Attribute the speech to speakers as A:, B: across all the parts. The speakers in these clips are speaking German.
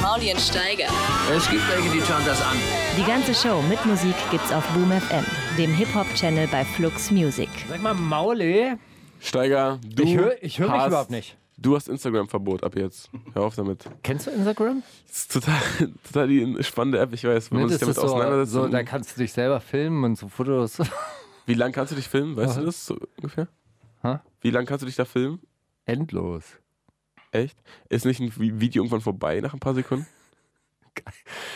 A: Maulien Steiger.
B: Es gibt welche, die schauen das an.
C: Die ganze Show mit Musik gibt's auf Boom FM, dem Hip-Hop-Channel bei Flux Music.
D: Sag mal, Maule,
E: Steiger, du
D: ich höre ich hör mich
E: hast,
D: überhaupt nicht.
E: Du hast Instagram-Verbot ab jetzt. Hör auf damit.
D: Kennst du Instagram?
E: Das ist total, total die spannende App, ich weiß. Wenn man
D: Ne,
E: sich
D: das ist
E: damit
D: so,
E: auseinandersetzt,
D: so, da
E: dann-
D: kannst du dich selber filmen und so Fotos.
E: wie lang kannst du dich filmen? Weißt du das so ungefähr?
D: Hä?
E: Wie lang kannst du dich da filmen?
D: Endlos.
E: Echt? Ist nicht ein Vi- Video irgendwann vorbei nach ein paar Sekunden?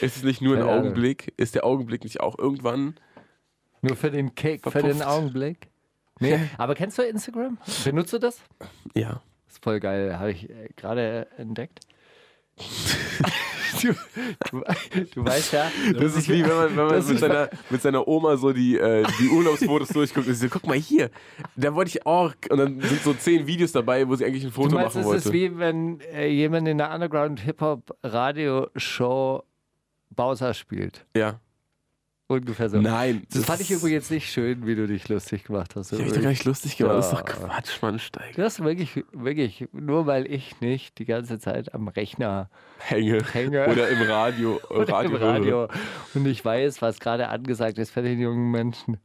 E: Ist es nicht nur ein
D: Keine Ahnung.
E: Augenblick? Ist der Augenblick nicht auch irgendwann?
D: Nur für den Kick, für den
E: Verpufft.
D: Augenblick. Nee, aber kennst du Instagram? Benutzt du das?
E: Ja.
D: Ist voll geil, habe ich äh, gerade entdeckt. du, du, du weißt ja,
E: Das ist wie wenn man, wenn man
D: Das
E: mit,
D: ist-
E: seiner, mit seiner Oma so die, äh, die Urlaubsfotos durchguckt und sie so, guck mal hier, da wollte ich auch. Und dann sind so zehn Videos dabei, wo sie eigentlich ein Foto
D: du meinst,
E: machen
D: es
E: wollte.
D: ist wie wenn äh, jemand in einer Underground-Hip-Hop-Radio-Show Bowser spielt.
E: ja.
D: Ungefähr so.
E: Nein.
D: Das fand ich übrigens nicht schön, wie du dich lustig gemacht hast.
E: Ich hab mich doch gar nicht lustig gemacht. Das ist doch
D: Ja.
E: Quatsch, Mann, Steiger.
D: Das ist wirklich, wirklich, nur weil ich nicht die ganze Zeit am Rechner
E: Hänge.
D: hänge
E: Oder im Radio.
D: oder
E: Radio,
D: im Radio und ich weiß, was gerade angesagt ist für den jungen Menschen,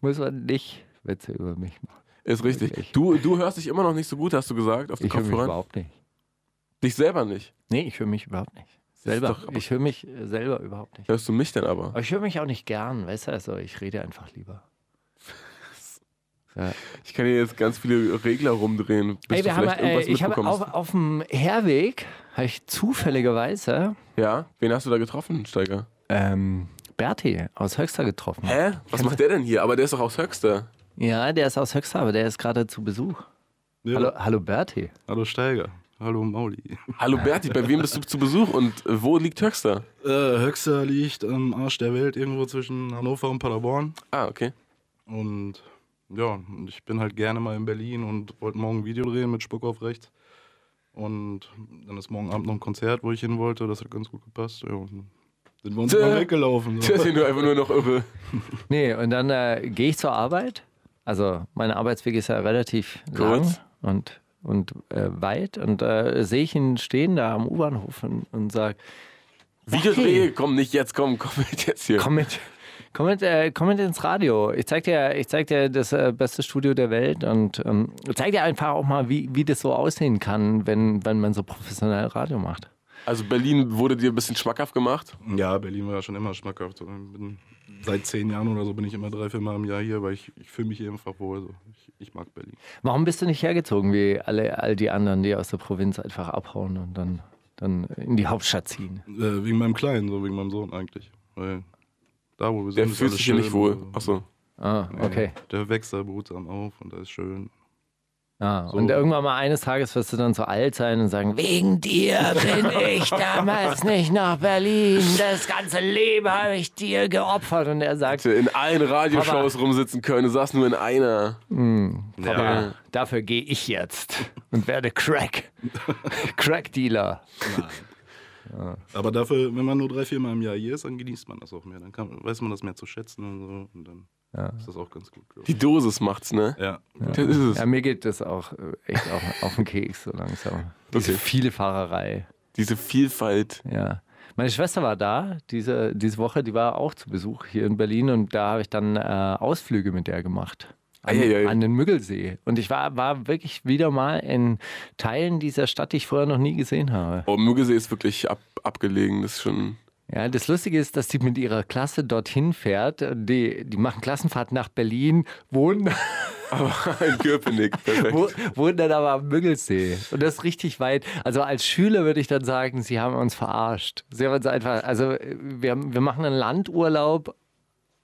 D: muss man nicht Witze über mich machen.
E: Ist richtig.
D: Wirklich.
E: Du, du hörst dich immer noch nicht so gut, hast du gesagt, auf den
D: Ich höre mich
E: Kopfhörern.
D: überhaupt nicht.
E: Dich selber nicht.
D: Nee, ich höre mich überhaupt nicht.
E: Das ist
D: Selber.
E: doch-
D: ich höre mich äh, selber überhaupt nicht.
E: Hörst du mich denn aber?
D: Aber ich höre mich auch nicht gern, weißt du, also ich rede einfach lieber. Ja.
E: Ich kann hier jetzt ganz viele Regler rumdrehen. Bis
D: Ey,
E: du
D: wir haben,
E: vielleicht
D: äh,
E: irgendwas
D: ich habe
E: mitbekommst.
D: auf, auf dem Herweg, habe ich zufälligerweise
E: ja? Wen hast du da getroffen, Steiger?
D: ähm, Berti aus Höxter getroffen.
E: Hä? Was macht der denn hier? Aber der ist doch aus Höxter.
D: Ja, der ist aus Höxter, aber der ist gerade zu Besuch.
F: Ja.
D: Hallo, hallo Berti.
F: Hallo Steiger. Hallo Mauli.
E: Hallo Berti, bei wem bist du zu Besuch und äh, wo liegt Höxter?
F: Äh, Höxter liegt am Arsch der Welt irgendwo zwischen Hannover und Paderborn.
E: Ah, okay.
F: Und ja, und ich bin halt gerne mal in Berlin und wollte morgen ein Video drehen mit Spuck auf Recht. Und dann ist morgen Abend noch ein Konzert, wo ich hin wollte. Das hat ganz gut gepasst. Ja, und dann sind wir uns
E: Tja.
F: mal weggelaufen.
E: Der ist
F: So.
E: hier nur einfach nur noch irre.
D: Nee, und dann äh, gehe ich zur Arbeit. Also mein Arbeitsweg ist ja relativ lang
E: Kurz.
D: und, und äh, weit. Und äh, sehe ich ihn stehen da am U-Bahnhof und, und sage,
E: Videodreh, komm nicht jetzt, komm, komm nicht jetzt hier.
D: komm mit, komm mit, äh, komm mit ins Radio. Ich zeig dir, ich zeig dir das äh, beste Studio der Welt und ähm, zeig dir einfach auch mal, wie, wie das so aussehen kann, wenn, wenn man so professionell Radio macht.
E: Also Berlin wurde dir ein bisschen schmackhaft gemacht.
F: Ja, Berlin war ja schon immer schmackhaft. Ich Bin, seit zehn Jahren oder so bin ich immer drei, vier Mal im Jahr hier, weil ich, ich fühle mich hier einfach wohl. So. Ich, ich mag Berlin.
D: Warum bist du nicht hergezogen wie alle, all die anderen, die aus der Provinz einfach abhauen und dann, dann in die Hauptstadt ziehen?
F: Äh, wegen meinem Kleinen, so wegen meinem Sohn eigentlich. Weil da, wo wir
E: Der
F: sind, ist
E: fühlt
F: alles
E: sich hier nicht
F: schön.
E: wohl. Achso.
D: Ah, okay.
F: Der wächst da behutsam auf und da ist schön.
D: Ah, Und irgendwann mal eines Tages wirst du dann so alt sein und sagen, wegen dir bin ich damals nicht nach Berlin. Das ganze Leben habe ich dir geopfert. Und er sagt,
E: In allen Radioshows rumsitzen können, du saß nur in einer.
D: Papa, dafür gehe ich jetzt und werde Crack. Crack-Dealer.
F: Aber dafür, wenn man nur drei, vier Mal im Jahr hier ist, dann genießt man das auch mehr. Dann kann, weiß man das mehr zu schätzen und so. Und dann ist das auch ganz gut, glaube ich.
E: Die Dosis macht's, ne?
F: Ja.
E: Das ist es.
D: Ja, mir geht das auch äh, echt auf, auf den Keks so langsam. Diese
E: Okay.
D: viele Fahrerei.
E: Diese Vielfalt.
D: Ja. Meine Schwester war da diese, diese Woche, die war auch zu Besuch hier in Berlin und da habe ich dann äh, Ausflüge mit der gemacht. An,
E: Eieiei.
D: an den Müggelsee. Und ich war, war wirklich wieder mal in Teilen dieser Stadt, die ich vorher noch nie gesehen habe.
E: Oh, Müggesee ist wirklich ab, abgelegen. Das ist schon.
D: Ja, das Lustige ist, dass die mit ihrer Klasse dorthin fährt. Die, die machen Klassenfahrt nach Berlin, wohnen,
E: Aber in Köpenick. Perfekt.
D: wo, wohnen dann aber am Müggelsee. Und das ist richtig weit. Also als Schüler würde ich dann sagen, sie haben uns verarscht. Sie haben uns einfach, also äh, wir, haben- wir machen einen Landurlaub,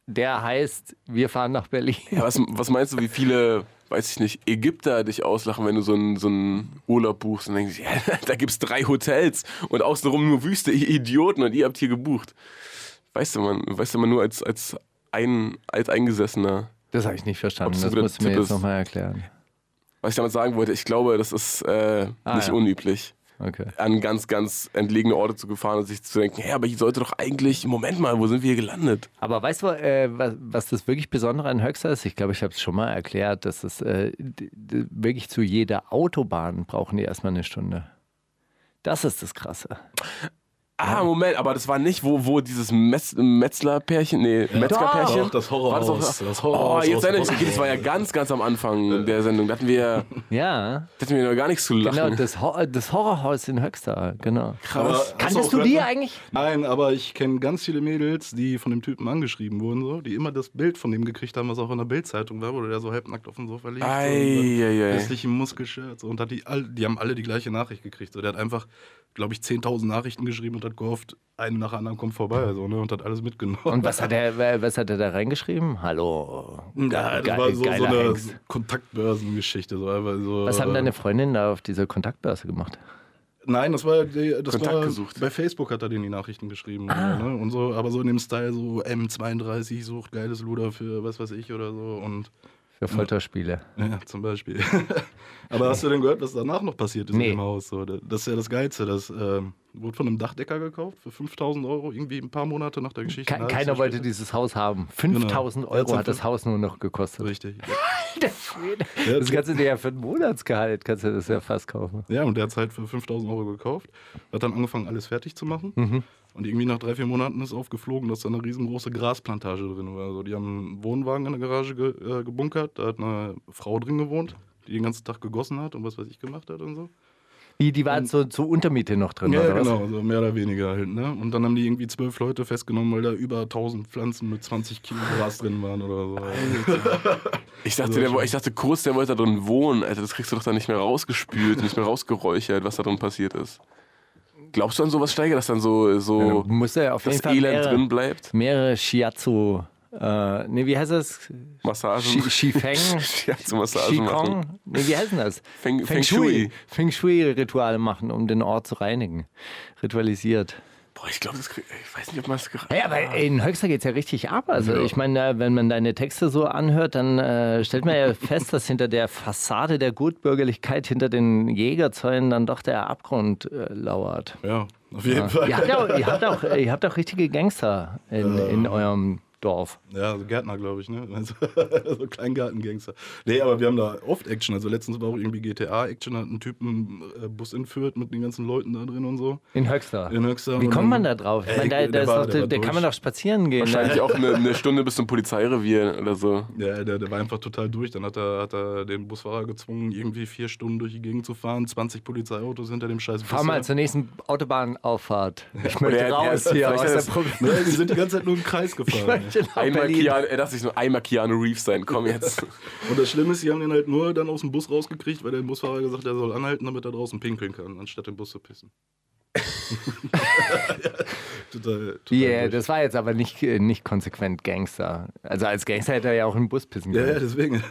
D: der heißt, wir fahren nach Berlin.
E: Ja, was, was meinst du, wie viele, weiß ich nicht, Ägypter dich auslachen, wenn du so einen, so einen Urlaub buchst und denkst, ja, da gibt's drei Hotels und außenrum nur Wüste, ihr Idioten und ihr habt hier gebucht. Weißt du, man, weißt du, man nur als, als ein Alteingesessener.
D: Das habe ich nicht verstanden.
E: Ob's
D: Das
E: ein guter
D: musst du mir
E: Tipp
D: jetzt
E: ist.
D: nochmal erklären.
E: Was ich damit sagen wollte, ich glaube, das ist äh,
D: Ah,
E: nicht
D: ja.
E: unüblich,
D: Okay.
E: an ganz, ganz entlegene Orte zu gefahren und sich zu denken, ja, aber ich sollte doch eigentlich, Moment mal, wo sind wir hier gelandet?
D: Aber weißt du, äh, was, was das wirklich Besondere an Höxter ist? Ich glaube, ich habe es schon mal erklärt, dass es äh, d- d- wirklich zu jeder Autobahn brauchen die erstmal eine Stunde. Das ist das Krasse.
E: Ah, Moment, aber das war nicht, wo, wo dieses Metz, Metzler-Pärchen, nee, Metzger-Pärchen.
A: Doch, das Horrorhaus,
E: War auch-
A: das Horrorhaus
E: Oh, jetzt
A: aus
E: erinnere ich
A: Bosnien.
E: mich, das war ja ganz, ganz am Anfang der Sendung. Da hatten wir,
D: Ja,
E: da hatten wir noch gar nichts zu lachen.
D: genau, das, Hor das Horrorhaus in Höxter, genau.
E: Krass.
D: Kanntest du die eigentlich?
F: ne? Nein, aber ich kenne ganz viele Mädels, die von dem Typen angeschrieben wurden, so, die immer das Bild von dem gekriegt haben, was auch in der Bildzeitung war, wo der so halbnackt auf dem Sofa liegt.
E: Eieiei.
F: hässlichen Muskelshirt. So, und hat die, all, die haben alle die gleiche Nachricht gekriegt. So, der hat einfach, glaube ich, 10.000 Nachrichten geschrieben und hat gehofft, eine nach der anderen kommt vorbei. So, ne, und hat alles mitgenommen.
D: Und was hat er, was hat er da reingeschrieben? Hallo.
F: Ja, das
D: Ge-
F: war so, so
D: geiler
F: eine
D: Hengst.
F: Kontaktbörsengeschichte. So, einfach so, äh,
D: Was haben deine Freundinnen da auf dieser Kontaktbörse gemacht?
F: Nein, das war, die- das
E: Kontakt
F: war
E: gesucht.
F: bei Facebook hat er denen die Nachrichten geschrieben.
D: Ah.
F: So, ne? und so, aber so in dem Style, so M32 sucht geiles Luder für was weiß ich oder so. Und
D: Für Folterspiele.
F: ja, zum Beispiel. aber hast du denn gehört, was danach noch passiert ist
D: Nee.
F: in dem Haus? So, da- das ist ja das Geilste. Das ähm, wurde von einem Dachdecker gekauft für 5000 Euro, irgendwie ein paar Monate nach der Geschichte.
D: Ke keiner wollte dieses Haus haben. 5000
F: Genau.
D: Euro hat das Haus nur noch gekostet.
F: Richtig.
D: Das kannst du dir ja für ein Monatsgehalt, kannst du das ja fast kaufen.
F: Ja, und der hat es halt für 5000 Euro gekauft. Hat dann angefangen, alles fertig zu machen.
D: Mhm.
F: Und irgendwie nach drei, vier Monaten ist aufgeflogen, dass da eine riesengroße Grasplantage drin war. Also die haben einen Wohnwagen in der Garage ge äh, gebunkert. Da hat eine Frau drin gewohnt, die den ganzen Tag gegossen hat und was weiß ich gemacht hat und so.
D: Die, die waren so zur Untermiete noch drin,
F: Ja,
D: oder was?
F: genau, so mehr oder weniger halt. Ne? Und dann haben die irgendwie zwölf Leute festgenommen, weil da über 1000 Pflanzen mit 20 Kilo Gras drin waren oder so.
E: Ich dachte, der, wo- ich dachte kurz, der wollte da drin wohnen. Alter, das kriegst du doch da nicht mehr rausgespült, nicht mehr rausgeräuchert, was da drin passiert ist. Glaubst du an sowas, Steiger, dass dann so, so
D: Du musst ja auf jeden
E: das
D: Fall
E: Elend
D: mehrere,
E: drin bleibt?
D: mehrere Shiatsu, äh, nee, wie heißt das?
E: Massagen.
D: Shi- Shifeng?
E: Shiatsu Massagen machen.
D: Qigong? Nee, wie heißt denn das?
E: Feng- Feng Shui.
D: Feng Shui-Rituale machen, um den Ort zu reinigen. Ritualisiert.
E: Boah, ich glaube, das krieg, ich weiß nicht, ob man das Ah. gerade.
D: Ja, aber ey, in Höxter geht es ja richtig ab. Also ich meine, da, wenn man deine Texte so anhört, dann äh, stellt man ja fest, dass hinter der Fassade der Gutbürgerlichkeit, hinter den Jägerzäunen dann doch der Abgrund äh, lauert.
F: ja, auf jeden Fall.
D: Ihr habt, ja, auch- ihr, habt auch, ihr habt auch richtige Gangster in, in eurem Dorf.
F: Ja, also Gärtner, glaube ich, ne? Also, so Kleingartengangster. Nee, aber wir haben da oft Action. Also letztens war auch irgendwie GTA-Action, hat einen Typen äh, Bus entführt mit den ganzen Leuten da drin und so.
D: In Höxter.
F: In Höxter.
D: Wie
F: Und
D: kommt man da
F: dann-
D: drauf? Ich
F: Ey,
D: meine, da,
F: der
D: da, ist
F: war-
D: doch,
F: der
D: da,
F: war
D: da kann man
F: durch.
D: doch spazieren gehen. Da-
E: Wahrscheinlich auch eine, eine Stunde bis zum Polizeirevier oder so.
F: Ja, der, der war einfach total durch. Dann hat er, hat er den Busfahrer gezwungen, irgendwie vier Stunden durch die Gegend zu fahren. 20 Polizeiautos hinter dem scheiß Bus.
D: Fahr mal
F: her.
D: zur nächsten Autobahnauffahrt. Ich möchte
E: Oder er- er-
D: raus hier
E: vielleicht
D: aus
E: hat
D: der
E: er's-
D: Provinz.
F: Ne, die sind die ganze Zeit nur im Kreis gefahren. ey.
D: nach
E: Einmal
D: Berlin.
E: Keanu, er dachte sich nur einmal Keanu Reeves sein, komm jetzt.
F: Und das Schlimme ist, die haben den halt nur dann aus dem Bus rausgekriegt, weil der Busfahrer gesagt hat, er soll anhalten, damit er draußen pinkeln kann, anstatt den Bus zu pissen. total, total
D: Ja,
F: durch.
D: das war jetzt aber nicht, äh, nicht konsequent Gangster. Also als Gangster hätte er ja auch in den Bus pissen
F: Ja, ja,
D: können.
F: deswegen.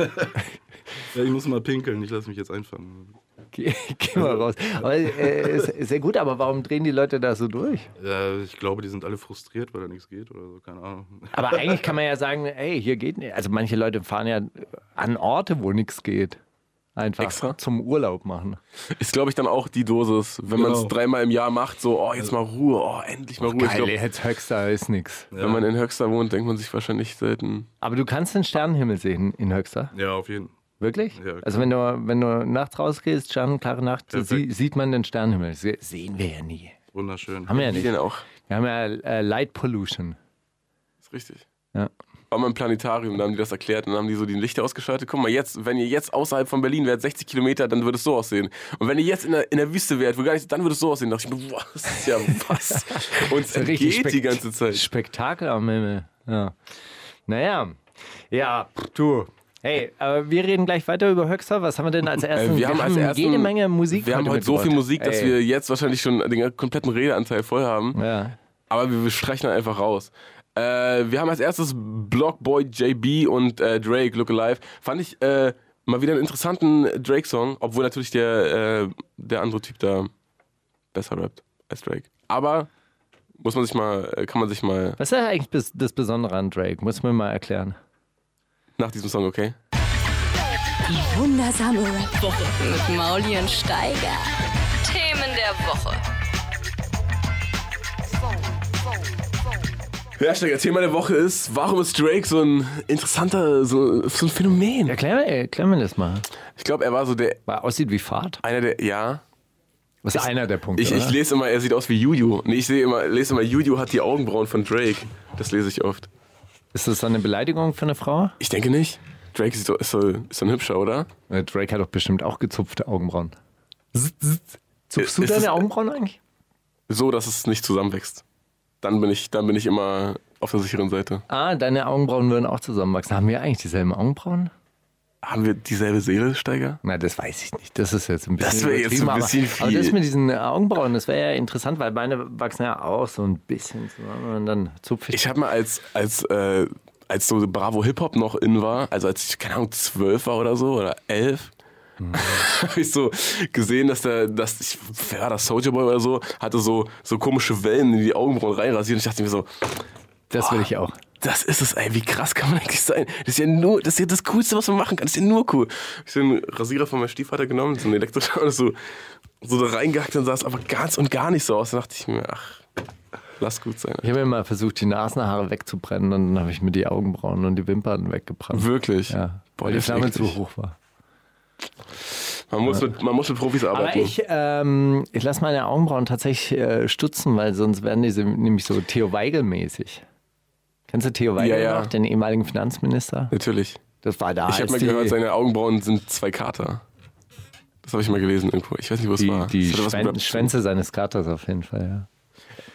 F: ja, ich muss mal pinkeln, ich lasse mich jetzt einfangen.
D: Geh, geh mal raus. Aber äh, ist, ist sehr gut, aber warum drehen die Leute da so durch?
F: Ja, ich glaube, die sind alle frustriert, weil da nichts geht oder so, keine Ahnung.
D: Aber eigentlich kann man ja sagen, ey, hier geht nicht. Also manche Leute fahren ja an Orte, wo nichts geht. Einfach
E: Extra?
D: zum Urlaub machen.
E: Ist, glaube ich, dann auch die Dosis, wenn man es
F: Genau.
E: dreimal im Jahr macht, so, oh, jetzt mal Ruhe, oh, endlich mal Ruhe. Ich
D: Geil,
E: glaub,
D: jetzt Höxter ist nix.
E: Wenn man in Höxter wohnt, denkt man sich wahrscheinlich selten.
D: Aber du kannst den Sternenhimmel sehen in Höxter.
F: Ja, auf jeden Fall.
D: Wirklich?
F: Ja, klar.
D: also wenn du, wenn du nachts rausgehst, sternklare Nacht, sie,
F: Perfekt.
D: sieht man den Sternenhimmel. Se sehen wir ja nie.
F: Wunderschön.
D: Haben wir ja
E: Wie
D: nicht.
E: denn auch?
D: Wir haben ja äh, Light Pollution.
E: Ist richtig.
D: Ja.
E: War mal im Planetarium, da haben die das erklärt und dann haben die so die Lichter ausgeschaltet. Guck mal, jetzt, wenn ihr jetzt außerhalb von Berlin wärt, 60 Kilometer, dann würde es so aussehen. Und wenn ihr jetzt in der, in der Wüste wärt, wo gar nicht, dann würde es so aussehen. Da dachte ich mir, boah, das ist ja was. Und es geht die
D: Spekt-
E: ganze Zeit.
D: Spektakel am Himmel. Ja. Naja. Ja, du. Hey, aber wir reden gleich weiter über Höxter. Was haben wir denn als erstes?
E: Äh, wir haben als ersten,
D: jede Menge Musik.
E: Wir haben heute so viel
D: mitgebracht.
E: Musik, dass
D: Ey.
E: wir jetzt wahrscheinlich schon den kompletten Redeanteil voll haben.
D: Ja.
E: Aber wir, wir streichen dann einfach raus. Äh, wir haben als erstes Blockboy JB und äh, Drake Look Alive. Fand ich äh, mal wieder einen interessanten Drake-Song, obwohl natürlich der, äh, der andere Typ da besser rappt als Drake. Aber muss man sich mal, äh, kann man sich mal
D: Was ist denn eigentlich bes- das Besondere an Drake? Muss mir mal erklären.
E: nach diesem Song, okay?
G: Wundersame Rap-Woche mit Mauli und Steiger. Themen der Woche.
E: Hashtag Thema der Woche ist, warum ist Drake so ein interessanter, so, so ein Phänomen?
D: Erklär, erklär mir das mal.
E: Ich glaube, er war so der,
D: Weil aussieht wie Fahrt.
E: einer der, ja,
D: Was ist einer der Punkte?
E: Ich, ich
D: oder?
E: lese immer, er sieht aus wie Juju. Nee, ich sehe immer, lese immer, Juju hat die Augenbrauen von Drake. Das lese ich oft.
D: Ist das dann eine Beleidigung für eine Frau?
E: Ich denke nicht. Drake ist so, ist so, ist so ein hübscher, oder?
D: Äh, Drake hat doch bestimmt auch gezupfte Augenbrauen. Zzt, zzt. Zupfst du
E: Ist- ist es-
D: deine Augenbrauen eigentlich?
E: So, dass es nicht zusammenwächst. Dann bin ich, dann bin ich immer auf der sicheren Seite.
D: Ah, deine Augenbrauen würden auch zusammenwachsen. Haben wir eigentlich dieselben Augenbrauen?
E: Haben wir dieselbe Seele, Steiger?
D: Na, das weiß ich nicht. Das ist jetzt ein bisschen
E: Das wär jetzt
D: übertrieben,
E: ein bisschen
D: aber,
E: viel.
D: Aber das mit diesen äh, Augenbrauen, das wäre ja interessant, weil meine wachsen ja auch so ein bisschen zusammen und dann zupfe ich.
E: Ich habe mal als, als, äh, als so Bravo Hip-Hop noch in war, also als ich, keine Ahnung, zwölf war oder so oder elf, habe ich so gesehen, dass der, dass ich, wer war das, Soldier Boy oder so, hatte so, so komische Wellen in die Augenbrauen reinrasiert und ich dachte mir so,
D: das will ich auch.
E: das ist es, ey, wie krass kann man eigentlich sein? Das ist ja nur, das ist ja das Coolste, was man machen kann, das ist ja nur cool. Ich hab den Rasierer von meinem Stiefvater genommen, so einen elektrischen, und so, so da reingehackt und sah es aber ganz und gar nicht so aus. Da dachte ich mir, ach, lass gut sein.
D: Ich habe immer versucht, die Nasenhaare wegzubrennen und dann habe ich mir die Augenbrauen und die Wimpern weggebrannt.
E: Wirklich?
D: Ja,
E: Boah,
D: weil die
E: das ist
D: Flamme
E: eklig.
D: zu hoch war.
E: Man muss, mit, man muss mit Profis
D: Aber
E: arbeiten.
D: ich, ähm, ich lasse meine Augenbrauen tatsächlich äh, stutzen, weil sonst werden diese nämlich so Theo Weigel-mäßig. Kennst du Theo Weigel
E: Ja, ja.
D: noch, den ehemaligen Finanzminister?
E: Natürlich.
D: Das war da.
E: Ich habe
D: als
E: mal
D: die-
E: gehört, seine Augenbrauen sind zwei Kater. Das habe ich mal gelesen irgendwo. Ich weiß nicht, wo es war.
D: die, die
E: Das hatte was mit
D: Schwän
E: Rap-
D: Schwänze seines Katers auf jeden Fall, ja.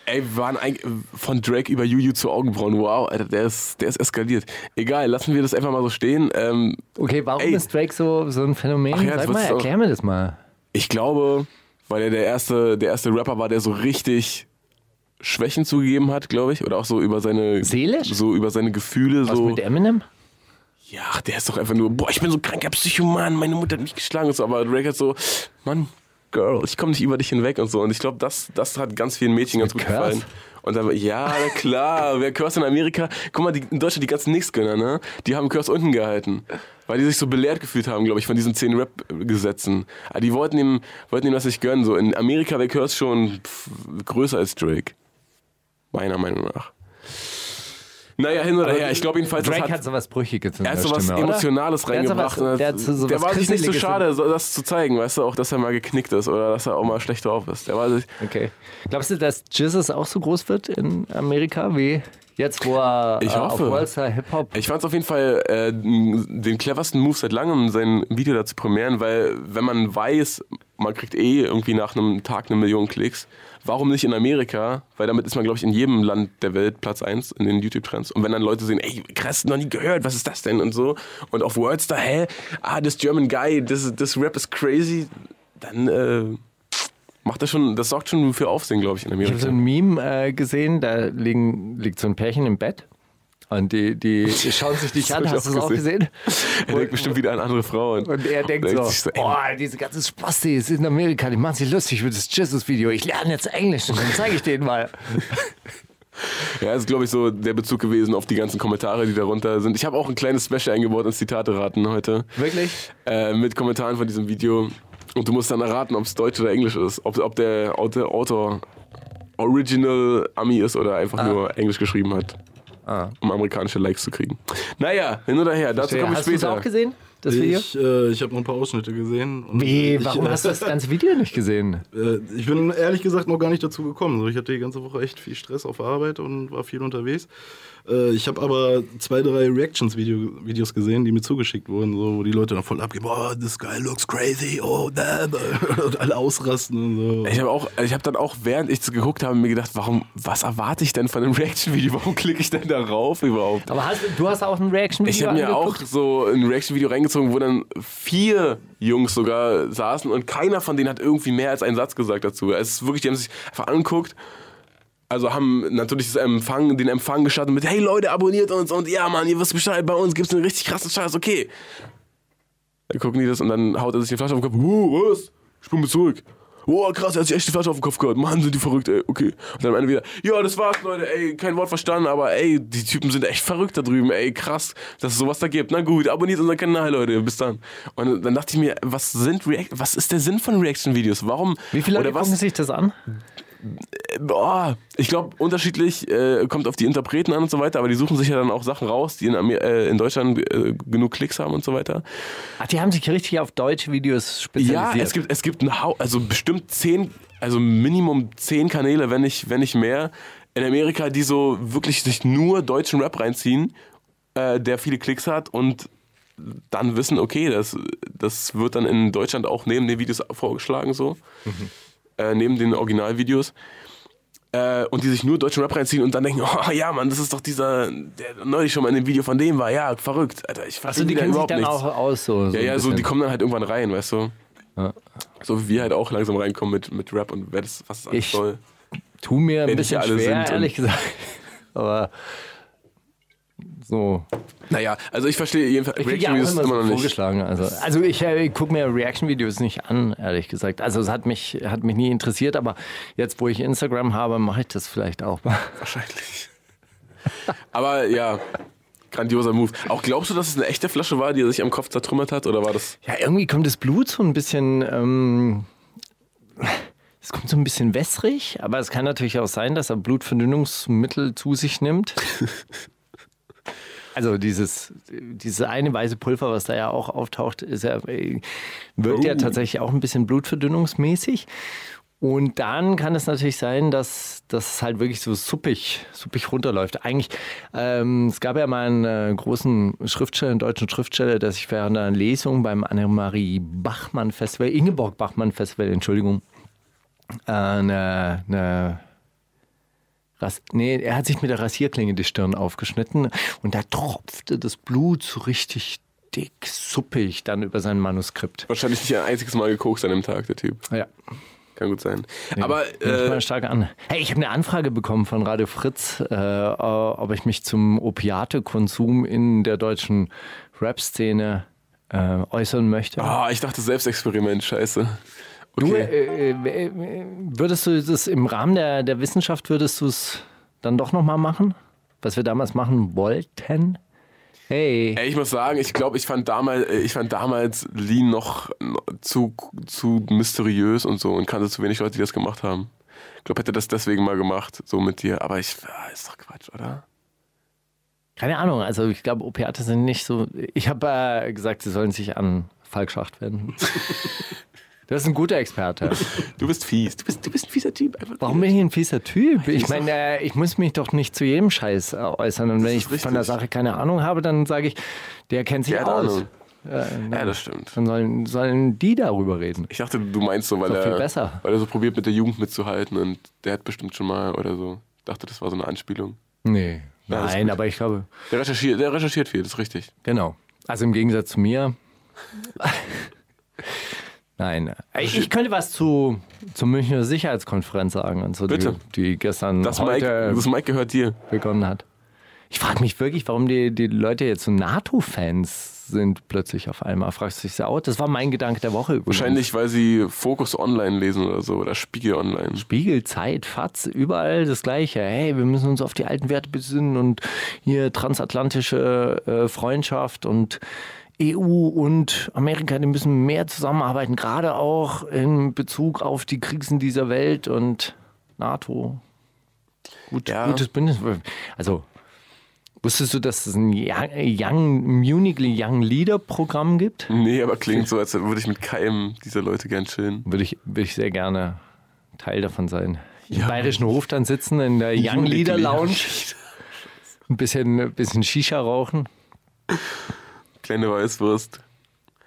E: Ey, wir waren eigentlich von Drake über Juju zu Augenbrauen. Wow, Alter, der ist, der ist eskaliert. Egal, lassen wir das einfach mal so stehen. Ähm,
D: Okay, warum
E: Ey.
D: ist Drake so, so ein Phänomen?
E: Ach ja, das
D: Sag mal,
E: wolltest du auch-
D: erklär mir das mal.
E: ich glaube, weil er der erste, der erste Rapper war, der so richtig Schwächen zugegeben hat, glaube ich. Oder auch so über seine.
D: Seelisch?
E: So über seine Gefühle.
D: Was
E: so.
D: mit Eminem?
E: Ja, ach, der ist doch einfach nur, boah, ich bin so kranker Psychoman, meine Mutter hat mich geschlagen und so. Aber Drake hat so, Mann, Girl, ich komme nicht über dich hinweg und so. Und ich glaube, das, das hat ganz vielen Mädchen ganz gut
D: Curse?
E: gefallen. Und dann, ja, na klar, wer Curse in Amerika, guck mal, die, in Deutschland die ganzen Nichtsgönner, ne? Die haben Curse unten gehalten. Weil die sich so belehrt gefühlt haben, glaube ich, von diesen zehn Rap-Gesetzen. Aber die wollten ihm, wollten ihm das nicht gönnen. So, in Amerika wäre Curse schon pff, größer als Drake. Meiner Meinung nach. Naja, hin oder her. Ich glaube jedenfalls, das
D: Drake hat, sowas Brüchiges in
E: er
D: der
E: hat so was
D: Stimme, oder?
E: Emotionales
D: hat so
E: reingebracht.
D: was-
E: und
D: der hat so- so
E: der
D: was
E: war sich nicht so
D: Kriseliges
E: schade, so- das zu zeigen, weißt du, auch dass er mal geknickt ist oder dass er auch mal schlecht drauf ist. Der war sich,
D: Okay. Glaubst du, dass Jesus auch so groß wird in Amerika wie jetzt, wo er
E: Ich
D: äh,
E: hoffe.
D: auf Walzer Hip-Hop
E: ich fand es auf jeden Fall äh, den cleversten Move seit langem, sein Video da zu prämieren, weil wenn man weiß, man kriegt eh irgendwie nach einem Tag eine Million Klicks, warum nicht in Amerika? Weil damit ist man, glaube ich, in jedem Land der Welt Platz 1 in den YouTube-Trends. Und wenn dann Leute sehen, ey, krass, noch nie gehört, was ist das denn und so. Und auf Wordstar, hä? Ah, this German guy, this, this Rap is crazy. Dann, äh, Macht das schon, das sorgt schon für Aufsehen, glaube ich, in
D: Ich habe so
E: Amerika.
D: ein Meme äh, gesehen, da liegen, liegt so ein Pärchen im Bett und die, die schauen sich dich
E: Das
D: an.
E: hab ich
D: Hast du
E: auch
D: das auch gesehen?
E: Er denkt bestimmt wieder an andere Frauen.
D: Und er denkt so,
E: Denkt sich ey,
D: oh, diese ganzen Spastis in Amerika, die machen sich lustig für das Jesus-Video. Ich lerne jetzt Englisch und dann zeige ich denen mal.
E: Ja, ist, glaube ich, so der Bezug gewesen auf die ganzen Kommentare, die darunter sind. Ich habe auch ein kleines Special eingebaut ins Zitate raten heute.
D: Wirklich?
E: Äh, mit Kommentaren von diesem Video. Und du musst dann erraten, ob es Deutsch oder Englisch ist. Ob, ob der Autor, Autor Original Ami ist oder einfach
D: Ah.
E: nur Englisch geschrieben hat. Um amerikanische Likes zu kriegen. Naja, hin oder her, dazu komme ich
D: Hast du es
E: später.
D: auch gesehen, das Video?
F: Ich, äh, ich habe nur ein paar Ausschnitte gesehen. Und
D: Wie,
F: ich,
D: warum
F: äh,
D: hast du das ganze Video nicht gesehen?
F: Äh, ich bin ehrlich gesagt noch gar nicht dazu gekommen. So, ich hatte die ganze Woche echt viel Stress auf der Arbeit und war viel unterwegs. Äh, ich habe aber zwei, drei Reactions-Videos gesehen, die mir zugeschickt wurden, so, wo die Leute dann voll abgeben: Oh, this guy looks crazy, oh, damn. Und alle ausrasten und so.
E: Ich habe auch, also ich habe dann auch, während ich es geguckt habe, mir gedacht, warum, was erwarte ich denn von einem Reaction-Video? Warum klicke ich denn darauf überhaupt?
D: Aber hast, du hast auch ein Reaction-Video
E: Ich habe mir auch
D: angeguckt?
E: so ein Reaction-Video reingezogen, wo dann vier Jungs sogar saßen und keiner von denen hat irgendwie mehr als einen Satz gesagt dazu. Es ist wirklich, die haben sich einfach angeguckt, also haben natürlich das Empfang, den Empfang gestartet mit, hey Leute, abonniert uns und ja Mann, ihr wisst Bescheid, bei uns gibt's einen richtig krassen Scheiß, okay. Dann gucken die das und dann haut er sich die Flasche auf den Kopf, huh, was? Ich bin zurück. Boah, krass, er hat sich echt die Flasche auf den Kopf gehört. Mann, sind die verrückt, ey, okay. Und dann am Ende wieder, ja, das war's, Leute, ey, kein Wort verstanden, aber ey, die Typen sind echt verrückt da drüben, ey, krass, dass es sowas da gibt. Na gut, abonniert unseren Kanal, Leute, bis dann. Und dann dachte ich mir, was sind React was ist der Sinn von Reaction-Videos? Warum?
D: Wie viele Leute
E: oder was,
D: gucken sich das an?
E: Boah, ich glaube, unterschiedlich äh, kommt auf die Interpreten an und so weiter, aber die suchen sich ja dann auch Sachen raus, die in, Amer äh, in Deutschland äh, genug Klicks haben und so weiter.
D: Ach, Ah, die haben sich richtig auf deutsche Videos
E: Ja,
D: spezialisiert.
E: es gibt, es gibt ein Hau also bestimmt zehn, also Minimum zehn Kanäle, wenn nicht, wenn nicht mehr, in Amerika, die so wirklich sich nur deutschen Rap reinziehen, äh, der viele Klicks hat und dann wissen, okay, das, das wird dann in Deutschland auch neben den Videos vorgeschlagen, so.
D: Mhm.
E: Äh, neben den Originalvideos. Äh, und die sich nur deutschen Rap reinziehen und dann denken, oh ja, Mann, das ist doch dieser, der neulich schon mal in dem Video von dem war, ja, verrückt. Alter, ich
D: also
E: verstehe
D: die
E: wieder
D: kennen sich
E: überhaupt
D: dann
E: nichts.
D: auch aus. So, so
E: Ja, ja,
D: ein
E: so,
D: bisschen.
E: die kommen dann halt irgendwann rein, weißt du?
D: Ja.
E: So wie wir halt auch langsam reinkommen mit, mit Rap und wer das, was das alles
D: Ich-
E: soll.
D: Tu mir ein
E: Wenn
D: bisschen
E: nicht alle
D: schwer,
E: sind und-
D: ehrlich gesagt. Aber so.
E: Naja, also ich verstehe jedenfalls
D: Ich krieg ja
E: Reaction
D: auch
E: Videos
D: immer,
E: immer
D: so
E: noch nicht.
D: vorgeschlagen. Also, also ich äh, gucke mir Reaction-Videos nicht an, ehrlich gesagt. Also es hat mich, hat mich nie interessiert, aber jetzt, wo ich Instagram habe, mache ich das vielleicht auch mal.
E: Wahrscheinlich. Aber ja, grandioser Move. Auch glaubst du, dass es eine echte Flasche war, die er sich am Kopf zertrümmert hat? Oder war das.
D: Ja, irgendwie kommt das Blut so ein bisschen. Ähm, es kommt so ein bisschen wässrig, aber es kann natürlich auch sein, dass er Blutverdünnungsmittel zu sich nimmt. Also dieses, dieses eine weiße Pulver, was da ja auch auftaucht, ist ja, äh, wirkt ja tatsächlich auch ein bisschen blutverdünnungsmäßig. Und dann kann es natürlich sein, dass das halt wirklich so suppig, suppig runterläuft. Eigentlich, ähm, es gab ja mal einen äh, großen Schriftsteller, einen deutschen Schriftsteller, der sich während einer Lesung beim Annemarie Bachmann Festival, Ingeborg Bachmann Festival, Entschuldigung, äh, eine, eine Ras nee, er hat sich mit der Rasierklinge die Stirn aufgeschnitten und da tropfte das Blut so richtig dick, suppig dann über sein Manuskript.
E: Wahrscheinlich nicht ein einziges Mal gekokst an dem Tag, der Typ.
D: Ja.
E: Kann gut sein. Aber.
D: Nehme ich
E: Äh,
D: mal stark an. Hey, ich habe eine Anfrage bekommen von Radio Fritz, äh, äh, ob ich mich zum Opiate-Konsum in der deutschen Rap-Szene äh, äußern möchte.
E: ah, ich dachte Selbstexperiment, scheiße.
D: Du,
E: Okay.
D: äh, äh, äh, würdest du das im Rahmen der, der Wissenschaft, würdest du es dann doch nochmal machen? Was wir damals machen wollten? Hey.
E: Ey, ich muss sagen, ich glaube, ich fand damals, äh, ich fand damals Lean noch zu, zu mysteriös und so und kannte zu wenig Leute, die das gemacht haben. Ich glaube, hätte das deswegen mal gemacht, so mit dir. Aber ich, ah, ist doch Quatsch, oder?
D: Keine Ahnung, also ich glaube, Opiate sind nicht so. Ich habe äh, gesagt, sie sollen sich an Falk Schacht wenden. Das ist ein guter Experte.
E: Du bist fies. Du bist, du bist ein fieser Typ. Einfach
D: Warum bin ich ein fieser Typ? Ich meine, äh, ich muss mich doch nicht zu jedem Scheiß äh, äußern. Und wenn ich
E: ist richtig.
D: von der Sache keine Ahnung habe, dann sage ich, der kennt sich
E: Der hat
D: aus.
E: Ahnung.
D: Äh, na,
E: Ja, das stimmt.
D: dann sollen, sollen die darüber reden.
E: Ich dachte, du meinst so, weil
D: Ist doch viel
E: er,
D: besser.
E: weil er so probiert, mit der Jugend mitzuhalten und der hat bestimmt schon mal oder so. Ich dachte, das war so eine Anspielung.
D: Nee.
E: Ja, das ist
D: Nein, aber ich glaube,
E: Der recherchiert, der recherchiert viel, das ist richtig.
D: Genau. Also im Gegensatz zu mir. Nein. Ich, ich könnte was zu, zur Münchner Sicherheitskonferenz sagen und so,
E: Bitte.
D: Die, die gestern
E: Das, Mike,
D: heute
E: das Mike gehört dir.
D: begonnen hat. Ich frage mich wirklich, warum die, die Leute jetzt so NATO-Fans sind plötzlich auf einmal. Fragst du dich so auch? Das war mein Gedanke der Woche übrigens.
E: Wahrscheinlich, weil sie Fokus online lesen oder so oder Spiegel online.
D: Spiegel, Zeit, Fatz, überall das Gleiche. Hey, wir müssen uns auf die alten Werte besinnen und hier transatlantische äh, Freundschaft und EU und Amerika, die müssen mehr zusammenarbeiten, gerade auch in Bezug auf die Krisen dieser Welt und NATO. Gut,
E: Ja.
D: Gutes Bündnis. Also, wusstest du, dass es ein Young, Young, Munich Young Leader Programm gibt?
E: Nee, aber klingt so, als würde ich mit keinem dieser Leute gern chillen.
D: Würde ich, würde ich sehr gerne Teil davon sein. Im bayerischen Hof dann sitzen, in der Young Leader Lounge, ein bisschen, ein bisschen Shisha rauchen.
E: Kleine Weißwurst.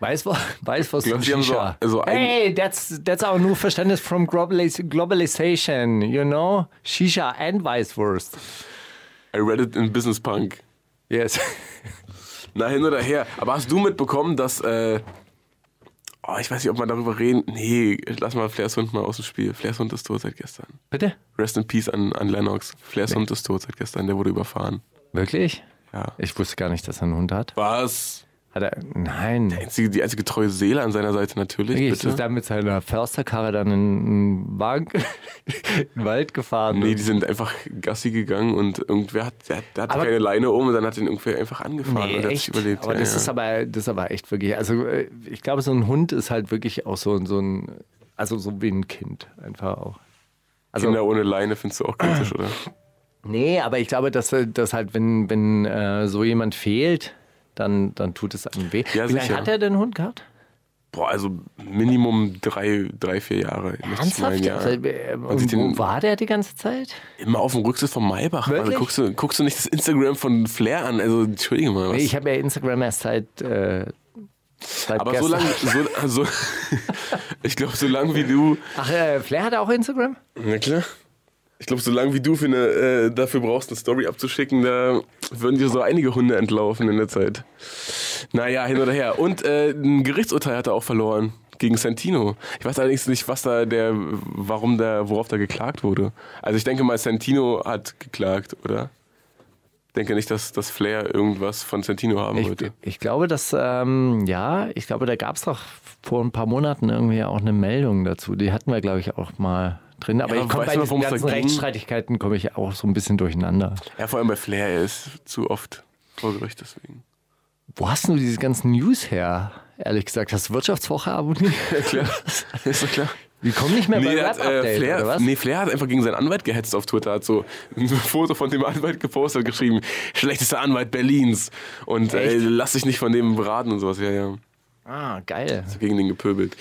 D: Weiß, wo- weiß was
E: Ich glaub,
D: zum
E: sie haben so-
D: Shisha.
E: also ein-
D: hey, that's, that's our new Verständnis from globalis globalization, you know? Shisha and Weißwurst.
E: I read it in Business Punk.
D: Yes.
E: Na, hin oder her. Aber hast du mitbekommen, dass. Äh, oh, ich weiß nicht, ob man darüber reden. Nee, lass mal Flairs Hund mal aus dem Spiel. Flairs Hund ist tot seit gestern.
D: Bitte?
E: Rest in Peace an, an Lennox. Flairs Hund ist tot seit gestern. Der wurde überfahren.
D: Wirklich?
E: Ja.
D: Ich wusste gar nicht, dass er einen Hund hat.
E: Was?
D: Hat er? Nein.
E: Einzige, die einzige treue Seele an seiner Seite natürlich.
D: Ich ist
E: bitte.
D: da mit seiner Försterkarre dann in einen Wagen, in den Wald gefahren.
E: Nee, die sind einfach Gassi gegangen und irgendwer hat, der, hat- der hatte
D: Aber-
E: keine Leine um und dann hat ihn irgendwer einfach angefahren und er hat sich überlebt.
D: Aber
E: ja,
D: das
E: ja.
D: ist aber das ist aber echt wirklich. Also äh, ich glaube, so ein Hund ist halt wirklich auch so, ein- so ein also so wie ein Kind einfach auch. Also,
E: Kinder ohne Leine findest du auch kritisch, oder?
D: nee, aber ich glaube, dass, äh, dass halt, wenn, wenn äh, so jemand fehlt, dann, dann tut es einem weh.
E: Ja,
D: Wie lange
E: sicher.
D: hat er denn Hund gehabt?
E: Boah, also Minimum drei, drei vier Jahre. möchte ich meinen,
D: Ernsthaft?
E: ja.
D: Also, äh,
E: Als ich
D: Und
E: den-
D: wo war der die ganze Zeit?
E: Immer auf dem Rücksitz von Maybach. Also
D: Wirklich?
E: guckst du, guckst du nicht das Instagram von Flair an? Also entschuldige mal. Was.
D: Nee, ich habe ja Instagram erst seit, äh, seit
E: aber so
D: gestern.
E: lange, so, also, ich glaube, so lange wie du,
D: Ach, äh, Flair hat auch Instagram?
E: na klar, ich glaube, so lange wie du für eine, äh, dafür brauchst, eine Story abzuschicken, da würden dir so einige Hunde entlaufen in der Zeit. Naja, hin oder her. Und äh, ein Gerichtsurteil hat er auch verloren gegen Santino. Ich weiß allerdings nicht, was da der, warum da, worauf da geklagt wurde. Also ich denke mal, Santino hat geklagt, oder? Ich denke nicht, dass das Flair irgendwas von Santino haben
D: Ich,
E: wollte.
D: ich glaube, dass, ähm, ja, ich glaube, da gab es doch vor ein paar Monaten irgendwie auch eine Meldung dazu. Die hatten wir, glaube ich, auch mal drin. Aber
E: Ja,
D: ich komme
E: weiß
D: bei
E: man,
D: diesen
E: worum es da
D: ganzen
E: ging?
D: Rechtsstreitigkeiten komme ich auch so ein bisschen durcheinander.
E: Ja, vor allem bei Flair, er ist zu oft vor Gericht deswegen.
D: Wo hast denn du diese ganzen News her? Ehrlich gesagt, hast du Wirtschaftswoche abonniert?
E: Klar, ist doch klar.
D: Die kommen nicht mehr bei
E: der äh,
D: Rap Update,
E: Flair,
D: oder was?
E: nee, Flair hat einfach gegen seinen Anwalt gehetzt auf Twitter, hat so ein Foto von dem Anwalt gepostet und geschrieben, schlechtester Anwalt Berlins und äh, lass dich nicht von dem beraten und sowas. Ja, ja,
D: Ah, geil.
E: gegen den gepöbelt.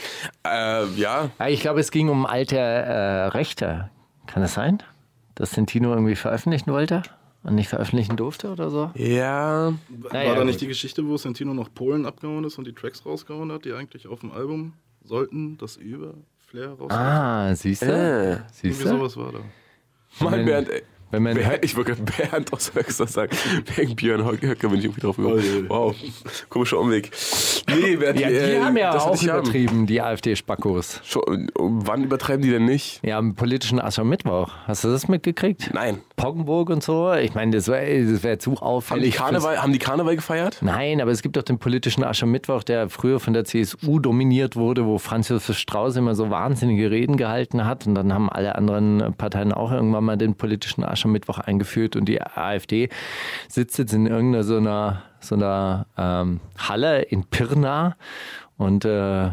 E: Äh, ja,
D: Ja, ich glaube, es ging um alte äh, Rechte. Kann das sein? Dass Sentino irgendwie veröffentlichen wollte und nicht veröffentlichen durfte oder so?
E: ja,
D: Naja,
F: War da
D: gut.
F: nicht die Geschichte, wo Santino nach Polen abgehauen ist und die Tracks rausgehauen hat, die eigentlich auf dem Album sollten, das über Flair rausgehauen?
D: Ah, siehst
E: Äh.
D: du? Siehst
F: Irgendwie
D: du?
F: sowas war da.
E: Mann, Bernd, ey.
D: Wenn halt- man
E: Bernd, ich wollte gerade Bernd aus Höxter sagen. Wegen Björn Höcker bin ich irgendwie drauf gekommen. Wow, komischer Umweg. Nee, Bernd,
D: Oh, Ja, die
E: äh,
D: haben ja
E: das will
D: auch
E: ich haben.
D: übertrieben, die AfD-Spackos.
E: Schon, wann übertreiben die denn nicht?
D: Ja, am politischen Aschermittwoch. Hast du das mitgekriegt?
E: Nein.
D: Poggenburg und so. Ich meine, das wäre das wär zu
E: Haben die,
D: auffällig. fürs-
E: Karneval, haben die Karneval gefeiert?
D: Nein, aber es gibt doch den politischen Aschermittwoch, der früher von der CSU dominiert wurde, wo Franz Josef Strauß immer so wahnsinnige Reden gehalten hat. Und dann haben alle anderen Parteien auch irgendwann mal den politischen Aschermittwoch eingeführt. Und die AfD sitzt jetzt in irgendeiner so einer, so einer ähm, Halle in Pirna. Und äh,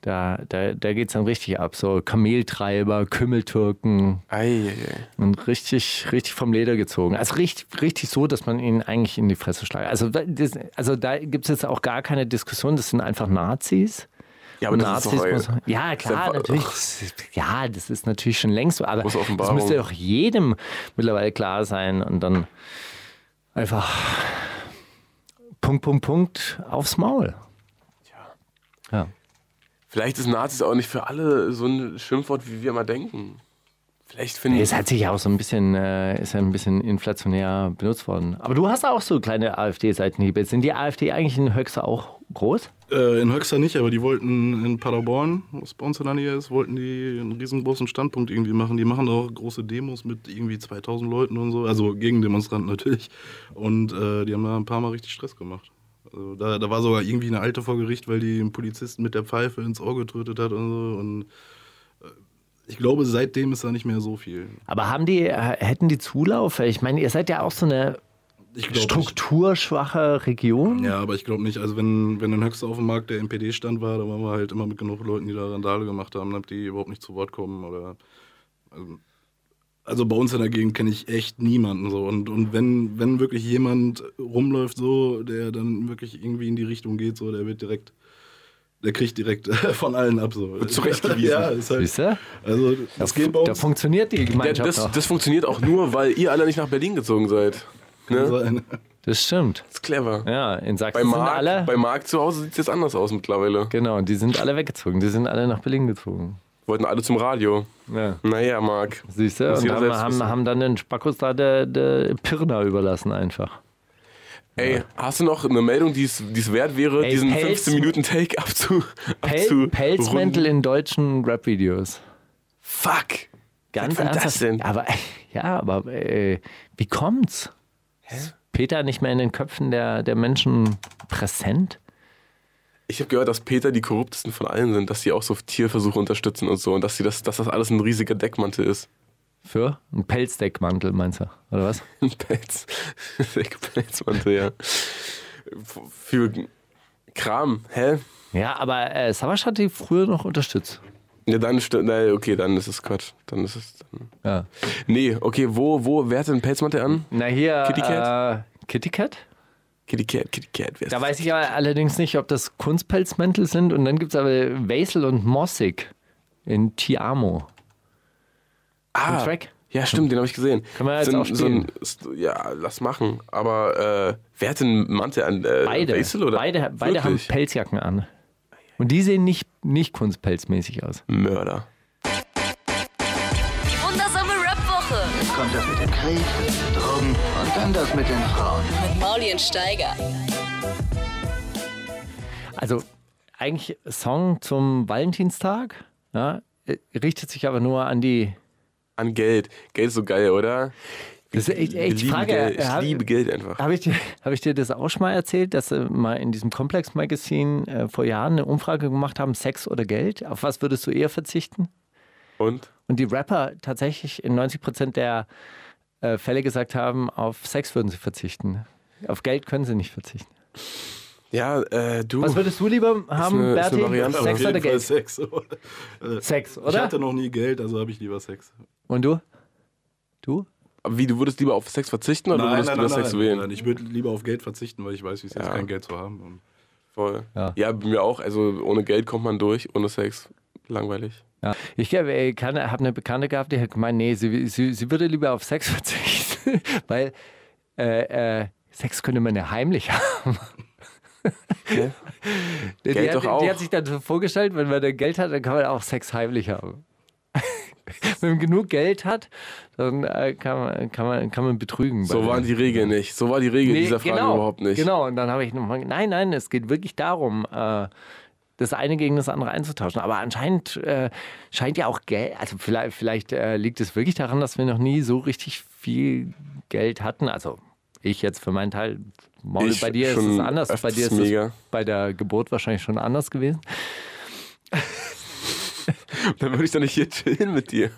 D: da, da, da geht es dann richtig ab. So Kameltreiber, Kümmeltürken,
E: Ei,
D: und richtig, richtig vom Leder gezogen. Also richtig, richtig so, dass man ihn eigentlich in die Fresse schlägt. Also, da- das, also da gibt es jetzt auch gar keine Diskussion, das sind einfach Nazis.
E: Ja, aber
D: Und
E: das ist
D: Nazis
E: doch,
D: muss man, ja, klar,
E: einfach-
D: natürlich.
E: ach.
D: das ist- Ja, das ist natürlich schon längst so, aber
E: Große
D: das
E: Offenbarung.
D: müsste doch jedem mittlerweile klar sein und dann einfach Punkt, Punkt, Punkt aufs Maul. Ja.
E: Vielleicht ist Nazis auch nicht für alle so ein Schimpfwort, wie wir mal denken. Vielleicht finden
D: Es hat sich ja auch so ein bisschen, äh, ist ja ein bisschen inflationär benutzt worden. Aber du hast auch so kleine AfD-Seitenhiebe. Sind die AfD eigentlich in Höxter auch groß?
F: Äh, in Höxter nicht, aber die wollten in Paderborn, was bei uns in der Nähe ist, wollten die einen riesengroßen Standpunkt irgendwie machen. Die machen auch große Demos mit irgendwie 2000 Leuten und so, also gegen Demonstranten natürlich. Und äh, die haben da ein paar Mal richtig Stress gemacht. Also da, da war sogar irgendwie eine Alte vor Gericht, weil die einen Polizisten mit der Pfeife ins Ohr getötet hat und so. Und äh, ich glaube, seitdem ist da nicht mehr so viel.
D: Aber haben die, äh, hätten die Zulauf? Ich meine, ihr seid ja auch so eine
F: Ich glaub nicht.
D: strukturschwache Region.
F: Ja, aber ich glaube nicht. Also wenn, wenn in Höchster auf dem Markt der NPD-Stand war, da waren wir halt immer mit genug Leuten, die da Randale gemacht haben, damit die überhaupt nicht zu Wort kommen oder ähm, also bei uns in der Gegend kenne ich echt niemanden so. Und, und wenn, wenn wirklich jemand rumläuft so, der dann wirklich irgendwie in die Richtung geht, so, der wird direkt, der kriegt direkt von allen ab so. Wird
E: zurechtgewiesen.
F: ja, ist halt,
D: Siehst du?
F: Also das geht bei
D: Da
F: uns
D: funktioniert die
E: Ja,
D: Gemeinschaft
E: das,
D: noch.
E: das funktioniert auch nur, weil ihr alle nicht nach Berlin gezogen seid. Ne?
F: sein.
D: Das stimmt.
E: Das ist clever.
D: Ja, in Sachsen
E: Bei,
D: sind
E: Marc,
D: alle.
E: bei Marc zu Hause sieht es jetzt anders aus mittlerweile.
D: Genau, die sind alle weggezogen. Die sind alle nach Berlin gezogen.
E: Wollten alle zum Radio.
D: Ja.
E: Naja, Marc.
D: Siehst du?
E: Muss
D: Und
E: jeder
D: haben,
E: selbst
D: haben,
E: wissen.
D: haben dann den Spackos da der, der Pirna überlassen einfach.
E: Ey, hast du noch eine Meldung, die es die es wert wäre,
D: Ey,
E: diesen
D: Pelz-
E: 15-Minuten-Take abzu,
D: Pel
E: abzu
D: Pelzmäntel
E: runden?
D: in deutschen Rap-Videos.
E: Fuck.
D: Ganz
E: Wann
D: ernsthaft.
E: das denn?
D: Aber ja, aber äh, wie kommt's? Ist Peter nicht mehr in den Köpfen der, der Menschen präsent?
E: Ich habe gehört, dass Peter die korruptesten von allen sind, dass sie auch so Tierversuche unterstützen und so und dass, sie das, dass das alles ein riesiger Deckmantel ist.
D: Für? Ein Pelzdeckmantel, meinst du? Oder was?
E: Ein Pelz. Pelzmantel, ja. F- Für Kram, hä?
D: Ja, aber äh, Savasch hat die früher noch unterstützt.
E: Ja, dann sti- na, okay, dann ist es Quatsch. Dann ist es. Dann.
D: Ja.
E: Nee, okay, wo, wo, wer hat denn Pelzmantel an?
D: Na hier,
E: Kitty
D: Äh, Kitty Cat?
E: Kitty Cat, Kitty Cat, wer ist
D: Da
E: das?
D: weiß ich aber allerdings nicht, ob das Kunstpelzmäntel sind. Und dann gibt es aber Wesel und Mossig in Tiamo.
E: ah,
D: den Track.
E: Ja, stimmt, den habe ich gesehen.
D: Können wir jetzt
E: so, ein-
D: auch spielen.
E: So ein, ja, lass machen. Aber äh, wer hat denn Mantel an? Äh,
D: Beide.
E: Basil oder?
D: Beide, beide haben
E: Wirklich?
D: Pelzjacken an. Und die sehen nicht, nicht kunstpelzmäßig aus.
E: Mörder.
G: Die wundersame Rap-Woche
B: Kommt das mit dem Krieg, Drogen und dann das mit den Frauen.
G: mit Maulien Steiger.
D: Also eigentlich Song zum Valentinstag. Ja, äh, richtet sich aber nur an die.
E: An Geld. Geld ist so geil, oder?
D: Das ist echt,
E: Wir
D: echt
E: lieben
D: Frage.
E: Geld. Ich
D: ja,
E: liebe Geld einfach.
D: Habe ich, dir- hab ich dir das auch schon mal erzählt, dass sie mal in diesem Complex Magazine äh, vor Jahren eine Umfrage gemacht haben, Sex oder Geld? Auf was würdest du eher verzichten?
E: Und?
D: Und die Rapper tatsächlich in 90 Prozent der äh, Fälle gesagt haben, auf Sex würden sie verzichten. Auf Geld können sie nicht verzichten.
E: Ja, äh, du.
D: Was würdest du lieber haben,
E: eine- ist eine
D: Berti?
E: Variante,
D: Sex
F: Auf
D: oder
F: jeden Fall
D: Geld?
F: Sex, oder?
D: Sex,
F: Ich
D: oder?
F: hatte noch nie Geld, also habe ich lieber Sex.
D: Und du? Du?
E: Wie, du würdest lieber auf Sex verzichten oder würdest du lieber Sex wählen?
F: Ich würde lieber auf Geld verzichten, weil ich weiß, wie es ist, kein Geld zu haben. Und
E: Voll.
D: Ja.
E: Ja. bei mir auch. Also ohne Geld kommt man durch, ohne Sex. Langweilig.
D: Ja. Ich habe eine ne Bekannte gehabt, die hat gemeint, nee, sie, sie, sie würde lieber auf Sex verzichten, weil äh, äh, Sex könnte man ja heimlich haben.
E: Okay.
D: Die,
E: Geld
D: hat,
E: doch auch.
D: die hat sich dann so vorgestellt, wenn man dann Geld hat, dann kann man auch Sex heimlich haben. wenn man genug Geld hat, dann äh, kann, man, kann, man, kann man betrügen. bei
E: So
D: der-
E: waren die Regeln nicht. So war die Regel
D: Nee,
E: dieser Frage
D: genau,
E: überhaupt nicht.
D: Genau, und dann habe ich nochmal, nein, nein, es geht wirklich darum, äh, das eine gegen das andere einzutauschen. Aber anscheinend äh, scheint ja auch Geld, also vielleicht, vielleicht äh, liegt es wirklich daran, dass wir noch nie so richtig viel Geld hatten. Also ich jetzt für meinen Teil, Maul,
E: Ich
D: bei dir ist
E: schon
D: es anders, bei dir ist
E: öfters mega.
D: es bei der Geburt wahrscheinlich schon anders gewesen.
E: Dann würde ich doch nicht hier chillen mit dir.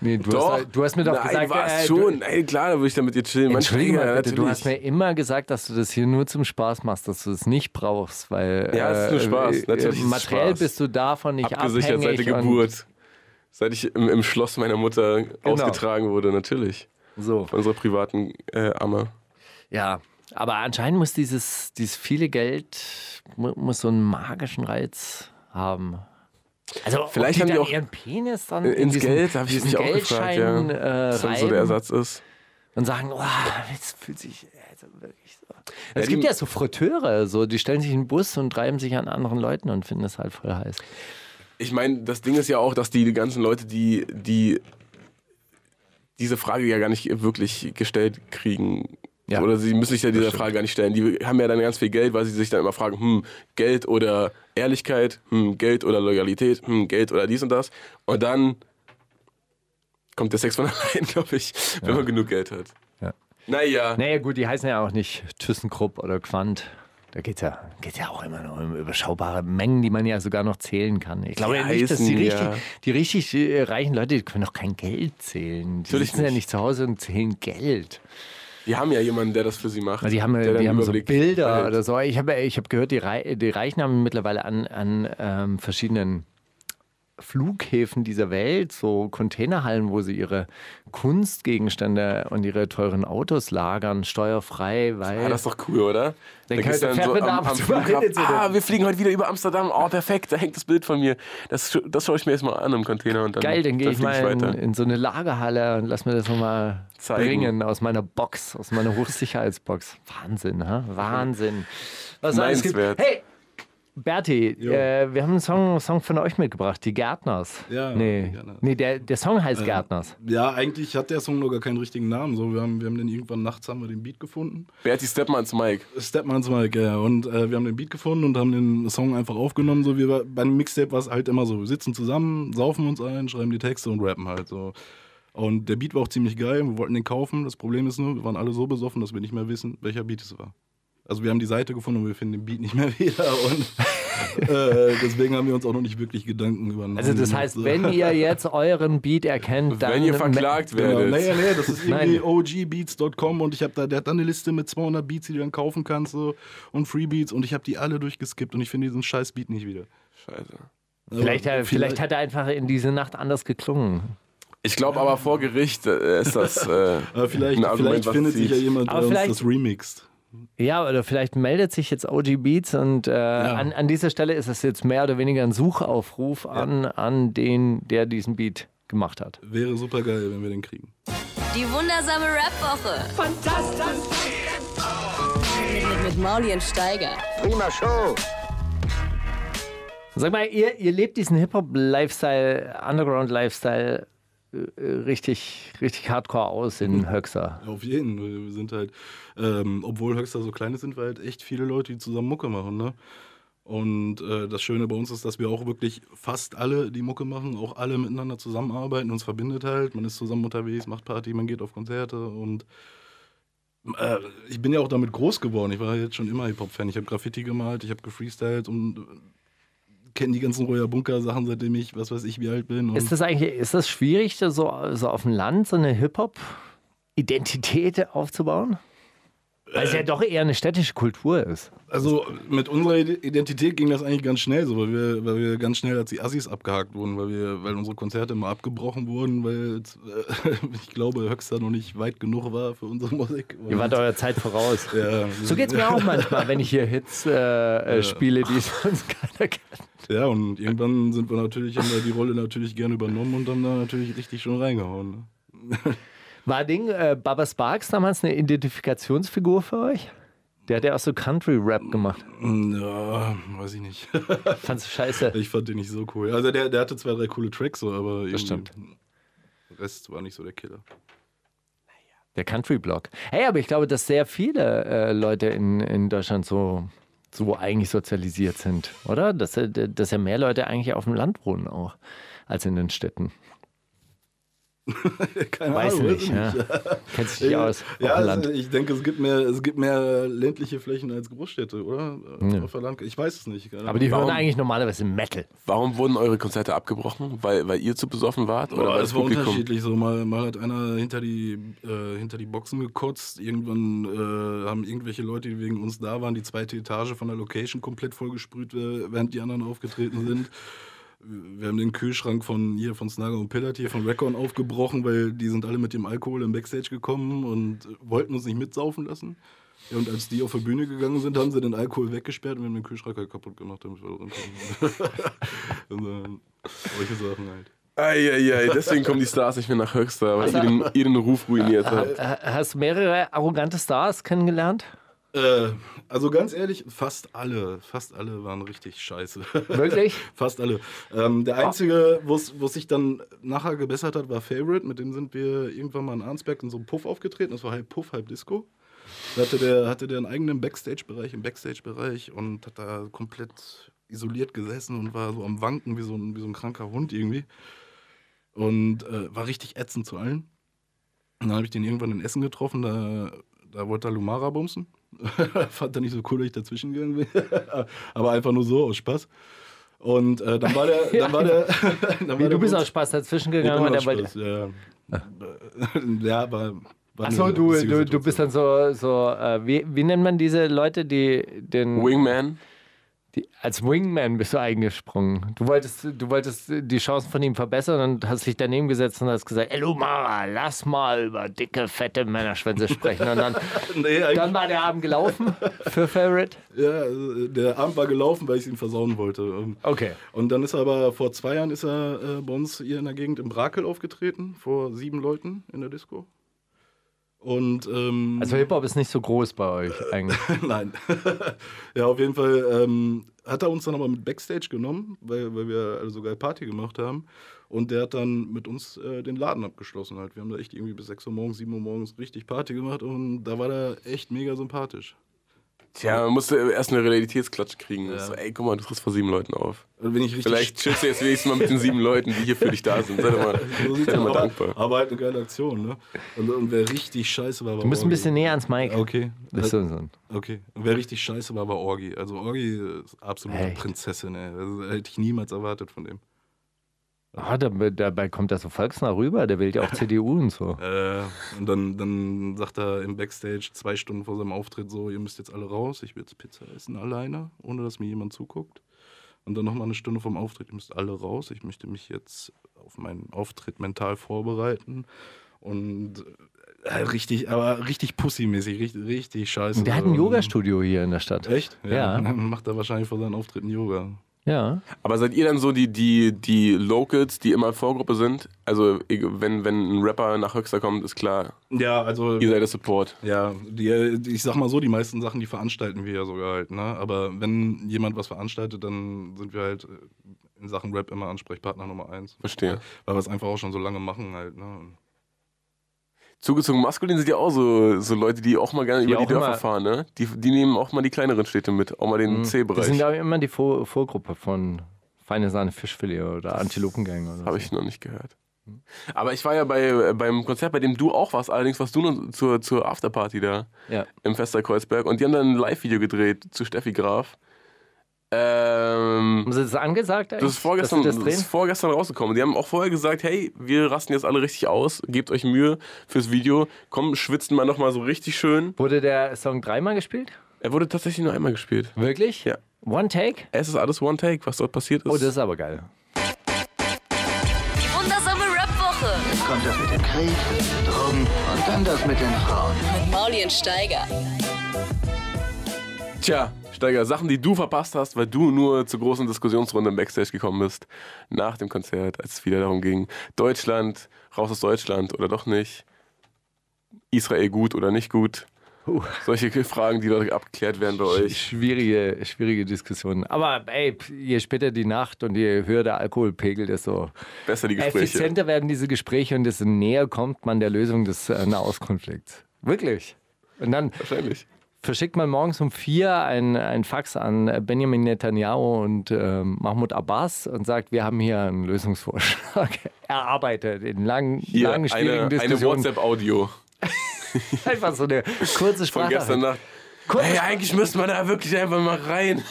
D: Nee, du,
E: doch.
D: Hast, halt, du hast mir doch
E: Nein,
D: gesagt,
E: war's
D: äh,
E: schon.
D: Du,
E: Ey, klar, dann würde ich da mit dir chillen. Mann,
D: Entschuldige mal
E: ja,
D: bitte, du hast
E: natürlich.
D: mir immer gesagt, dass du das hier nur zum Spaß machst, dass du es nicht brauchst, weil äh,
E: Ja, es ist nur Spaß. Natürlich ist es
D: materiell
E: Spaß.
D: bist du davon nicht
E: abgesichert seit
D: abhängig.
E: der
D: und Genau.
E: Geburt. Seit ich im, im Schloss meiner Mutter ausgetragen wurde, natürlich.
D: So.
E: Von unserer privaten äh, Amme.
D: Ja, aber anscheinend muss dieses, dieses viele Geld mu- muss so einen magischen Reiz haben. Also
E: Vielleicht
D: ob
E: haben
D: die
E: die
D: dann
E: auch
D: ihren Penis dann in
E: Ins
D: diesen,
E: Geld habe ich
D: diesen
E: mich auch gefragt, ja.
D: Geldschein äh,
E: Dass das so der
D: reiben
E: Ersatz ist.
D: und sagen, oh, das fühlt sich also wirklich so. Es
E: die-
D: gibt ja so Fritteure, so, die stellen sich in den Bus und treiben sich an anderen Leuten und finden es halt voll heiß.
E: Ich meine, das Ding ist ja auch, dass die ganzen Leute, die, die diese Frage ja gar nicht wirklich gestellt kriegen.
D: Ja.
E: Oder sie müssen sich ja dieser Frage gar nicht stellen. Die haben ja dann ganz viel Geld, weil sie sich dann immer fragen, hm, Geld oder Ehrlichkeit, hm, Geld oder Loyalität, hm, Geld oder dies und das. Und dann kommt der Sex von allein, glaube ich, wenn man genug Geld hat.
D: Ja.
E: Naja,
D: Naja, gut, die heißen ja auch nicht ThyssenKrupp oder Quant. Da geht es ja, geht's ja auch immer nur um überschaubare Mengen, die man ja sogar noch zählen kann. Ich glaube
E: Die
D: ja nicht, dass die
E: heißen
D: richtig,
E: ja-
D: die richtig äh, reichen Leute, die können doch kein Geld zählen. Die
E: Natürlich
D: sitzen ja
E: nicht.
D: nicht zu Hause und zählen Geld.
E: die haben ja jemanden, der das für sie macht.
D: Also die haben,
E: der dann
D: die haben so
E: Überblick
D: Bilder
E: behält.
D: oder so. Ich habe ich hab gehört, die, Rei die Reichen haben mittlerweile an, an ähm, verschiedenen Flughäfen dieser Welt so Containerhallen, wo sie ihre Kunstgegenstände und ihre teuren Autos lagern, steuerfrei, weil
E: Ah, das ist doch cool, oder?
D: Dann kann-
E: gehst du
D: dann fährt man da ab und zu mal hin in so eine-
E: ah, wir fliegen heute wieder über Amsterdam. Oh, perfekt, da hängt das Bild von mir. Das, sch- das schaue ich mir jetzt mal an im Container und dann,
D: Geil, dann gehe ich
E: fliege
D: mal in,
E: weiter.
D: in so eine Lagerhalle und lass mir das nochmal
E: Zeigen.
D: bringen aus meiner Box, aus meiner Hochsicherheitsbox. Wahnsinn, ha? Wahnsinn. Was alles gibt.
E: Meinenswert.
D: Hey, Berti, äh, wir haben einen Song, Song von euch mitgebracht, die Gärtners.
F: Ja,
D: nee,
F: die Gärtners. Äh,
D: nee der, der Song heißt Gärtners.
F: ja, eigentlich hat der Song nur gar keinen richtigen Namen. So, wir, haben, wir haben den irgendwann nachts haben wir den Beat gefunden.
E: Berti Steppmanns Mike.
F: Stepmans Mike, ja. Und äh, wir haben den Beat gefunden und haben den Song einfach aufgenommen. So wie wir, beim Mixtape war es halt immer so. Wir sitzen zusammen, saufen uns ein, schreiben die Texte und rappen halt so. Und der Beat war auch ziemlich geil. Wir wollten den kaufen. Das Problem ist nur, wir waren alle so besoffen, dass wir nicht mehr wissen, welcher Beat es war. Also wir haben die Seite gefunden und wir finden den Beat nicht mehr wieder. Und äh, deswegen haben wir uns auch noch nicht wirklich Gedanken über einen
D: Also
F: Namen
D: das
F: gemacht,
D: heißt,
F: so.
D: wenn ihr jetzt euren Beat erkennt, dann...
E: Wenn ihr verklagt
F: Genau.
E: werdet.
F: Nee, nee, das ist irgendwie
D: Nein.
F: ogbeats.com und ich habe da, der hat dann eine Liste mit 200 Beats, die du dann kaufen kannst so, und Freebeats und ich habe die alle durchgeskippt und ich finde diesen scheiß Beat nicht wieder. Also,
E: Scheiße.
F: Aber
D: Vielleicht, hat- vielleicht hat er einfach in diese Nacht anders geklungen.
E: Ich glaube aber vor Gericht äh, ist das äh,
F: aber vielleicht,
E: ein Argument,
F: vielleicht
E: was
F: findet sich ja
E: zieht.
F: jemand,
D: Aber
F: der uns
D: vielleicht-
F: das remixt.
D: Ja, oder vielleicht meldet sich jetzt OG Beats und äh, an, an dieser Stelle ist es jetzt mehr oder weniger ein Suchaufruf an, an den, der diesen Beat gemacht hat.
F: Wäre super geil, wenn wir den kriegen.
G: Die wundersame Rap-Woche. Fantastisch. Mit, mit, mit Mauli und Steiger.
B: Prima Show.
D: Sag mal, ihr, ihr lebt diesen Hip-Hop-Lifestyle, Underground-Lifestyle äh, äh, richtig, richtig hardcore aus in Höxter.
F: Auf jeden. Wir sind halt, ähm, obwohl Höxter so klein ist, sind wir halt echt viele Leute, die zusammen Mucke machen. Ne? Und äh, das Schöne bei uns ist, dass wir auch wirklich fast alle, die Mucke machen, auch alle miteinander zusammenarbeiten. Uns verbindet halt. Man ist zusammen unterwegs, macht Party, man geht auf Konzerte und äh, ich bin ja auch damit groß geworden. Ich war jetzt schon immer Hip-Hop-Fan. Ich habe Graffiti gemalt, ich habe gefreestylt und äh, kenne die ganzen Roya Bunker-Sachen, seitdem ich, was weiß ich, wie alt bin. Und
D: Ist das eigentlich, ist das schwierig, da so, so auf dem Land so eine Hip-Hop-Identität aufzubauen? Weil es ja doch eher eine städtische Kultur ist.
F: Also mit unserer Ide- Identität ging das eigentlich ganz schnell so, weil wir, weil wir ganz schnell als die Assis abgehakt wurden, weil, wir, weil unsere Konzerte immer abgebrochen wurden, weil äh, ich glaube, Höxter noch nicht weit genug war für unsere Musik.
D: Ihr wart eurer Zeit voraus.
F: Mhm. ja,
D: So geht's mir auch manchmal, wenn ich hier Hits äh, äh, spiele, die sonst keiner kennt.
F: ja, und irgendwann sind wir natürlich, haben wir die Rolle natürlich gerne übernommen und haben da natürlich richtig schon reingehauen. Ne?
D: War Ding äh, Baba Sparks damals eine Identifikationsfigur für euch? Der hat ja auch so Country-Rap gemacht. Mhm.
F: Ja, weiß ich nicht.
D: Fandst du scheiße?
F: Ich fand den nicht so cool. Also der, der hatte zwei, drei coole Tracks, so, aber irgendwie-
D: stimmt.
F: der Rest war nicht so der Killer.
D: Der Country-Blog. Hey, aber ich glaube, dass sehr viele äh, Leute in, in Deutschland so, so eigentlich sozialisiert sind, oder? Dass, äh, dass ja mehr Leute eigentlich auf dem Land wohnen auch, als in den Städten.
F: Keine
D: Weiß
F: Ahnung,
D: nicht, ja. Kennst dich nicht aus
F: Ja,
D: auf dem
F: also
D: Land.
F: ich denke, es gibt, mehr, es gibt mehr ländliche Flächen als Großstädte, oder? Auf der Land ich weiß es nicht. keine
D: Aber die
F: Ahnung.
D: hören
E: Warum?
D: eigentlich normalerweise Metal.
E: Warum wurden eure Konzerte abgebrochen? Weil, weil ihr zu besoffen wart? Oder
F: Boah,
E: weil
F: es war unterschiedlich. So mal, mal hat einer hinter die, äh, hinter die Boxen gekotzt. Irgendwann äh, haben irgendwelche Leute, die wegen uns da waren, die zweite Etage von der Location komplett vollgesprüht, äh, während die anderen aufgetreten sind. Wir haben den Kühlschrank von hier von Snaga und Pillard hier von Recon aufgebrochen, weil die sind alle mit dem Alkohol im Backstage gekommen und wollten uns nicht mitsaufen lassen. Ja, und als die auf die Bühne gegangen sind, haben sie den Alkohol weggesperrt und wir haben den Kühlschrank halt kaputt gemacht, damit wir da rankommen. also, solche Sachen halt.
E: Eieiei, deswegen kommen die Stars nicht mehr nach Höxter, weil ihr den, ihr den Ruf ruiniert habt.
D: Äh, Hast du mehrere arrogante Stars kennengelernt?
F: Äh, also ganz ehrlich, fast alle, fast alle waren richtig scheiße.
D: Wirklich?
F: fast alle. Ähm, der einzige, wo sich dann nachher gebessert hat, war Favorite. Mit dem sind wir irgendwann mal in Arnsberg in so einem Puff aufgetreten. Das war halb Puff, halb Disco. Da hatte der, hatte der einen eigenen Backstage-Bereich im Backstage-Bereich und hat da komplett isoliert gesessen und war so am Wanken wie so ein, wie so ein kranker Hund irgendwie. Und äh, war richtig ätzend zu allen. Und dann habe ich den irgendwann in Essen getroffen, da, da wollte er Lumara bumsen. Fand er nicht so cool, dass ich dazwischen gegangen bin. Aber einfach nur so, aus Spaß. Und äh, dann war der. Dann war der dann war
D: Wie,
F: der
D: du bist
F: Bums-
D: aus Spaß dazwischen
F: Ich bin
D: gegangen.
F: aus
D: Ja,
F: Spaß, ja. ja, aber. war
D: Achso,
F: eine
D: Ah. du,
F: lustige
D: du, du bist
F: Situation.
D: dann so, so äh, wie, wie nennt man diese Leute, die den.
E: Wingman?
D: Die, als Wingman bist du eingesprungen. Du wolltest, du wolltest die Chancen von ihm verbessern und hast dich daneben gesetzt und hast gesagt, Ey, Lumara, lass mal über dicke, fette Männerschwänze sprechen. Und dann,
F: Nee, eigentlich-
D: dann war der Abend gelaufen für Favorite.
F: Ja, also, der Abend war gelaufen, weil ich es ihm versauen wollte. Ähm,
D: Okay.
F: Und dann ist er aber vor zwei Jahren ist er äh, bei uns hier in der Gegend im Brakel aufgetreten, vor sieben Leuten in der Disco. Und ähm,
D: Also Hip-Hop ist nicht so groß bei euch eigentlich.
F: nein. ja, auf jeden Fall ähm, hat er uns dann aber mit Backstage genommen, weil, weil wir alle so geil Party gemacht haben. Und der hat dann mit uns äh, den Laden abgeschlossen halt. Wir haben da echt irgendwie bis 6 Uhr morgens, 7 Uhr morgens richtig Party gemacht und da war der echt mega sympathisch.
E: Tja, man musste erst eine Realitätsklatsche kriegen. So, ey, guck mal, du trittst vor sieben Leuten auf.
F: Und wenn Also ich richtig
E: Vielleicht chillst du jetzt wenigstens mal mit den sieben Leuten, die hier für dich da sind. Sei doch mal,
F: So
E: sei
F: sieht's
E: doch mal
F: aus.
E: dankbar.
F: Aber halt eine geile Aktion, ne? Und, und wer richtig scheiße war, war
D: Du musst ein bisschen näher ans Mic.
F: Okay. Halt-
D: Das ist so ein-
F: Okay. Und wer richtig scheiße war, war Orgi. Also Orgi ist absolute
D: Echt?
F: Prinzessin, ey. Also, hätte ich niemals erwartet von dem.
D: Ah, dabei, dabei kommt er so volksnah rüber, der wählt ja auch CDU und so.
F: Äh, und dann, dann sagt er im Backstage zwei Stunden vor seinem Auftritt so, ihr müsst jetzt alle raus, ich will jetzt Pizza essen alleine, ohne dass mir jemand zuguckt. Und dann nochmal eine Stunde vom Auftritt. Ihr müsst alle raus. Ich möchte mich jetzt auf meinen Auftritt mental vorbereiten. Und äh, richtig, aber richtig pussymäßig, richtig, richtig scheiße.
D: Der hat ein
F: Also,
D: Yoga-Studio hier in der Stadt.
F: Echt?
D: Ja.
F: Dann macht er wahrscheinlich vor seinen Auftritten Yoga.
D: Ja.
E: Aber seid ihr dann so die, die, die Locals, die immer Vorgruppe sind? Also, ich- wenn, wenn ein Rapper nach Höxter kommt, ist klar,
F: Ja, also
E: ihr seid der Support.
F: Ja, die, die- ich sag mal so, die meisten Sachen, die veranstalten wir ja sogar halt, ne? Aber wenn jemand was veranstaltet, dann sind wir halt äh, in Sachen Rap immer Ansprechpartner Nummer eins.
E: Verstehe.
F: Weil wir es einfach auch schon so lange machen halt, ne? Und
E: Zugezogen maskulin sind ja auch so, so Leute, die auch mal gerne
D: Die
E: über die
D: auch
E: Dörfer
D: immer-
E: fahren, ne? Die, die nehmen auch mal die kleineren Städte mit, auch mal den
D: Das Mhm. sind,
E: C-Bereich.
D: glaube ich, immer die Vor Vorgruppe von Feine Sahne Fischfilet oder Antilopengang oder
E: Habe ich noch nicht gehört. Aber ich war ja bei, äh, beim Konzert, bei dem du auch warst, allerdings warst du nur zur, zur Afterparty da.
D: so. Ja.
E: im Fester Kreuzberg und die haben dann ein Live-Video gedreht zu Steffi Graf. Ähm,
D: Haben sie das angesagt eigentlich?
E: das ist,
D: dass
E: vorgestern,
D: sie
E: das,
D: das drehen?
E: ist vorgestern rausgekommen. Die haben auch vorher gesagt, hey, wir rasten jetzt alle richtig aus, gebt euch Mühe fürs Video, komm, schwitzen mal nochmal so richtig schön.
D: Wurde der Song dreimal gespielt?
E: Er wurde tatsächlich nur einmal gespielt.
D: Wirklich?
E: Ja.
D: One Take?
E: Es ist alles One Take, was dort passiert ist.
D: Oh, das ist aber geil.
G: Die wundersame Rap-Woche
B: Jetzt kommt das mit dem Krieg, Drogen und dann das mit den Frauen.
G: mit Maulien Steiger.
E: Tja, Steiger, Sachen, die du verpasst hast, weil du nur zur großen Diskussionsrunde im Backstage gekommen bist, nach dem Konzert, als es wieder darum ging, Deutschland, raus aus Deutschland oder doch nicht, Israel gut oder nicht gut. Solche Fragen, die dort abgeklärt werden bei euch.
D: Schwierige, schwierige Diskussionen. Aber ey, p- je später die Nacht und je höher der Alkoholpegel, desto
E: Besser die Gespräche.
D: effizienter werden diese Gespräche und desto näher kommt man der Lösung des äh, Nahostkonflikts. Wirklich. Und dann
E: Wahrscheinlich.
D: verschickt man morgens um vier ein, ein Fax an Benjamin Netanyahu und ähm, Mahmoud Abbas und sagt, wir haben hier einen Lösungsvorschlag erarbeitet in langen,
E: Hier,
D: langen schwierigen
E: eine, eine
D: Diskussionen.
E: WhatsApp-Audio
D: Einfach so eine kurze
E: von
D: Sprache.
E: gestern Nacht.
D: Kurz-
E: Hey, eigentlich müsste man da wirklich einfach mal rein.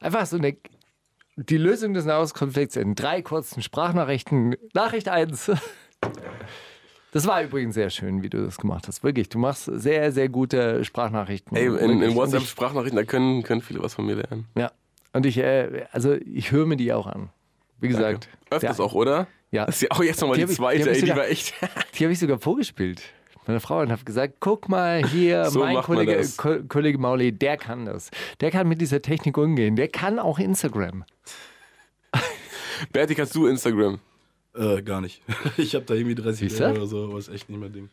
D: Einfach so eine. Die Lösung des Nahrungskonflikts in drei kurzen Sprachnachrichten. Nachricht 1. Das war übrigens sehr schön, wie du das gemacht hast. Wirklich, du machst sehr, sehr gute Sprachnachrichten.
E: Ey, in,
D: Wirklich.
E: in
D: Und ich-
E: WhatsApp-Sprachnachrichten, da können, können viele was von mir lernen.
D: Ja. Und ich, äh, also ich höre mir die auch an. Wie gesagt.
E: Öfters
D: ja,
E: auch, oder?
D: Ja.
E: Das ist ja auch jetzt nochmal
D: Die
E: die,
D: hab ich- die
E: zweite,
D: hab ich
E: ey, die
D: sogar-
E: war echt.
D: Die habe ich sogar vorgespielt. Meine Frau und habe gesagt, guck mal hier,
E: So
D: mein
E: macht man
D: Kollege,
E: das.
D: Ko Kollege Mauli, der kann das. Der kann mit dieser Technik umgehen. Der kann auch Instagram.
E: Berti, kannst du Instagram?
F: äh, gar nicht. Ich habe da irgendwie 30
D: Siehste?
F: Euro oder so, aber ist echt nicht mein Ding.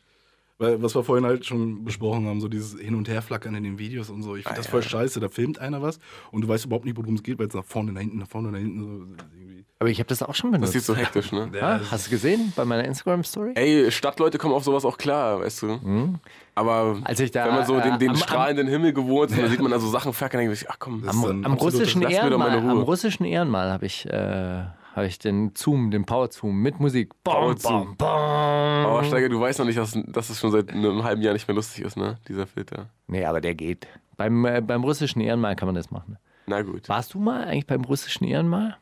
F: Weil, was wir vorhin halt schon besprochen haben, so dieses Hin- und Herflackern in den Videos und so. Ich
D: Ah,
F: finde das voll scheiße. Da filmt einer was und du weißt überhaupt nicht, worum es geht, weil es nach vorne, nach hinten, nach vorne, nach hinten. So irgendwie.
D: Aber ich habe das auch schon benutzt.
E: Das ist so hektisch, ne?
F: Ja,
D: Ah,
F: es-
D: hast du gesehen bei meiner Instagram-Story?
E: Ey, Stadtleute kommen auf sowas auch klar, weißt du. Aber
D: Als ich da,
E: wenn man so
D: äh,
E: den, den
D: am- am-
E: strahlenden Himmel gewohnt ist, dann sieht man da so Sachen fackern, dann denke ich, ach komm,
F: Das
E: am-
F: ist dann
D: Am
F: absolutes-
D: russischen,
E: Lass mir doch
D: Ehrenmal,
E: meine Ruhe.
D: am russischen Ehrenmal habe ich, äh, hab ich den Zoom, den Power Zoom mit Musik. Bom,
E: Power
D: bom,
E: Zoom.
D: bom.
E: aber Oh, Steiger, du weißt noch nicht, dass, dass es schon seit einem halben Jahr nicht mehr lustig ist, ne? Dieser Filter.
D: Nee, aber der geht. Beim, äh, beim russischen Ehrenmal kann man das machen.
E: Na gut.
D: Warst du mal eigentlich beim russischen Ehrenmal?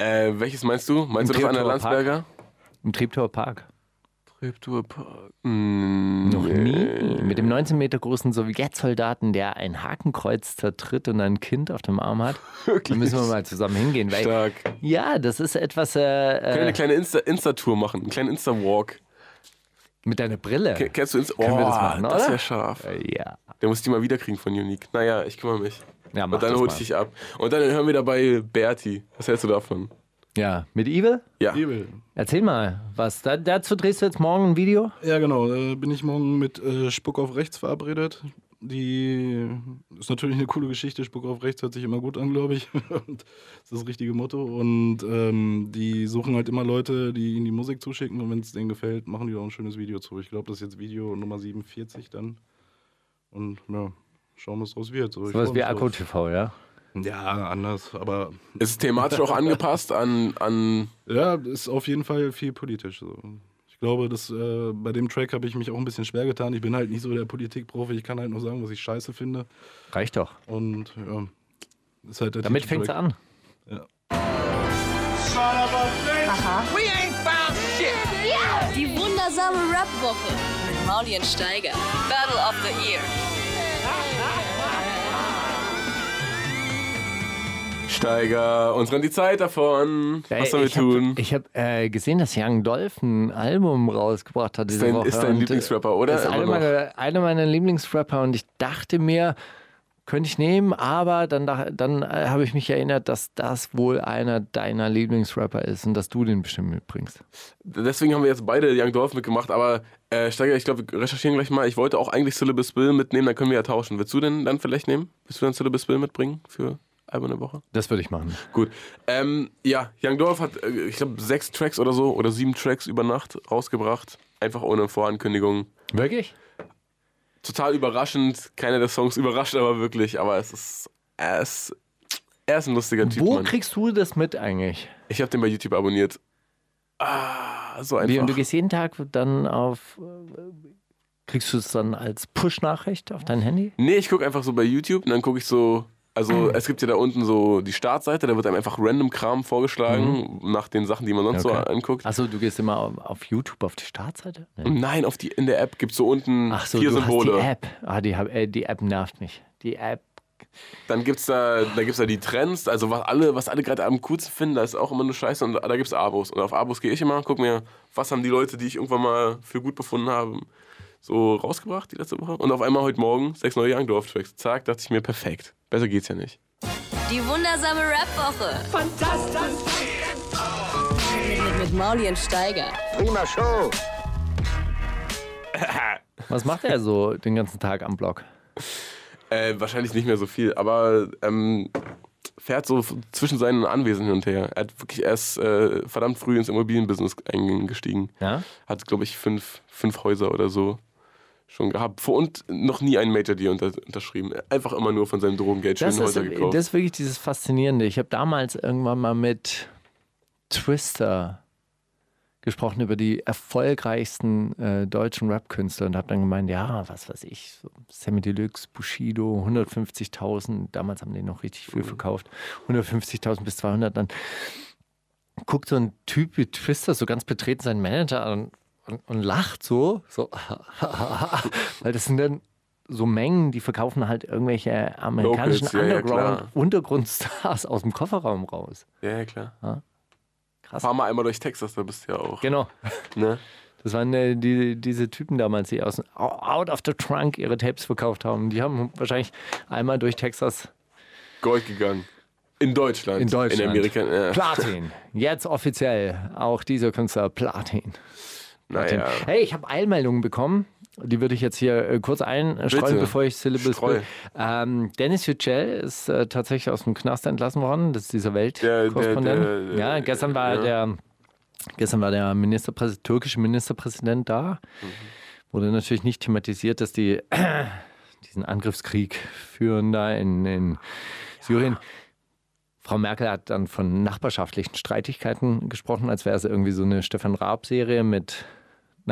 E: Äh, welches meinst du? Meinst
D: Im
E: du das an der
D: Treptower Park?
E: Landsberger?
D: Im Treptower Park.
E: Treptower Park. Mm,
D: Noch
E: nee.
D: nie. Mit dem 19 Meter großen Sowjetsoldaten, der ein Hakenkreuz zertritt und ein Kind auf dem Arm hat. Da müssen wir mal zusammen hingehen. Weil,
E: Stark.
D: ja, das ist etwas
E: Können wir
D: äh,
E: eine
D: äh,
E: kleine Insta- Insta-Tour machen, einen kleinen Insta-Walk.
D: mit deiner Brille.
E: Ke- Kennst du Insta? Oh,
D: Können wir das machen,
E: das
D: oder?
E: wäre scharf.
D: Ja.
E: Der muss die mal wiederkriegen von Unique. Naja, ich kümmere mich.
D: Ja, mach
E: Und dann
D: das
E: hol
D: mal.
E: ich dich ab. Und dann hören wir dabei Berti. Was hältst du davon?
D: ja. Mit Evil?
E: Ja.
F: Hebel.
D: Erzähl mal, was. Da, dazu drehst du jetzt morgen ein Video?
F: Ja, genau. Äh, bin ich morgen mit äh, Spuck auf Rechts verabredet. Die ist natürlich eine coole Geschichte. Spuck auf Rechts hört sich immer gut an, glaube ich. Und das ist das richtige Motto. Und ähm, die suchen halt immer Leute, die ihnen die Musik zuschicken. Und wenn es denen gefällt, machen die da auch ein schönes Video zu. Ich glaube, das ist jetzt Video Nummer 47 dann. Und ja, schauen wir es draus wird. So, Also ich
D: Sowas
F: freu
D: wie
F: mich
D: Akku
F: drauf.
D: TV, ja?
F: Ja, anders. Aber
E: Ist es thematisch auch angepasst an, an
F: ja, ist auf jeden Fall viel politisch. So. Ich glaube, dass, äh, bei dem Track habe ich mich auch ein bisschen schwer getan. Ich bin halt nicht so der Politikprofi. Ich kann halt nur sagen, was ich scheiße finde.
D: Reicht doch.
F: Und ja, ist halt der
D: Damit fängt's
F: Titeltrack.
D: an.
G: Die wundersame Rap-Woche mit Maulien Steiger. Battle of the Year.
E: Steiger, uns rennt die Zeit davon. Was sollen wir
D: Äh, ich hab-
E: tun?
D: Ich habe äh, gesehen, dass Young Dolph ein Album rausgebracht hat diese
E: dein-
D: Woche.
E: ist dein
D: und, äh,
E: Lieblingsrapper, oder?
D: Ist einer
E: Immer noch.
D: meiner, einer meiner Lieblingsrapper und ich dachte mir, könnte ich nehmen, aber dann, dach- dann äh, habe ich mich erinnert, dass das wohl einer deiner Lieblingsrapper ist und dass du den bestimmt mitbringst.
E: Deswegen haben wir jetzt beide Young Dolph mitgemacht, aber äh, Steiger, ich glaube, wir recherchieren gleich mal. Ich wollte auch eigentlich Syllabus Bill mitnehmen, dann können wir ja tauschen. Willst du denn dann vielleicht nehmen? Willst du dann Syllabus Bill mitbringen für Album der Woche?
D: Das würde ich machen.
E: Gut. Ähm, ja, Young Dolph hat, äh, ich glaube, sechs Tracks oder so oder sieben Tracks über Nacht rausgebracht. Einfach ohne Vorankündigung.
D: Wirklich?
E: Total überraschend. Keiner der Songs überrascht aber wirklich, aber es ist. Er ist, er ist ein lustiger Typ.
D: Wo
E: Mann.
D: kriegst du das mit eigentlich?
E: Ich habe den bei YouTube abonniert. Ah, so einfach.
D: Wie, und du gehst jeden Tag dann auf. äh, Kriegst du es dann als Push-Nachricht auf dein Handy?
E: Nee, ich gucke einfach so bei YouTube und dann gucke ich so.
D: Ah.
E: Also, es gibt ja da unten so die Startseite, da wird einem einfach random Kram vorgeschlagen, nach den Sachen, die man sonst so
D: Mhm. Okay.
E: anguckt.
D: Achso, du gehst immer auf, auf YouTube auf die Startseite? Nee.
E: Nein, auf die, in der App gibt es so unten
D: Ach so,
E: vier
D: du
E: Symbole.
D: hast die App. Ah, die, hab, äh, die App nervt mich. Die App.
E: Dann gibt's da, da gibt's da die Trends, also was alle, was alle gerade am coolsten finden, da ist auch immer nur Scheiße und da gibt's Abos. Und auf Abos gehe ich immer, guck mir, was haben die Leute, die ich irgendwann mal für gut befunden habe, so rausgebracht die letzte Woche. Und auf einmal heute Morgen sechs neue Young Dwarf Tracks. Zack, dachte ich mir, perfekt. Besser geht's ja nicht.
G: Die wundersame Rap-Woche. Fantastisch. Mit, mit Maulien Steiger.
B: Prima Show.
D: Was macht er so den ganzen Tag am Blog?
E: Äh, wahrscheinlich nicht mehr so viel, aber ähm, fährt so f- zwischen seinen Anwesen hin und her. Er hat wirklich erst äh, verdammt früh ins Immobilienbusiness eingestiegen.
D: Ja?
E: Hat, glaube ich, fünf, fünf Häuser oder so schon gehabt. Vor und noch nie einen Major Deal unter, unterschrieben. Einfach immer nur von seinem Drogengeld schön
D: Das ist,
E: Häuser gekauft.
D: das ist wirklich dieses Faszinierende. Ich habe damals irgendwann mal mit Twister gesprochen über die erfolgreichsten äh, deutschen Rap-Künstler und habe dann gemeint, ja, was weiß ich, so Sammy Deluxe, Bushido, 150.000, damals haben die noch richtig viel
E: Mhm.
D: verkauft, 150.000 bis 200, dann guckt so ein Typ wie Twister so ganz betreten seinen Manager an und, und lacht so, so weil das sind dann so Mengen, die verkaufen halt irgendwelche amerikanischen
E: Locals, ja, ja,
D: Underground
E: klar.
D: Untergrundstars aus dem Kofferraum raus.
E: ja, ja, klar.
D: Ah. Krass.
E: Fahr mal einmal durch Texas, da bist du ja auch.
D: Genau.
E: Ne?
D: Das waren äh, die, diese Typen damals, die aus out of the trunk ihre Tapes verkauft haben. Die haben wahrscheinlich einmal durch Texas
E: Gold gegangen. In Deutschland.
D: in Deutschland.
E: In Amerika. Ja.
D: Platin. Jetzt offiziell auch dieser Künstler Platin. Platin.
E: Naja.
D: Hey, ich habe Eilmeldungen bekommen. Die würde ich jetzt hier äh, kurz einstreuen,
E: Bitte.
D: bevor ich Syllabus
E: Streu.
D: will. Ähm, Dennis Yücel ist äh, tatsächlich aus dem Knast entlassen worden. Das ist dieser
E: der-
D: Weltkorrespondent.
E: der- der- äh,
D: Ja, gestern war
E: ja.
D: der gestern war der Ministerpräs türkische Ministerpräsident da.
E: Mhm.
D: Wurde natürlich nicht thematisiert, dass die diesen Angriffskrieg führen da in, in Syrien. Frau Merkel hat dann von nachbarschaftlichen Streitigkeiten gesprochen, als wäre es irgendwie so eine Stefan Raab-Serie mit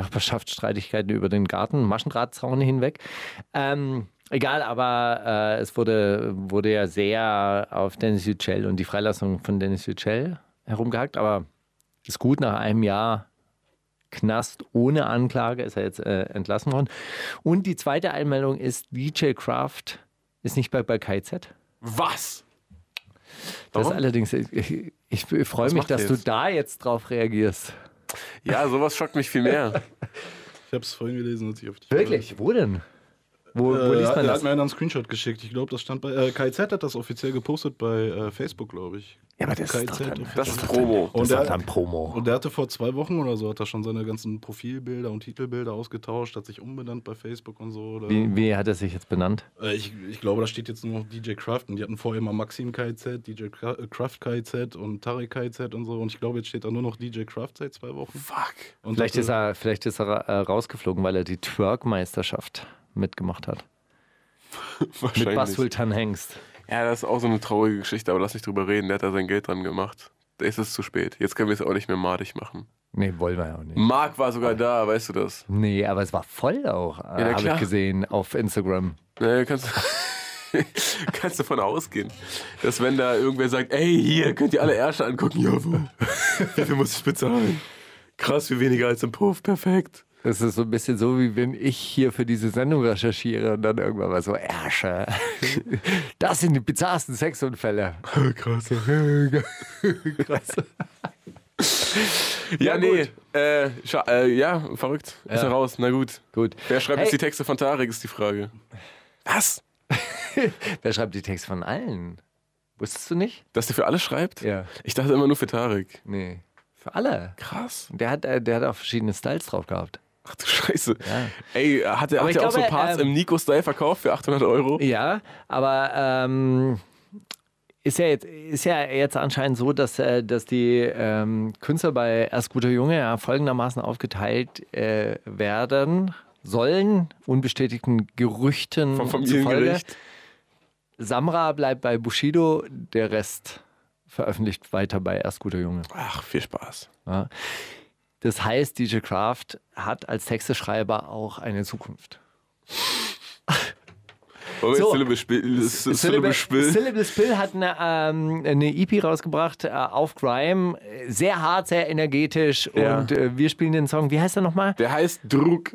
D: Nachbarschaftsstreitigkeiten über den Garten, Maschendrahtzaun hinweg. Ähm, egal, aber äh, es wurde, wurde ja sehr auf Dennis Yücel und die Freilassung von Dennis Yücel herumgehackt, aber ist gut, nach einem Jahr Knast ohne Anklage ist er jetzt äh, entlassen worden. Und die zweite Einmeldung ist, DJ Kraft ist nicht bei, bei KZ.
E: Was?
D: Das
E: Warum?
D: allerdings, ich, ich, ich freue
E: Was
D: mich,
E: macht
D: dass
E: ihr
D: du
E: jetzt?
D: da jetzt drauf reagierst.
E: Ja, sowas schockt mich viel mehr.
F: Ich habe es vorhin gelesen, als ich auf dich
D: Wo denn? Wo,
F: Äh,
D: wo liest man
F: er
D: das?
F: hat mir einen Screenshot geschickt. Ich glaube, das stand bei. Äh, KZ hat das offiziell gepostet bei äh, Facebook, glaube ich.
D: Ja, aber das ist doch
F: KZ
D: dann-
F: offiziell.
E: Das ist Promo.
F: und,
D: Das
F: er,
D: ist dann Promo.
F: und er hatte vor zwei Wochen oder so, hat er schon seine ganzen Profilbilder und Titelbilder ausgetauscht, hat sich umbenannt bei Facebook und so. Oder?
D: Wie, wie hat er sich jetzt benannt?
F: Äh, ich, ich glaube, da steht jetzt nur noch DJ Kraft und die hatten vorher immer Maxim KZ, DJ Kra- äh, Kraft KZ und Tarek KZ und so. Und ich glaube, jetzt steht da nur noch DJ Kraft seit zwei Wochen.
E: Fuck.
F: Und äh,
D: Vielleicht
F: hatte-
D: ist er, vielleicht ist er äh, rausgeflogen, weil er die Twerk-Meisterschaft mitgemacht hat. Mit Bas
E: Wahrscheinlich.
D: Sultan Hengst.
E: Ja, das ist auch so eine traurige Geschichte, aber lass nicht drüber reden. Der hat da sein Geld dran gemacht. Da ist es zu spät. Jetzt können wir es auch nicht mehr madig machen.
D: Nee, wollen wir ja auch nicht.
E: Marc war
D: Oh.
E: sogar da, weißt du das?
D: Nee, aber es war voll auch, äh,
E: na
D: habe ich
E: klar.
D: gesehen, auf Instagram.
E: Naja, kannst, kannst davon ausgehen, dass wenn da irgendwer sagt, ey, hier, könnt ihr alle Ärsche angucken, ja, wo? wie viel muss ich bezahlen? Krass, viel weniger als im Puff, perfekt.
D: Das ist so ein bisschen so, wie wenn ich hier für diese Sendung recherchiere und dann irgendwann mal so, Ärsche, das sind die bizarrsten Sexunfälle. Krass. Krass.
E: Ja,
D: Ja,
E: nee.
D: gut.
E: Äh, scha- äh, ja, verrückt. Ist
D: Ja.
E: er raus. Na gut.
D: Gut.
E: Wer schreibt
D: hey,
E: jetzt die Texte von Tarek, ist die Frage. Was?
D: Wer schreibt die Texte von allen? Wusstest du nicht?
E: Dass der für alle schreibt?
D: Ja.
E: Ich dachte immer nur für Tarek.
D: Nee. Für alle.
E: Krass.
D: Der hat, äh, der hat auch verschiedene Styles drauf gehabt.
E: Ach du Scheiße.
D: Ja.
E: Ey, hat er
D: Aber
E: hat
D: ich
E: der auch so
D: glaube,
E: Parts
D: ähm,
E: im Nico-Style verkauft für 800 Euro?
D: Ja, aber ähm, ist, ja jetzt, ist ja jetzt anscheinend so, dass, äh, dass die ähm, Künstler bei Erst Guter Junge ja folgendermaßen aufgeteilt äh, werden sollen, unbestätigten Gerüchten
E: Vom
D: zufolge.
E: Familiengericht.
D: Samra bleibt bei Bushido, der Rest veröffentlicht weiter bei Erst Guter Junge.
E: Ach, viel Spaß.
D: Ja. Das heißt, DJ Kraft hat als Texteschreiber auch eine Zukunft.
E: Wollen wir
D: So.
E: jetzt Syllable spielen? Syllable spielen?
D: Syllable Spill hat eine, ähm, eine EP rausgebracht äh, auf Grime. Sehr hart, sehr energetisch.
E: Ja.
D: Und äh, wir spielen den Song, wie heißt er nochmal?
E: Der heißt Druck.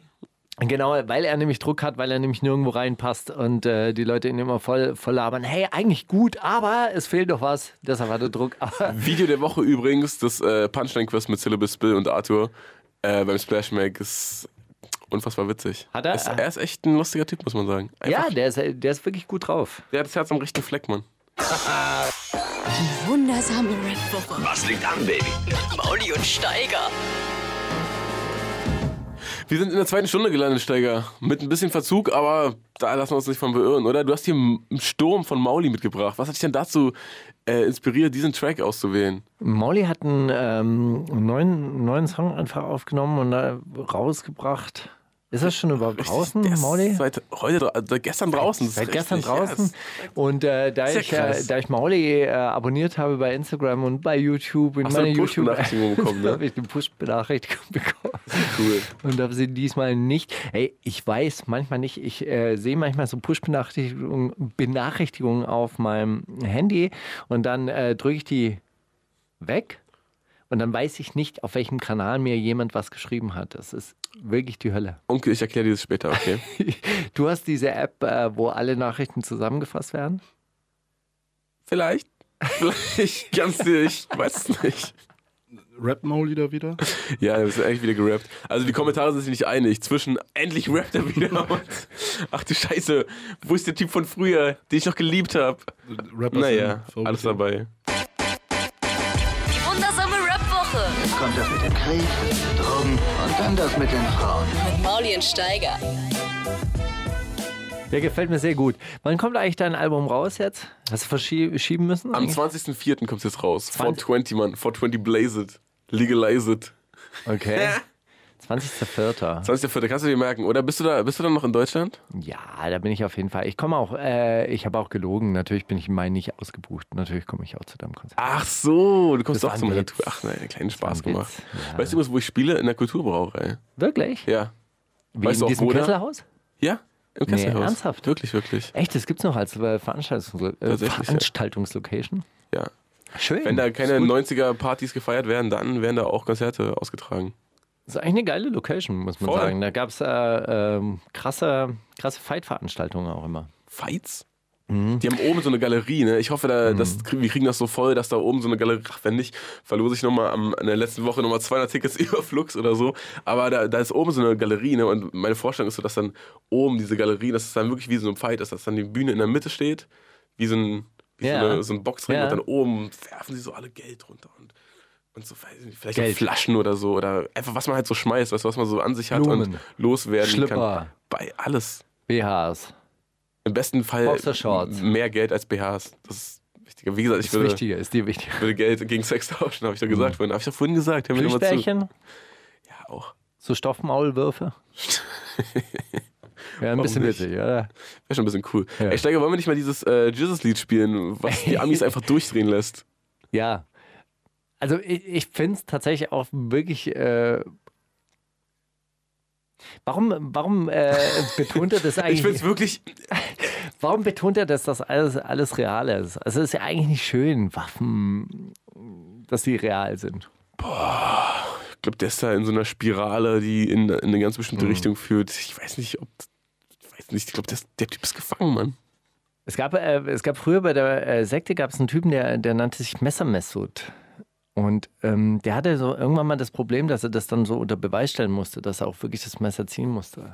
D: Genau, weil er nämlich Druck hat, weil er nämlich nirgendwo reinpasst und äh, die Leute ihn immer voll, voll labern. Hey, eigentlich gut, aber es fehlt doch was. Deshalb hat er Druck. Aber
E: Video der Woche übrigens, das äh, Punchline-Quest mit Syllable Spill und Arthur äh, beim Splash Mag ist unfassbar witzig.
D: Hat er-
E: Ist, er ist echt ein lustiger Typ, muss man sagen.
D: ja,
E: Einfach,
D: der ist, der ist wirklich gut drauf.
E: Der hat das Herz am rechten Fleck, Mann.
G: Wundersame Red Booker.
A: Was liegt an, Baby?
G: Mauli und Steiger.
E: Wir sind in der zweiten Stunde gelandet, Steiger. Mit ein bisschen Verzug, aber da lassen wir uns nicht von beirren, oder? Du hast hier einen Sturm von Mauli mitgebracht. Was hat dich denn dazu äh, inspiriert, diesen Track auszuwählen?
D: Molly hat einen ähm, neuen, neuen Song einfach aufgenommen und äh, rausgebracht. Ist das schon überhaupt draußen,
E: Der ist
D: Hm, Mauli?
E: Seit heute, dra- seit gestern draußen. Das ist
D: Seit gestern
E: richtig, ja,
D: draußen.
E: das-
D: und äh, da,
E: Sehr
D: ich, äh,
E: krass.
D: da ich Mauli äh, abonniert habe bei Instagram und bei YouTube, in
E: Hast du
D: meiner
E: eine
D: youtube
E: Push-Benachrichtigung bekommen, ne?
D: habe ich eine Push-Benachrichtigung bekommen.
E: Cool.
D: Und habe sie diesmal nicht. Ey, ich weiß manchmal nicht, ich äh, sehe manchmal so Push-Benachrichtigungen Benachrichtigungen auf meinem Handy und dann äh, drücke ich die weg. Und dann weiß ich nicht, auf welchem Kanal mir jemand was geschrieben hat. Das ist wirklich die Hölle.
E: Onkel, ich erkläre dir das später, okay?
D: Du hast diese App, äh, wo alle Nachrichten zusammengefasst werden?
E: Vielleicht. Vielleicht ganz dir, ich weiß es nicht.
F: Rap Mauli da wieder? Äh,
E: Ja, das ist eigentlich wieder gerappt. Also die Kommentare sind sich nicht einig. Zwischen endlich rappt er wieder und ach du Scheiße, wo ist der Typ von früher, den ich noch geliebt habe?
F: Rapper
E: Naja,
F: sind
E: alles
F: verrückt.
E: dabei.
G: Die wundersame Rap Woche.
B: Jetzt kommt das mit dem Krieg, mit den Drogen und dann das mit den Frauen.
G: Mit Mauli und Steiger.
D: Der gefällt mir sehr gut. Wann kommt eigentlich dein Album raus jetzt? Hast du verschieben müssen?
E: Am 20.04. kommt es jetzt raus.
D: 20.
E: 420, Mann. 420 blaze it. Legalize it.
D: Okay. 20.04.
E: 20.04. Kannst du dir merken, oder? Bist du da, bist du dann noch in Deutschland?
D: Ja, da bin ich auf jeden Fall. Ich komme auch, äh, ich habe auch gelogen. Natürlich bin ich im Mai nicht ausgebucht. Natürlich komme ich auch zu deinem Konzert.
E: Ach so, du
D: Das
E: kommst
D: war
E: doch zu
D: ein
E: meiner
D: Witz.
E: Tour. Ach nein, einen kleinen
D: war ein
E: Spaß gemacht.
D: Witz, ja.
E: Weißt du übrigens, wo ich spiele? In der Kulturbrauerei.
D: Wirklich?
E: Ja.
D: Wie
E: weißt du
D: in
E: auch,
D: diesem
E: wo ne? da?
D: Kesselhaus?
E: Ja? Im
D: Nee,
E: Kesselhaus.
D: ernsthaft?
E: Wirklich, wirklich.
D: Echt, das gibt's noch als äh, Veranstaltungs äh,
E: Tatsächlich, ja.
D: Veranstaltungslocation.
E: Ja.
D: Schön.
E: Wenn da keine
D: ist, gut.
E: 90er-Partys gefeiert werden, dann werden da auch Konzerte ausgetragen.
D: ist eigentlich eine geile Location, muss man
E: Voll.
D: sagen. Da gab's äh, ähm, krasse, krasse Fight-Veranstaltungen auch immer.
E: Fights?
D: Mhm.
E: Die haben oben so eine Galerie, ne? Ich hoffe, da, das, wir kriegen das so voll, dass da oben so eine Galerie. Ach, wenn nicht, verlose ich nochmal in der letzten Woche nochmal 200 Tickets über Flux oder so. Aber da, da ist oben so eine Galerie, ne? Und meine Vorstellung ist so, dass dann oben diese Galerie, dass es dann wirklich wie so ein Fight ist, dass dann die Bühne in der Mitte steht, wie so ein, wie
D: Ja.
E: so, eine, so ein Boxring
D: Ja.
E: und dann oben werfen sie so alle Geld runter und. Und so, weiß ich nicht, vielleicht
D: Geld.
E: auch Flaschen oder so. Oder einfach, was man halt so schmeißt, weißt du, was man so an sich hat
D: Blumen.
E: und loswerden
D: Schlipper.
E: kann. Bei alles.
D: BHs.
E: Im besten Fall
D: Boxershorts.
E: m- mehr Geld als BHs. Das ist wichtiger. Wie gesagt, ich
D: Ist Mhm.
E: würde,
D: wichtiger, ist dir wichtiger.
E: würde Geld gegen Sex tauschen, habe ich doch gesagt vorhin. Habe ich doch vorhin gesagt. Hör mir doch mal zu. Ja,
D: Plüschbärchen?
E: auch.
D: So Stoffmaulwürfe? ja, ein
E: Warum
D: bisschen
E: nicht?
D: witzig, oder?
E: Wäre schon ein bisschen cool.
D: Ja.
E: Ey, Steiger, wollen wir nicht mal dieses äh, Jesus-Lied spielen, was die Amis einfach durchdrehen lässt?
D: Ja. Also ich, ich finde es tatsächlich auch wirklich. Äh, warum warum äh, betont er das
E: Ich finde
D: eigentlich?
E: es wirklich.
D: Warum betont er, dass das alles, alles real ist? Also es ist ja eigentlich nicht schön, Waffen, dass sie real sind.
E: Ich glaube, der ist da in so einer Spirale, die in, in eine ganz bestimmte
D: Mhm.
E: Richtung führt. Ich weiß nicht, ob. Ich weiß nicht, ich glaube, der, ist- der Typ ist gefangen, Mann.
D: Es gab, äh, es gab früher bei der äh, Sekte gab es einen Typen, der, der nannte sich Messermessut. Und ähm, der hatte so irgendwann mal das Problem, dass er das dann so unter Beweis stellen musste, dass er auch wirklich das Messer ziehen musste.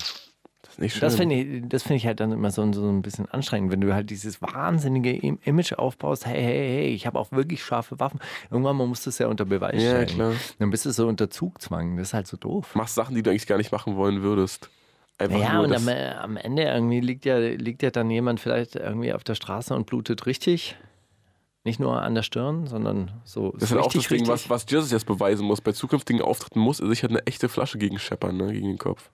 E: Das ist nicht schön.
D: Das finde ich, das finde ich halt dann immer so, so ein bisschen anstrengend, wenn du halt dieses wahnsinnige Im- Image aufbaust, hey, hey, hey, ich habe auch wirklich scharfe Waffen. Irgendwann mal musst du es ja unter Beweis
E: Ja,
D: stellen.
E: klar.
D: Dann bist du so unter Zugzwang. Das ist halt so doof.
E: Machst Sachen, die du eigentlich gar nicht machen wollen würdest. Einfach
D: Ja,
E: nur
D: und
E: das.
D: am, äh, am Ende irgendwie liegt ja, liegt ja dann jemand vielleicht irgendwie auf der Straße und blutet richtig. Nicht nur an der Stirn, sondern so.
E: Das
D: so
E: ist halt auch
D: richtig,
E: das Ding, was,
D: richtig.
E: was Jesus jetzt beweisen muss. Bei zukünftigen Auftritten muss er sich halt eine echte Flasche gegen scheppern, ne? gegen den Kopf.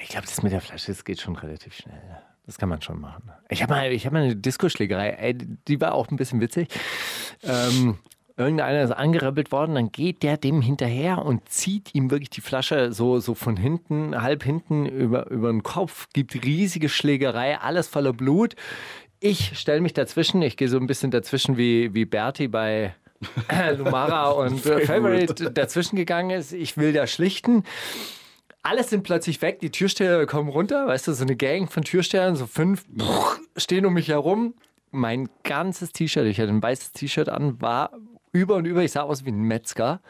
D: Ich glaube, das mit der Flasche, das geht schon relativ schnell. Das kann man schon machen. Ich habe mal, ich hab mal eine Diskoschlägerei, ey, die war auch ein bisschen witzig. Ähm, irgendeiner ist angerempelt worden, dann geht der dem hinterher und zieht ihm wirklich die Flasche so, so von hinten, halb hinten über, über den Kopf, gibt riesige Schlägerei, alles voller Blut. Ich stelle mich dazwischen, ich gehe so ein bisschen dazwischen wie, wie Berti bei äh, Lumara und äh, Favorite dazwischen gegangen ist. Ich will da schlichten alles sind plötzlich weg, die Türsteher kommen runter, weißt du, so eine Gang von Türstehern, so fünf, bruch, stehen um mich herum. Mein ganzes T-Shirt, ich hatte ein weißes T-Shirt an, war über und über, ich sah aus wie ein Metzger,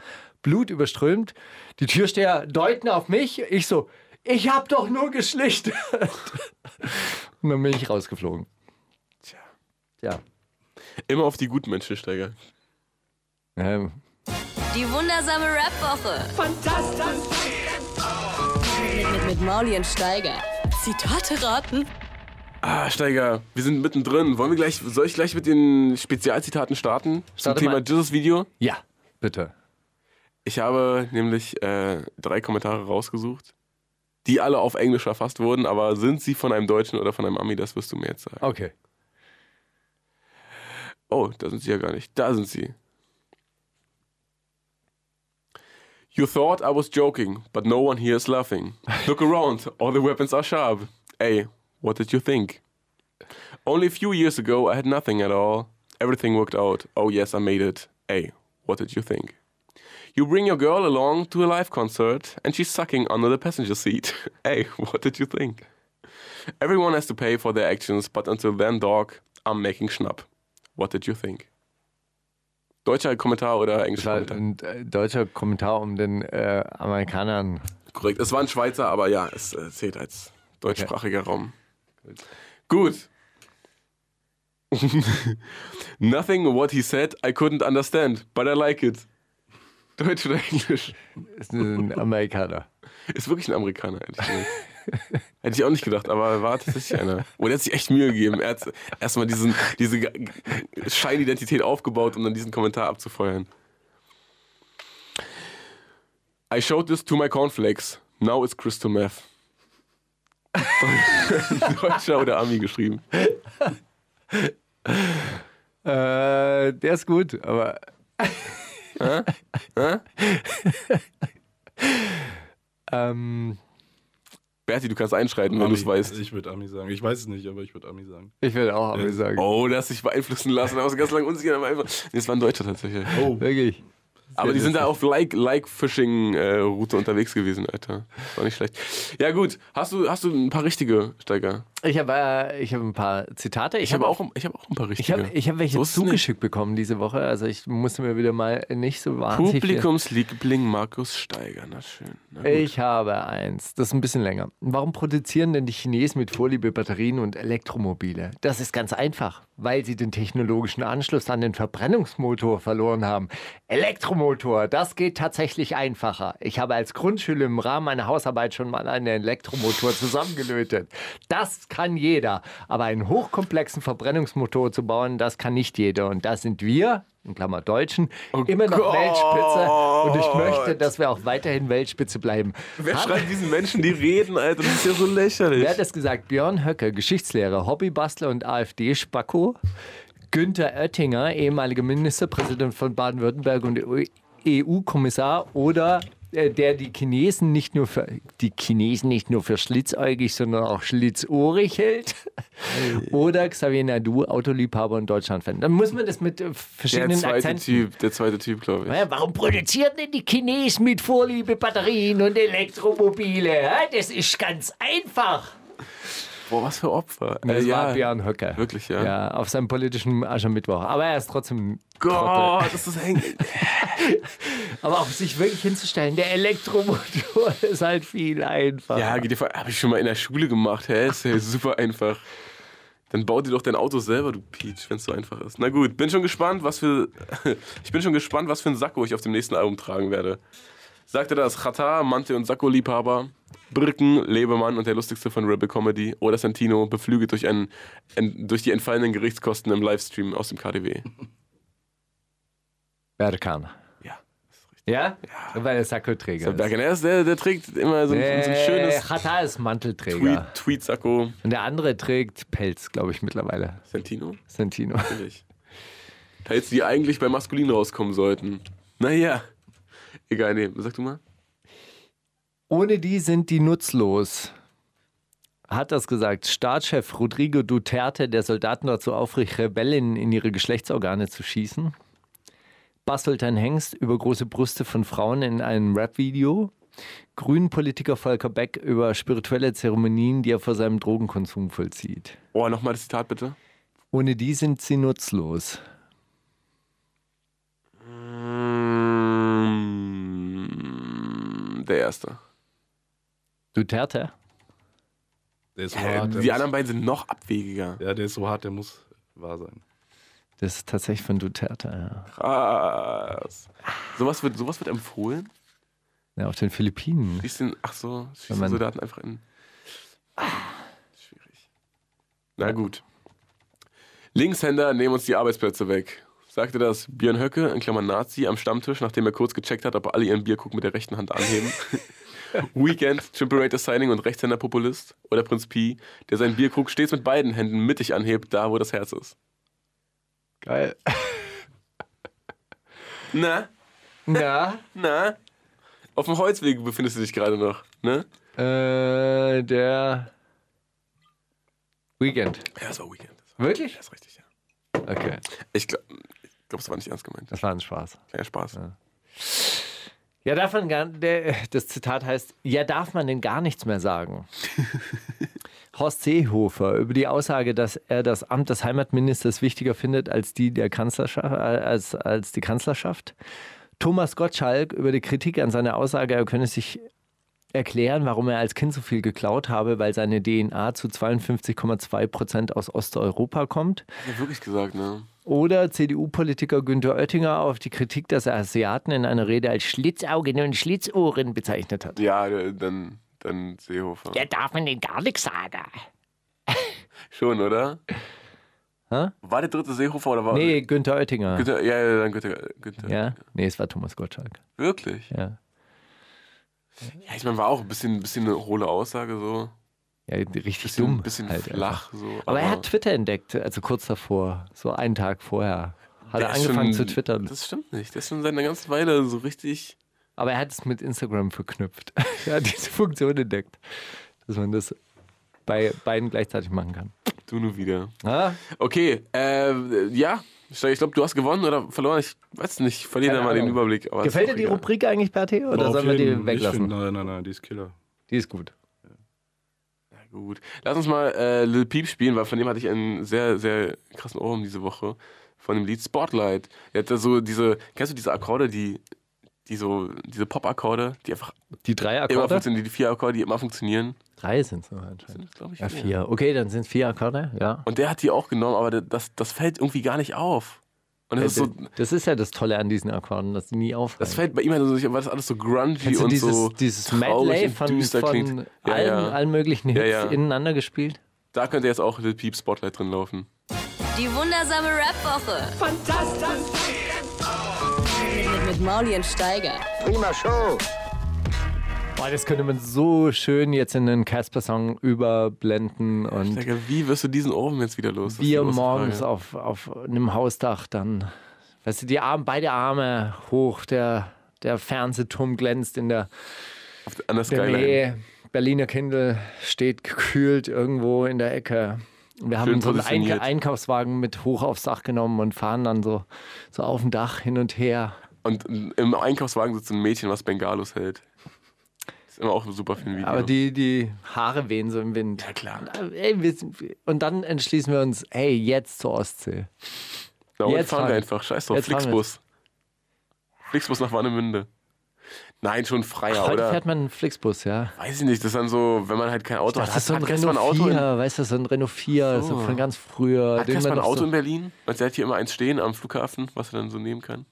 D: Blut überströmt. Die Türsteher deuten auf mich, ich so, ich hab doch nur geschlichtet. Und dann bin ich rausgeflogen. Tja.
E: Immer auf die guten Menschen steigern.
D: Ja. Ähm,
G: Die wundersame Rap-Woche. Fantastisch. Mit, mit, mit Mauli und Steiger. Zitate raten.
E: Ah, Steiger, wir sind mittendrin. Wollen wir gleich, soll ich gleich mit den Spezialzitaten starten?
D: Starte
E: zum Thema
D: mal.
E: Jesus-Video.
D: ja, bitte.
E: Ich habe nämlich äh, drei Kommentare rausgesucht, die alle auf Englisch verfasst wurden, aber sind sie von einem Deutschen oder von einem Ami, das wirst du mir jetzt sagen.
D: Okay.
E: Oh, da sind sie ja gar nicht. Da sind sie. You thought I was joking, but no one here is laughing. Look around, all the weapons are sharp. Hey, what did you think? Only a few years ago, I had nothing at all. Everything worked out. Oh, yes, I made it. Hey, what did you think? You bring your girl along to a live concert, and she's sucking under the passenger seat. hey, what did you think? Everyone has to pay for their actions, but until then, dog, I'm making schnapp. What did you think? Deutscher Kommentar oder
D: Das
E: englischer
D: war
E: Kommentar?
D: ein äh, deutscher Kommentar, um den äh, Amerikanern
E: Korrekt. Es war ein Schweizer, aber ja, es äh, zählt als deutschsprachiger Raum. Gut. Nothing what he said I couldn't understand, but I like it. Deutsch oder Englisch?
D: ist ein Amerikaner.
E: Ist wirklich ein Amerikaner, hätte ich, nicht. hätte ich auch nicht gedacht, aber war tatsächlich einer. Und er hat sich echt Mühe gegeben. Er hat erstmal diesen, diese ge- Scheinidentität aufgebaut, um dann diesen Kommentar abzufeuern. I showed this to my cornflakes. Now it's crystal meth. Deutscher oder Ami geschrieben.
D: Äh, der ist gut, aber. ähm,
E: Berti, du kannst einschreiten, wenn du es
F: Ami.
E: weißt.
F: Ich würde Ami sagen. Ich weiß es nicht, aber ich würde Ami sagen.
D: ich will auch Ami sagen.
E: Oh, der hast dich beeinflussen lassen. Da warst du ganz lange unsicher. aber einfach- Nee, Das war ein Deutscher tatsächlich.
F: Oh,
D: Wirklich.
E: Aber die sind da auf Like-Fishing-Route äh, unterwegs gewesen, Alter. Das war nicht schlecht. Ja, gut. Hast du, hast du ein paar richtige, Steiger?
D: Ich habe äh, ich hab ein paar Zitate.
E: Ich habe auch, ich hab auch ein paar
D: Ich
E: richtige.
D: habe ich hab welche
E: So ist es nicht.
D: zugeschickt bekommen diese Woche. Also ich musste mir wieder mal nicht so wahnsinnig.
E: Publikumsliebling Markus Steiger. Na schön. ne? Na gut.
D: Viel. Ich habe eins. Das ist ein bisschen länger. Warum produzieren denn die Chinesen mit Vorliebe Batterien und Elektromobile? Das ist ganz einfach, weil sie den technologischen Anschluss an den Verbrennungsmotor verloren haben. Elektromotor, das geht tatsächlich einfacher. Ich habe als Grundschüler im Rahmen meiner Hausarbeit schon mal einen Elektromotor zusammengelötet. Das kann jeder. Aber einen hochkomplexen Verbrennungsmotor zu bauen, das kann nicht jeder. Und das sind wir, in Klammer Deutschen, immer noch
E: Oh Gott.
D: Weltspitze. Und ich möchte, dass wir auch weiterhin Weltspitze bleiben.
E: Wer
D: Hat-
E: schreibt diesen Menschen die Reden, Alter? Das ist ja so lächerlich.
D: Wer hat das gesagt? Björn Höcke, Geschichtslehrer, Hobbybastler und AfD-Spacko. Günther E Oettinger, ehemaliger Ministerpräsident von Baden-Württemberg und EU-Kommissar. Oder äh, der die Chinesen nicht nur für die Chinesen nicht nur für schlitzäugig, sondern auch schlitzohrig hält. Oder Xavier Nadu, Autoliebhaber und Deutschland-Fan. Dann muss man das mit äh,
E: Der
D: verschiedenen
E: zweite
D: Akzenten.
E: Typ, der zweite Typ, glaube ich.
D: Ja, Warum produzieren denn die Chinesen mit Vorliebe Batterien und Elektromobile? Ja, Das ist ganz einfach.
E: Boah, was für Opfer. Äh,
D: Das
E: ja.
D: war Björn Höcke.
E: Wirklich, ja.
D: Ja, auf seinem politischen Aschermittwoch. Aber er ist trotzdem. Trottel.
E: Gott, das ist hängen.
D: Aber auch sich wirklich hinzustellen, der Elektromotor ist halt viel einfacher.
E: Ja, GTV habe ich schon mal in der Schule gemacht. Hä? Ist ja super einfach. Dann bau dir doch dein Auto selber, du Peach, wenn es so einfach ist. Na gut, bin schon gespannt, was für. ich bin schon gespannt, was für ein Sakko ich auf dem nächsten Album tragen werde. Sagte das Chata, Mante und Sakko-Liebhaber, Birken, Lebemann und der lustigste von Rebel Comedy oder Santino, beflügelt durch, einen, en, durch die entfallenen Gerichtskosten im Livestream aus dem KDW.
D: Berkan.
E: Ja.
D: Ja? Weil er Sakkoträger
E: Der
D: ist.
E: Bergen, der, ist- der, der trägt immer so ein, so ein schönes
D: Chata ist Mantelträger.
E: Tweet- Tweet-Sakko.
D: Und der andere trägt Pelz, glaube ich, mittlerweile.
E: Santino?
D: Santino.
E: Natürlich. Teils, die eigentlich bei Maskulin rauskommen sollten. Naja. Egal, nee. Sag du mal.
D: Ohne die sind die nutzlos. Hat das gesagt Staatschef Rodrigo Duterte, der Soldaten dazu aufrief, Rebellen in ihre Geschlechtsorgane zu schießen? Basultan Hengst über große Brüste von Frauen in einem Rap-Video? Grünen-Politiker Volker Beck über spirituelle Zeremonien, die er vor seinem Drogenkonsum vollzieht.
E: Oh, nochmal das Zitat bitte.
D: Ohne die sind sie nutzlos.
E: Mm, Der erste.
D: Duterte?
F: Der ist so
E: Äh,
F: hart. Der
E: die
F: muss,
E: anderen beiden sind noch abwegiger.
F: ja, der ist so hart, der muss wahr sein.
D: Das ist tatsächlich von Duterte, ja.
E: Krass. Sowas wird, sowas wird empfohlen?
D: ja auf den Philippinen.
E: Schießt den, ach so, also schießt
D: Wenn
E: den
D: man-
E: Soldaten einfach in. Ah, Schwierig. Na gut. Linkshänder nehmen uns die Arbeitsplätze weg. Sagte das Björn Höcke, in Klammern Nazi, am Stammtisch, nachdem er kurz gecheckt hat, ob alle ihren Bierkrug mit der rechten Hand anheben. Weekend, Triple Rate Signing und Rechtshänder-Populist. Oder Prinz Pi, der seinen Bierkrug stets mit beiden Händen mittig anhebt, da wo das Herz ist.
D: Geil.
E: Na,
D: Na?
E: na. Auf dem Holzweg befindest du dich gerade noch, ne?
D: Äh, der Weekend.
E: Ja, das war Weekend. Das war-
D: Wirklich?
E: Das ist richtig, ja.
D: Okay,
E: Ich glaube, ich glaub, es war nicht ernst gemeint.
D: das war ein Spaß.
E: Kleiner Spaß.
D: Ja, davon gar, der, das Zitat heißt, ja, darf man denn gar nichts mehr sagen. Horst Seehofer über die Aussage, dass er das Amt des Heimatministers wichtiger findet als die der Kanzlerschaft, äh, als, als die Kanzlerschaft. Thomas Gottschalk über die Kritik an seiner Aussage, er könne sich erklären, warum er als Kind so viel geklaut habe, weil seine DNA zu 52,2 Prozent aus Osteuropa kommt.
E: Ja, wirklich gesagt, ne?
D: Oder CDU-Politiker Günther Oettinger auf die Kritik, dass er Asiaten in einer Rede als Schlitzaugen und Schlitzohren bezeichnet hat.
E: Ja, äh, dann, dann Seehofer.
C: Da darf man denn gar nichts sagen.
E: Schon, oder?
D: Hä?
E: War der dritte Seehofer oder war.
D: Nee, Günther Oettinger.
E: Günther, ja, ja, dann Günther. Günther.
D: ja? Nee, es war Thomas Gottschalk.
E: Wirklich?
D: Ja.
E: Ja, ich meine, war auch ein bisschen, ein bisschen eine hohle Aussage so.
D: Ja, richtig
E: Bisschen,
D: dumm.
E: bisschen
D: halt einfach.
E: flach so.
D: Aber er hat Twitter entdeckt, also kurz davor, so einen Tag vorher. Hat
E: Der
D: er
E: ist
D: angefangen
E: schon-
D: zu twittern.
E: Das stimmt nicht. Der ist schon seit einer ganzen Weile so richtig.
D: Aber er hat es mit Instagram verknüpft. er hat diese Funktion entdeckt, dass man das bei beiden gleichzeitig machen kann.
E: Du nur wieder.
D: Ah,
E: Okay, äh, ja. Steiger, Ich glaube, du hast gewonnen oder verloren. Ich weiß nicht. Ich verliere da
D: Keine
E: mal den
D: Ahnung.
E: Überblick. Aber
D: Gefällt
E: ist
D: dir
E: auch
D: die
E: egal.
D: Rubrik eigentlich, Berti? Oder
F: Auf
D: sollen wir
F: jeden-
D: die
F: ich find-
D: weglassen?
F: nein, nein, nein, die ist Killer.
D: Die ist gut.
E: Gut. Lass uns mal äh, Lil Peep spielen, weil von dem hatte ich einen sehr, sehr krassen Ohrwurm diese Woche. Von dem Lied Spotlight. Er hat da so diese, kennst du diese Akkorde, die, die so, diese Pop-Akkorde, die einfach
D: Die drei
E: immer
D: Akkorde?
E: funktionieren, die vier Akkorde, die immer funktionieren.
D: Drei sind es noch anscheinend.
E: Das glaub ich
D: Ja,
E: vier.
D: vier. Okay, dann sind es vier Akkorde, ja.
E: Und der hat die auch genommen, aber das, das fällt irgendwie gar nicht auf. Und
D: Äh,
E: das ist so,
D: das ist ja das Tolle an diesen Akkorden, dass die nie aufhören.
E: das fällt bei ihm halt so, nicht auf, weil das alles so grungy
D: Kennst du
E: und
D: dieses,
E: so
D: dieses
E: traurig
D: Medley
E: und
D: von,
E: düster
D: von
E: klingt. Ja,
D: allen,
E: ja.
D: allen möglichen Hits
E: Ja, ja.
D: ineinander gespielt?
E: Da könnte jetzt auch Lil Peep Spotlight drin laufen.
G: Die wundersame Rap-Woche. Fantastisch. Mit, mit Mauli und Steiger.
B: Prima Show.
D: Boah, das könnte man so schön jetzt in einen Casper-Song überblenden und
E: Digga, wie wirst du diesen Ohrwurm jetzt wieder los? Das ist die
D: wir
E: große
D: morgens
E: Frage.
D: auf, auf einem Hausdach dann, weißt du, die Arme, beide Arme hoch, der Der Fernsehturm glänzt in der,
E: An der
D: der
E: Skyline.
D: Nähe. Berliner Kindle steht gekühlt irgendwo in der Ecke. Und Wir haben
E: Schön
D: so einen Einka-
E: positioniert.
D: Einkaufswagen mit hoch aufs Dach genommen und fahren dann so, so auf dem Dach hin und her.
E: Und im Einkaufswagen sitzt ein Mädchen, was Bengalos hält. Ist immer auch super für ein Video.
D: Aber die, die Haare wehen so im Wind. Ja, klar. Ey, wir sind, und dann entschließen wir uns, ey, jetzt zur Ostsee.
E: Na, und
D: Jetzt
E: fahren
D: fahren
E: wir
D: wir.
E: einfach. Scheiß drauf.
D: Jetzt fahren wir
E: Flixbus. Flixbus nach Warnemünde. Nein, schon freier,
D: Heute
E: oder?
D: fährt man einen Flixbus, ja.
E: Weiß ich nicht. Das ist dann so, wenn man halt kein Auto
D: Das
E: hat.
D: ist so ein
E: hat Casper
D: Renault 4,
E: in-
D: weißt du, so ein Renault 4, so.
E: so.
D: von ganz früher.
E: Hat
D: den
E: Casper ein
D: noch
E: Auto
D: so,
E: in Berlin? Man hat hier immer eins stehen am Flughafen, was er dann so nehmen kann.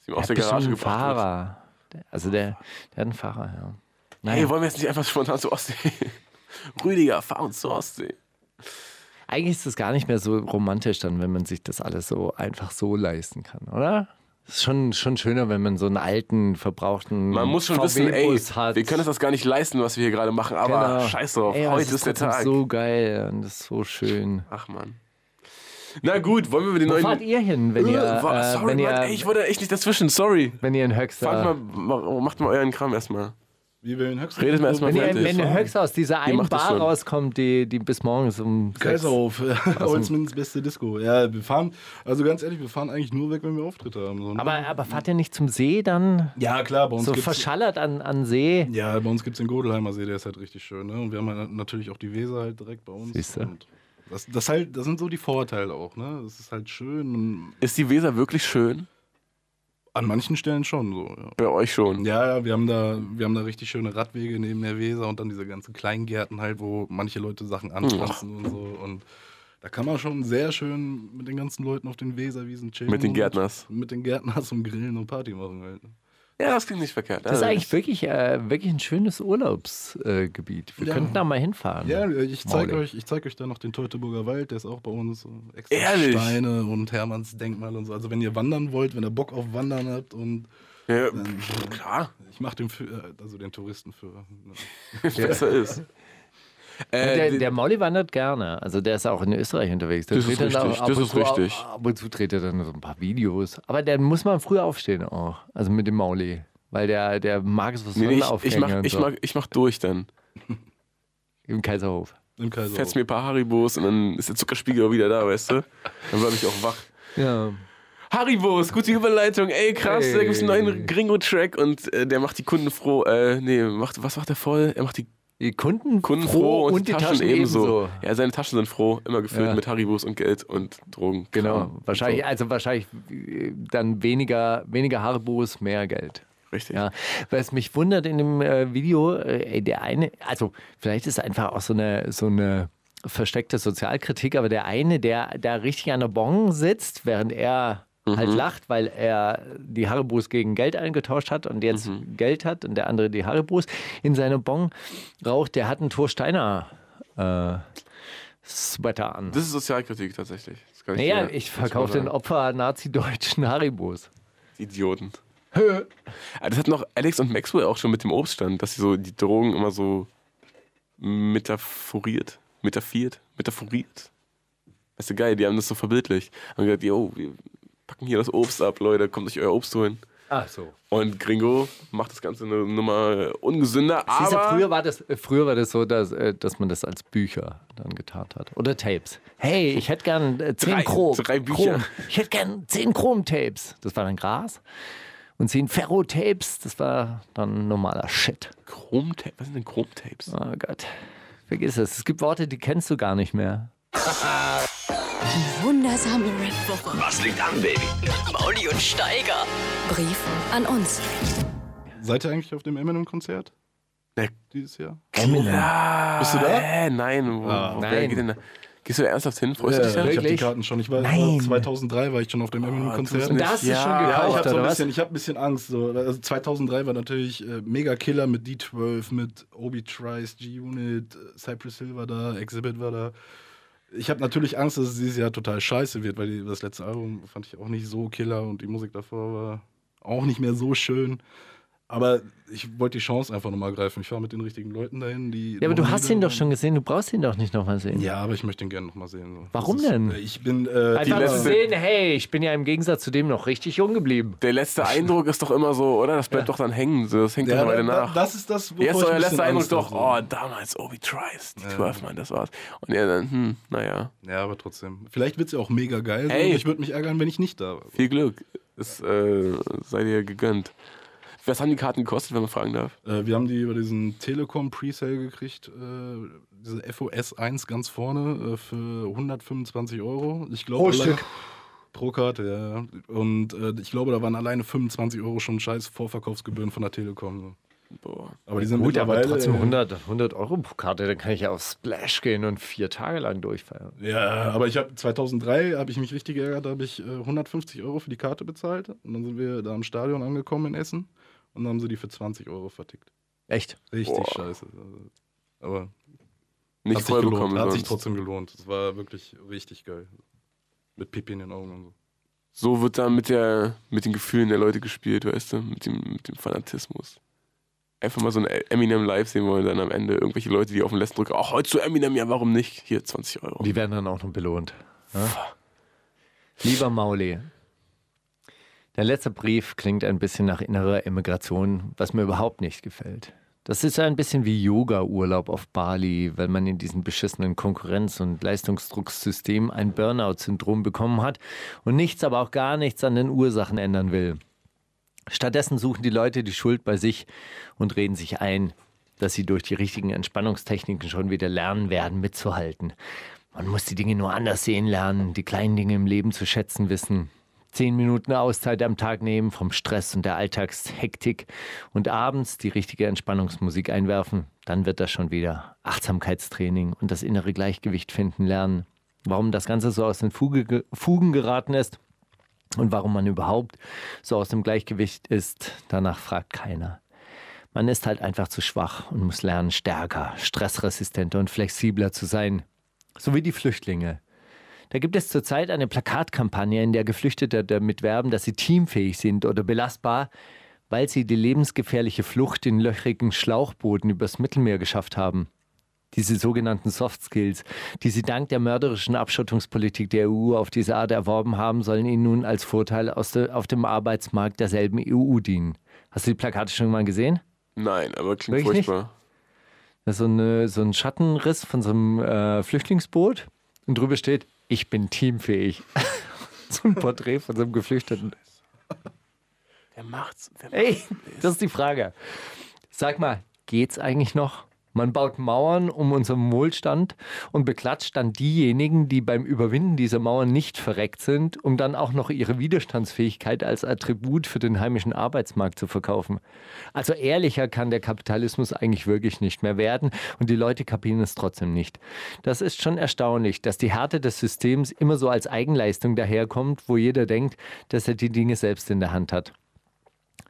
E: Ist ihm aus der
D: bist du
E: Garage
D: ein
E: gebracht. worden.
D: Fahrer. Der- Also der, der hat einen Fahrer, ja.
E: Hey, wollen wir jetzt nicht einfach spontan zur Ostsee? Rüdiger, fahr uns zur Ostsee.
D: Eigentlich ist es gar nicht mehr so romantisch dann, wenn man sich das alles so einfach so leisten kann, oder? Ist schon, schon schöner, wenn man so einen alten, verbrauchten
E: Man muss schon
D: VW-Bus
E: wissen, ey,
D: hat.
E: wir können uns das gar nicht leisten, was wir hier gerade machen, aber
D: Genau.
E: scheiß drauf,
D: Ey, aber es
E: heute ist der
D: trotzdem
E: Tag.
D: so geil und das ist so schön.
E: Ach man. Na gut, wollen wir mit den
D: Wo
E: neuen.
D: fahrt ihr hin, wenn
E: Äh,
D: ihr,
E: wa-
D: äh,
E: sorry,
D: wenn ihr,
E: Mann, ey, ich wollte echt nicht dazwischen, sorry.
D: wenn ihr in Höxter,
E: Fangt mal, ma- macht mal euren Kram erstmal.
F: Wie wir in Höchst.
E: Redet mir erstmal
D: wenn ihr,
E: fertig.
D: wenn ihr in Höxter aus dieser einen
E: macht das
D: Bar
E: schon.
D: rauskommt, die, die bis morgens um sechs-
F: Kaiserhof, Holzmins beste Disco. Ja, wir fahren, also ganz ehrlich, wir fahren eigentlich nur weg, wenn wir Auftritte haben. So, ne?
D: Aber, aber fahrt ihr nicht zum See dann?
F: ja, klar, bei uns
D: So
F: gibt's-
D: verschallert an, an See?
F: Ja, bei uns gibt es den Godelheimer See, der ist halt richtig schön. Ne? Und wir haben halt natürlich auch die Weser halt direkt bei uns.
D: Siehste.
F: Und Das, das, halt, das sind so die Vorteile auch. Ne? Das ist halt schön. und
E: Ist die Weser wirklich schön?
F: An manchen Stellen schon so. Ja.
E: Bei euch schon.
F: Ja, ja, wir haben, da, wir haben da richtig schöne Radwege neben der Weser und dann diese ganzen Kleingärten halt, wo manche Leute Sachen anpflanzen und so. Und da kann man schon sehr schön mit den ganzen Leuten auf den Weserwiesen chillen.
E: Mit den
F: und
E: Gärtners.
F: Mit den Gärtners und grillen und Party machen halt. ne?
E: Ja, das klingt nicht verkehrt.
D: Das ist
E: Ja,
D: eigentlich wirklich, äh, wirklich ein schönes Urlaubsgebiet. Äh, Gebiet. Wir
F: Ja.
D: könnten da mal hinfahren.
F: Ja, ich zeige
D: Mauli.
F: euch, ich zeig euch da noch den Teutoburger Wald, der ist auch bei uns. so Extra
E: Ehrlich?
F: Steine und Hermannsdenkmal und so. Also wenn ihr wandern wollt, wenn ihr Bock auf Wandern habt und
E: Ja, pff, klar,
F: ich mache den für, also den Touristen für. Ne?
E: besser ist. Äh,
D: Der,
E: die-
D: der Molly wandert gerne. Also der ist auch in Österreich unterwegs. Der
E: Das ist
D: dreht dann
E: richtig,
D: Ab
E: das
D: und
E: ist
D: zu,
E: richtig.
D: Ab und zu dreht er dann so ein paar Videos. Aber dann muss man früh aufstehen auch. Also mit dem Mauli. Weil der, der mag es was
E: nee, nee, ich,
D: Sonnenaufgänge
E: ich, mach,
D: und
E: ich,
D: so.
E: mach, ich mach durch dann.
D: Im Kaiserhof.
F: Im Kaiser.
E: Fetzt mir ein paar Haribos und dann ist der Zuckerspiegel auch wieder da, weißt du? Dann bleib ich auch wach.
D: Ja.
E: Haribos, gute Überleitung. Ey, krass, da gibt's einen neuen Gringo-Track und äh, der macht die Kunden froh. Äh, nee, macht, was macht er voll? Er macht die
D: Die Kunden,
E: Kunden froh, und, die Taschen, ebenso. Ja, seine Taschen sind froh, immer gefüllt
D: Ja.
E: mit Haribos und Geld und Drogen.
D: Genau.
E: Kram.
D: Wahrscheinlich, also wahrscheinlich äh, dann weniger, weniger Harbos, mehr Geld.
E: Richtig.
D: Ja, was mich wundert in dem äh, Video, äh, ey, der eine, also vielleicht ist einfach auch so eine, so eine versteckte Sozialkritik, aber der eine, der da richtig an der Bon sitzt, während er
E: Mhm.
D: halt lacht, weil er die Haribos gegen Geld eingetauscht hat und jetzt
E: Mhm.
D: Geld hat und der andere die Haribos in seine Bon raucht, der hat einen Thorsteiner äh, Sweater an.
E: Das ist Sozialkritik tatsächlich. Das kann
D: Naja,
E: dir-
D: ich
E: muss man
D: verkaufe den
E: sagen.
D: Opfer-Nazi-deutschen Haribos.
E: Idioten. Ah, Das hat noch Alex und Maxwell auch schon mit dem Obststand, dass sie so die Drogen immer so metaphoriert, metaphoriert, metaphoriert. Weißt du, geil, die haben das so verbildlich. Haben gesagt, yo, wir packen hier das Obst ab, Leute, kommt euch euer Obst holen.
D: Ach so.
E: Und Gringo macht das Ganze eine Nummer ungesünder,
D: Siehst du,
E: aber...
D: früher war das, äh, früher war das so, dass, äh, dass man das als Bücher dann getan hat. Oder Tapes. Hey, ich hätte gern äh, zehn
E: Drei-
D: Chrom.
E: drei Bücher.
D: Chrom. Ich hätte gern zehn Chrom-Tapes. Das war dann Gras. Und zehn Ferro-Tapes, das war dann normaler Shit.
E: Chromtape, was sind denn Chromtapes?
D: Oh Gott. Vergiss es. Es gibt Worte, die kennst du gar nicht mehr.
G: Wundersame Red Booker. Was liegt an, Baby? Mauli und Steiger. Brief an uns.
F: Seid ihr eigentlich auf dem Eminem-Konzert
E: Na,
F: dieses Jahr? Ah.
E: Bist du da? Äh, nein. Wo, wo,
D: Nein.
E: Wer geht denn da? Gehst du ernsthaft hin? Freust du dich
F: ich
E: da?
F: habe die
D: Wirklich?
F: Karten schon. Ich war
D: Nein.
F: 2003 war ich schon auf dem Eminem-Konzert.
E: du bist
D: Da hast du
E: Ja.
D: schon
E: Ja, ich
F: Ja, ich
D: gekauft,
F: habe so ein
D: oder was?
F: bisschen, ich hab ein bisschen Angst. So. Also 2003 war natürlich äh, mega Killer mit D12, mit Obi Trice, G-Unit, äh, Cypress Hill war da, Exhibit war da. Ich habe natürlich Angst, dass es dieses Jahr total scheiße wird, weil die, das letzte Album fand ich auch nicht so killer und die Musik davor war auch nicht mehr so schön. Aber ich wollte die Chance einfach nochmal greifen. Ich fahre mit den richtigen Leuten dahin, die.
D: Ja, aber du hast ihn doch
F: schon.
D: schon gesehen, du brauchst ihn doch nicht nochmal sehen.
F: Ja, aber ich möchte ihn gerne nochmal sehen. so.
D: Warum
F: Das ist-
D: denn?
F: Ich bin. Äh,
D: Einfach zu
E: letzte-
D: sehen, hey, ich bin ja im Gegensatz zu dem noch richtig jung geblieben.
E: Der letzte Eindruck ist doch immer so, oder? Das bleibt doch dann hängen. so, Das hängt
F: ja,
E: dann weiter
F: da,
E: nach.
F: da, das ist das, wovor
E: Jetzt ist
F: ich
E: euer
F: ein
E: letzter
F: bisschen
E: Eindruck
F: Angst
E: doch,
F: habe.
E: oh, damals Obi Trice, die 12 Mann, das war's. Und er dann, hm, naja,
F: Ja, aber trotzdem. Vielleicht wird es ja auch mega geil. sein
E: Ey.
F: und Ich würde mich ärgern, wenn ich nicht da war.
E: viel Glück. Es äh, sei dir gegönnt. Was haben die Karten gekostet, wenn man fragen darf?
F: Äh, wir haben die über diesen Telekom Presale gekriegt. Äh, diese FOS 1 ganz vorne äh, für 125 Euro. Ich glaube,
D: Pro
F: allein-
D: Oh, Stück.
F: Pro Karte, ja. Und äh, ich glaube, da waren alleine 25 Euro schon scheiß Vorverkaufsgebühren von der Telekom. So.
E: Boah.
F: Aber die sind
D: Gut, aber
F: mittlerweile,
D: trotzdem
F: äh,
D: 100, 100 Euro pro Karte, dann kann ich ja auf Splash gehen und vier Tage lang durchfeiern.
F: Ja, aber ich habe 2003 habe ich mich richtig geärgert, da habe ich äh, 150 Euro für die Karte bezahlt und dann sind wir da am Stadion angekommen in Essen und dann haben sie die für 20 Euro vertickt.
D: Echt?
F: Richtig
E: Boah.
F: scheiße. Also, Aber
E: Nicht
F: hat sich
E: voll bekommen
F: gelohnt, hat sich
E: sonst.
F: trotzdem gelohnt. Es war wirklich richtig geil. Mit Pipi in den Augen und so.
E: So wird da mit, der, mit den Gefühlen der Leute gespielt, weißt du, mit dem, mit dem Fanatismus. Einfach mal so ein Eminem live sehen wollen, dann am Ende irgendwelche Leute, die auf den letzten Drücker, ach, heute zu Eminem, ja, warum nicht? Hier, 20 Euro.
D: Die werden dann auch noch belohnt. Ne? Lieber Mauli, der letzte Brief klingt ein bisschen nach innerer Emigration, was mir überhaupt nicht gefällt. Das ist ja ein bisschen wie Yoga-Urlaub auf Bali, weil man in diesem beschissenen Konkurrenz- und Leistungsdrucksystem ein Burnout-Syndrom bekommen hat und nichts, aber auch gar nichts an den Ursachen ändern will. Stattdessen suchen die Leute die Schuld bei sich und reden sich ein, dass sie durch die richtigen Entspannungstechniken schon wieder lernen werden, mitzuhalten. Man muss die Dinge nur anders sehen lernen, die kleinen Dinge im Leben zu schätzen wissen. Zehn Minuten Auszeit am Tag nehmen vom Stress und der Alltagshektik und abends die richtige Entspannungsmusik einwerfen. Dann wird das schon wieder Achtsamkeitstraining und das innere Gleichgewicht finden lernen. Warum das Ganze so aus den Fuge, ge- Fugen geraten ist, und warum man überhaupt so aus dem Gleichgewicht ist, danach fragt keiner. Man ist halt einfach zu schwach und muss lernen, stärker, stressresistenter und flexibler zu sein. So wie die Flüchtlinge. Da gibt es zurzeit eine Plakatkampagne, in der Geflüchtete damit werben, dass sie teamfähig sind oder belastbar, weil sie die lebensgefährliche Flucht in löchrigen Schlauchbooten übers Mittelmeer geschafft haben diese sogenannten Soft Skills, die sie dank der mörderischen Abschottungspolitik der EU auf diese Art erworben haben, sollen ihnen nun als Vorteil aus de, auf dem Arbeitsmarkt derselben EU dienen. Hast du die Plakate schon mal gesehen?
E: Nein, aber klingt
D: Wirklich nicht?
E: furchtbar.
D: Das ist so, eine, so ein Schattenriss von so einem äh, Flüchtlingsboot und drüber steht, ich bin teamfähig. so ein Porträt von so einem Geflüchteten.
E: Wer macht's? Wer
D: Ey, das ist die Frage. Sag mal, geht's eigentlich noch? Man baut Mauern um unseren Wohlstand und beklatscht dann diejenigen, die beim Überwinden dieser Mauern nicht verreckt sind, um dann auch noch ihre Widerstandsfähigkeit als Attribut für den heimischen Arbeitsmarkt zu verkaufen. Also ehrlicher kann der Kapitalismus eigentlich wirklich nicht mehr werden und die Leute kapieren es trotzdem nicht. Das ist schon erstaunlich, dass die Härte des Systems immer so als Eigenleistung daherkommt, wo jeder denkt, dass er die Dinge selbst in der Hand hat.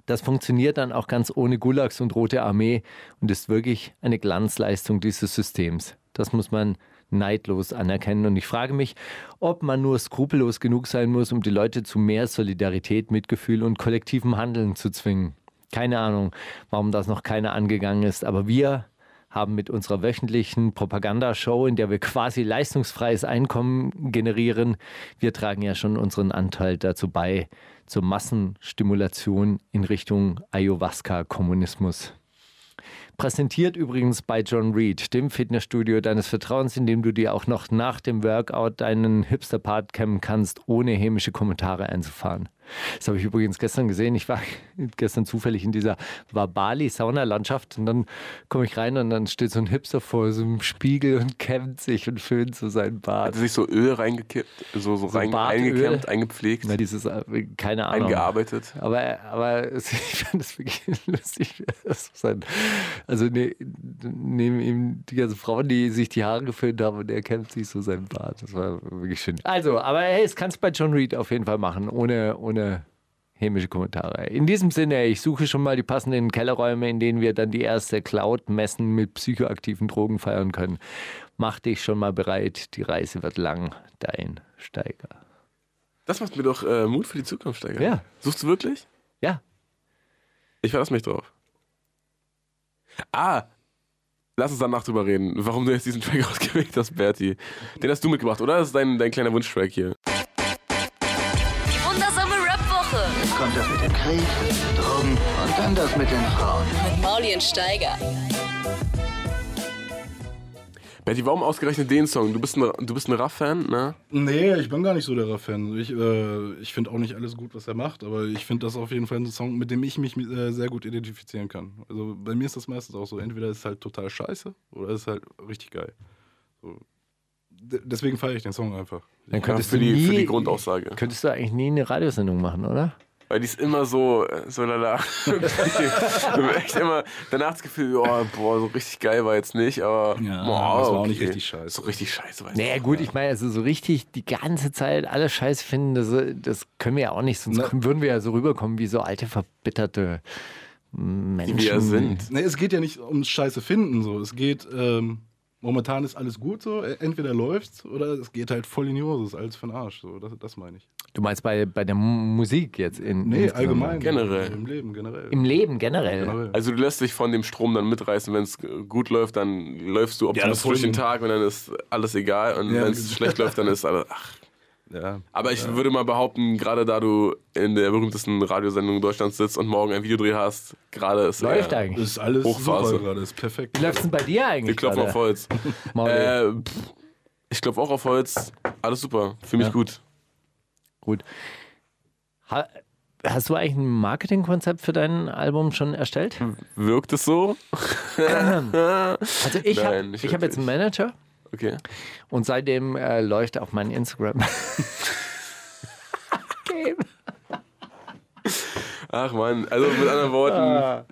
D: Das funktioniert dann auch ganz ohne Gulags und Rote Armee und ist wirklich eine Glanzleistung dieses Systems. Das muss man neidlos anerkennen. Und ich frage mich, ob man nur skrupellos genug sein muss, um die Leute zu mehr Solidarität, Mitgefühl und kollektivem Handeln zu zwingen. Keine Ahnung, warum das noch keiner angegangen ist, aber wir haben mit unserer wöchentlichen Propagandashow, in der wir quasi leistungsfreies Einkommen generieren, wir tragen ja schon unseren Anteil dazu bei, zur Massenstimulation in Richtung Ayahuasca-Kommunismus. Präsentiert übrigens bei John Reed, dem Fitnessstudio deines Vertrauens, in dem du dir auch noch nach dem Workout deinen Hipster-Part kämmen kannst, ohne hämische Kommentare einzufahren. Das habe ich übrigens gestern gesehen. Ich war gestern zufällig in dieser Wabali-Sauna-Landschaft und dann komme ich rein und dann steht so ein Hipster vor so einem Spiegel und kämmt sich und föhnt so seinen Bart.
E: Hat er sich so Öl reingekippt, so, so, rein,
D: Bartöl.
E: eingekämmt, eingepflegt,
D: Na, dieses, äh, keine Ahnung.
E: eingearbeitet?
D: Aber, aber es- ich fand es wirklich lustig. wie das so sein- Also ne, neben ihm die ganzen Frauen, die sich die Haare geföhnt haben und er kämpft sich so seinen Bart. Das war wirklich schön. Also, aber hey, es kannst du bei John Reed auf jeden Fall machen, ohne, ohne hämische Kommentare. In diesem Sinne, ich suche schon mal die passenden Kellerräume, in denen wir dann die erste Cloud-Messen mit psychoaktiven Drogen feiern können. Mach dich schon mal bereit, die Reise wird lang, dein Steiger.
E: Das macht mir doch äh, Mut für die Zukunft, Steiger.
D: Ja.
E: Suchst du wirklich?
D: Ja.
E: Ich verlasse mich drauf. Ah, lass uns danach drüber reden, warum du jetzt diesen Track ausgewählt hast, Berti. Den hast du mitgebracht, oder? Das ist dein, dein kleiner Wunschtrack hier.
G: Die wundersame Rap-Woche
B: Jetzt kommt das mit dem Krieg, das mit den Drogen und dann das mit den Frauen.
G: mit Maulien Steiger.
E: Berti, warum ausgerechnet den Song? Du bist ein, du bist ein Raff-Fan, ne?
F: Nee, ich bin gar nicht so der Raff-Fan. Ich, äh, ich finde auch nicht alles gut, was er macht, aber ich finde das auf jeden Fall ein Song, mit dem ich mich äh, sehr gut identifizieren kann. Also bei mir ist das meistens auch so. Entweder ist es halt total scheiße oder ist es halt richtig geil. So. D- Deswegen feiere ich den Song einfach.
D: Dann
E: Ja,
D: könntest
E: für,
D: du
E: die,
D: nie,
E: für die Grundaussage.
D: Könntest du eigentlich nie eine Radiosendung machen, oder?
E: Weil die ist immer so, äh, so lala. Ich hab echt immer danach das Gefühl, oh, boah, so richtig geil war jetzt nicht, aber
F: Ja,
E: boah,
F: das war auch nicht richtig scheiße.
E: So richtig scheiße war jetzt
D: Naja, gut, ich meine, also so richtig die ganze Zeit alle Scheiß finden, das, das können wir ja auch nicht, sonst
F: Na.
D: würden wir ja so rüberkommen wie so alte, verbitterte Menschen.
E: nicht, wie wir sind.
F: Nee, es geht ja nicht ums Scheiße finden. So. Es geht, ähm, momentan ist alles gut so. Ä- Entweder läuft's oder es geht halt voll in die Hose. Ist alles für den Arsch. So. Das, das meine ich.
D: Du meinst bei, bei der M- Musik jetzt in.
F: Nee,
D: insgesamt? ne?
F: allgemein.
E: Generell.
F: Im Leben, generell.
D: Im Leben generell.
F: generell.
E: Also du lässt dich von dem Strom dann mitreißen, wenn es gut läuft, dann läufst du optimistisch
F: das
E: durch den
F: schon.
E: Tag und dann ist alles egal und
F: Ja,
E: wenn es
F: genau.
E: schlecht läuft, dann ist alles, ach.
F: Ja.
E: Aber ich würde mal behaupten, gerade da du in der berühmtesten Radiosendung Deutschlands sitzt und morgen ein Videodreh hast, gerade ist
D: Läuft
E: äh,
D: eigentlich.
F: Ist alles
E: Hochphase.
F: super gerade. Ist perfekt.
D: Wie läuft es denn bei dir eigentlich?
E: Wir klopfen
D: gerade? Oh,
E: auf Holz.
D: Mauli.
E: Äh, pff, ich klopfe auch auf Holz. Alles super. Fühle mich
D: Ja.
E: gut.
D: Gut. Ha hast du eigentlich ein Marketingkonzept für dein Album schon erstellt?
E: Wirkt es so?
D: Also ich habe
E: Nein, nicht
D: hab jetzt einen Manager
E: Okay.
D: und seitdem äh, läuft auch mein Instagram. Game.
E: Ach man, also mit anderen
D: Ah.
E: Worten,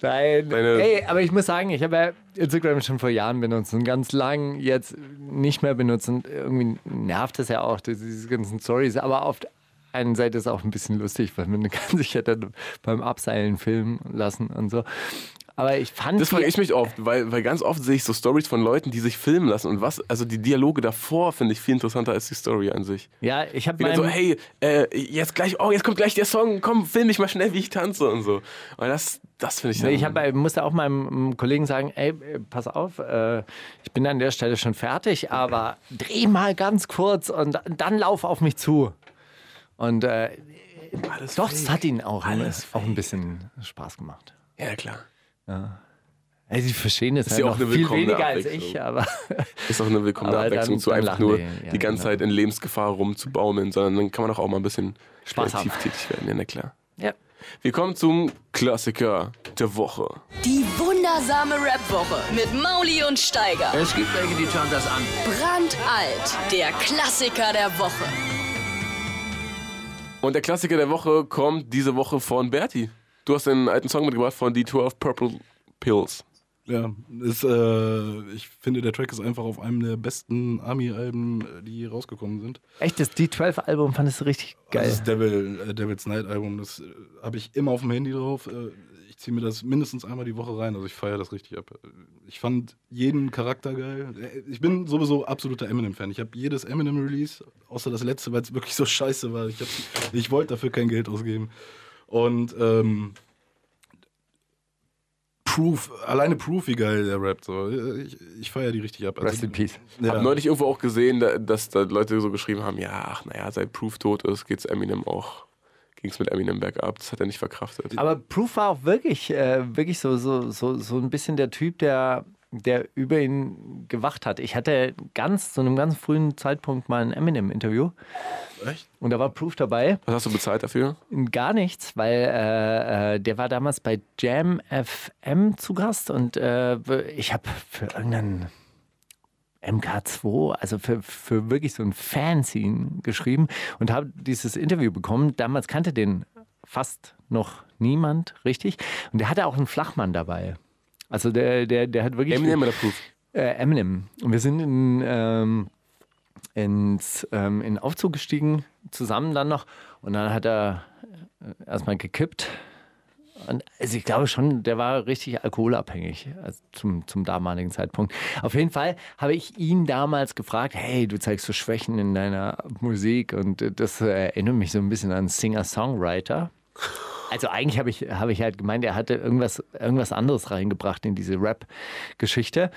D: Nein.
E: Deine-
D: Ey, aber ich muss sagen, ich habe ja Instagram schon vor Jahren benutzt und ganz lang jetzt nicht mehr benutzt und irgendwie nervt es ja auch, diese- diese ganzen Stories. Aber auf der einen Seite ist es auch ein bisschen lustig, weil man kann sich ja dann beim Abseilen filmen lassen und so. Aber ich fand
E: das frage
D: die-
E: ich mich oft, weil, weil ganz oft sehe ich so Stories von Leuten, die sich filmen lassen und was, also die Dialoge davor finde ich viel interessanter als die Story an sich.
D: ja, ich habe
E: Wie dann
D: meinem
E: so, hey, äh, jetzt gleich, oh, jetzt kommt gleich der Song, komm, film mich mal schnell, wie ich tanze und so. Und das, das finde ich
D: Nee,
E: dann-
D: Ich hab, äh, musste auch meinem ähm, Kollegen sagen, ey, äh, pass auf, äh, ich bin an der Stelle schon fertig, aber dreh mal ganz kurz und da- dann lauf auf mich zu. Und äh,
E: Alles
D: doch,
E: fake.
D: es hat ihnen auch, ne,
E: Alles
D: auch ein bisschen Spaß gemacht.
E: Ja, klar.
D: Ey, sie verstehen es
E: Ist
D: halt
E: ja auch
D: noch
E: eine
D: viel
E: willkommene
D: weniger als
E: Abwechslung.
D: ich, aber
E: Ist auch eine willkommene
D: Aber
E: Abwechslung
D: dann-
E: zu
D: dann
E: einfach
D: lachen
E: nur
D: die, ja,
E: die
D: genau.
E: ganze Zeit in Lebensgefahr rumzubaumeln, sondern dann kann man auch, auch mal ein bisschen
D: Spaß haben.
E: kreativ tätig werden. Ja, na klar.
D: ja.
E: Wir kommen zum Klassiker der Woche.
G: Die wundersame Rap-Woche mit Mauli und Steiger.
B: Es gibt welche, die schauen das an.
G: Brandalt, der Klassiker der Woche.
E: Und der Klassiker der Woche kommt diese Woche von Berti. Du hast einen alten Song mitgebracht von D12 Purple Pills.
F: Ja, ist, äh, ich finde, der Track ist einfach auf einem der besten Army-Alben, äh, die rausgekommen sind.
D: Echt, das D12-Album fandest du richtig
E: Also
D: geil.
F: Das Devil, äh, Devil's Night-Album, das äh, habe ich immer auf dem Handy drauf. Äh, ich ziehe mir das mindestens einmal die Woche rein, also ich feiere das richtig ab. Äh, Ich fand jeden Charakter geil. Äh, Ich bin sowieso absoluter Eminem-Fan. Ich habe jedes Eminem-Release, außer das letzte, weil es wirklich so scheiße war. Ich, hab's- ich wollte dafür kein Geld ausgeben. Und ähm, Proof, alleine Proof, wie geil der rappt. So. Äh, Ich, ich feiere die richtig ab. Also
D: Rest in Peace.
E: Hab
F: Ja.
E: neulich irgendwo auch gesehen, da- dass da Leute so geschrieben haben: Ja, ach, naja, seit Proof tot ist, geht's Eminem auch. Ging's mit Eminem bergab. Das hat er nicht verkraftet.
D: Aber Proof war auch wirklich, äh, wirklich so, so, so, so ein bisschen der Typ, der, der über ihn gewacht hat. Ich hatte ganz zu einem ganz frühen Zeitpunkt mal ein Eminem-Interview.
F: Echt?
D: Und da war Proof dabei.
E: Was hast du bezahlt dafür?
D: Gar nichts, weil äh, äh, der war damals bei Jam FM zu Gast und äh, ich habe für irgendeinen MK2, also für, für wirklich so ein Fanzine geschrieben und habe dieses Interview bekommen. Damals kannte den fast noch niemand richtig und der hatte auch einen Flachmann dabei. Also der, der, der hat wirklich
E: Eminem oder Proof?
D: äh, Eminem. Und wir sind in, ähm, ins, ähm, in den Aufzug gestiegen, zusammen dann noch. Und dann hat er äh, erstmal gekippt. Und also ich glaube schon, der war richtig alkoholabhängig also zum, zum damaligen Zeitpunkt. Auf jeden Fall habe ich ihn damals gefragt, hey, du zeigst so Schwächen in deiner Musik und äh, das äh, erinnert mich so ein bisschen an Singer-Songwriter. Also eigentlich habe ich, hab ich halt gemeint, er hatte irgendwas, irgendwas anderes reingebracht in diese Rap-Geschichte.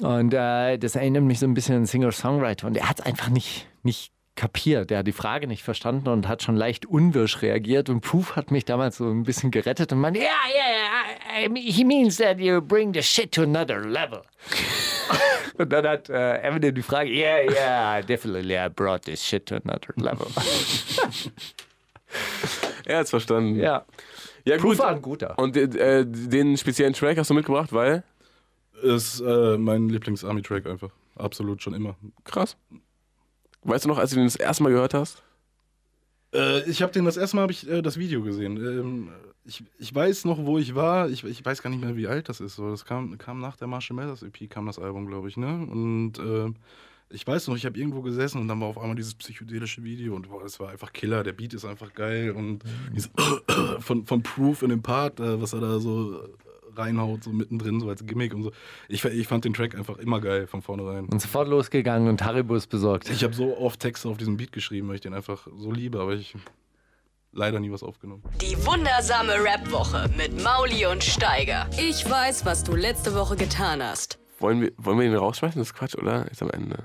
D: Und äh, das erinnert mich so ein bisschen an Singer-Songwriter. Und er hat es einfach nicht, nicht kapiert. Er hat die Frage nicht verstanden und hat schon leicht unwirsch reagiert. Und Proof hat mich damals so ein bisschen gerettet und meinte, ja, ja, ja, I- I- he means that you bring the shit to another level. Und dann hat äh, Eminem die Frage, yeah, yeah, definitely I brought this shit to another level.
E: Er hat's verstanden.
D: ja,
E: ja
D: Proof
E: gut.
D: war ein guter.
E: Und äh, den speziellen Track hast du mitgebracht, weil.
F: Ist äh, mein Lieblings-Army-Track einfach. Absolut, schon immer.
E: Krass. Weißt du noch, als du den das erste Mal gehört hast?
F: Äh, ich habe den das erste Mal hab ich, äh, das Video gesehen. Ähm, ich, ich weiß noch, wo ich war. Ich, ich weiß gar nicht mehr, wie alt das ist. So, das kam, kam nach der Marshall Mathers EP, kam das Album, glaube ich. Ne? Und äh, ich weiß noch, ich habe irgendwo gesessen und dann war auf einmal dieses psychedelische Video und boah, das war einfach Killer. Der Beat ist einfach geil und dieses von, von Proof in dem Part, äh, was er da so reinhaut, so mittendrin, so als Gimmick und so. Ich, fa- ich fand den Track einfach immer geil von vornherein.
D: Und sofort losgegangen und Haribus besorgt.
F: Ich habe so oft Texte auf diesem Beat geschrieben, weil ich den einfach so liebe, aber ich leider nie was aufgenommen.
G: Die wundersame Rap-Woche mit Mauli und Steiger. Ich weiß, was du letzte Woche getan hast.
E: Wollen wir, wollen wir den rausschmeißen? Das ist Quatsch, oder? Ist am Ende.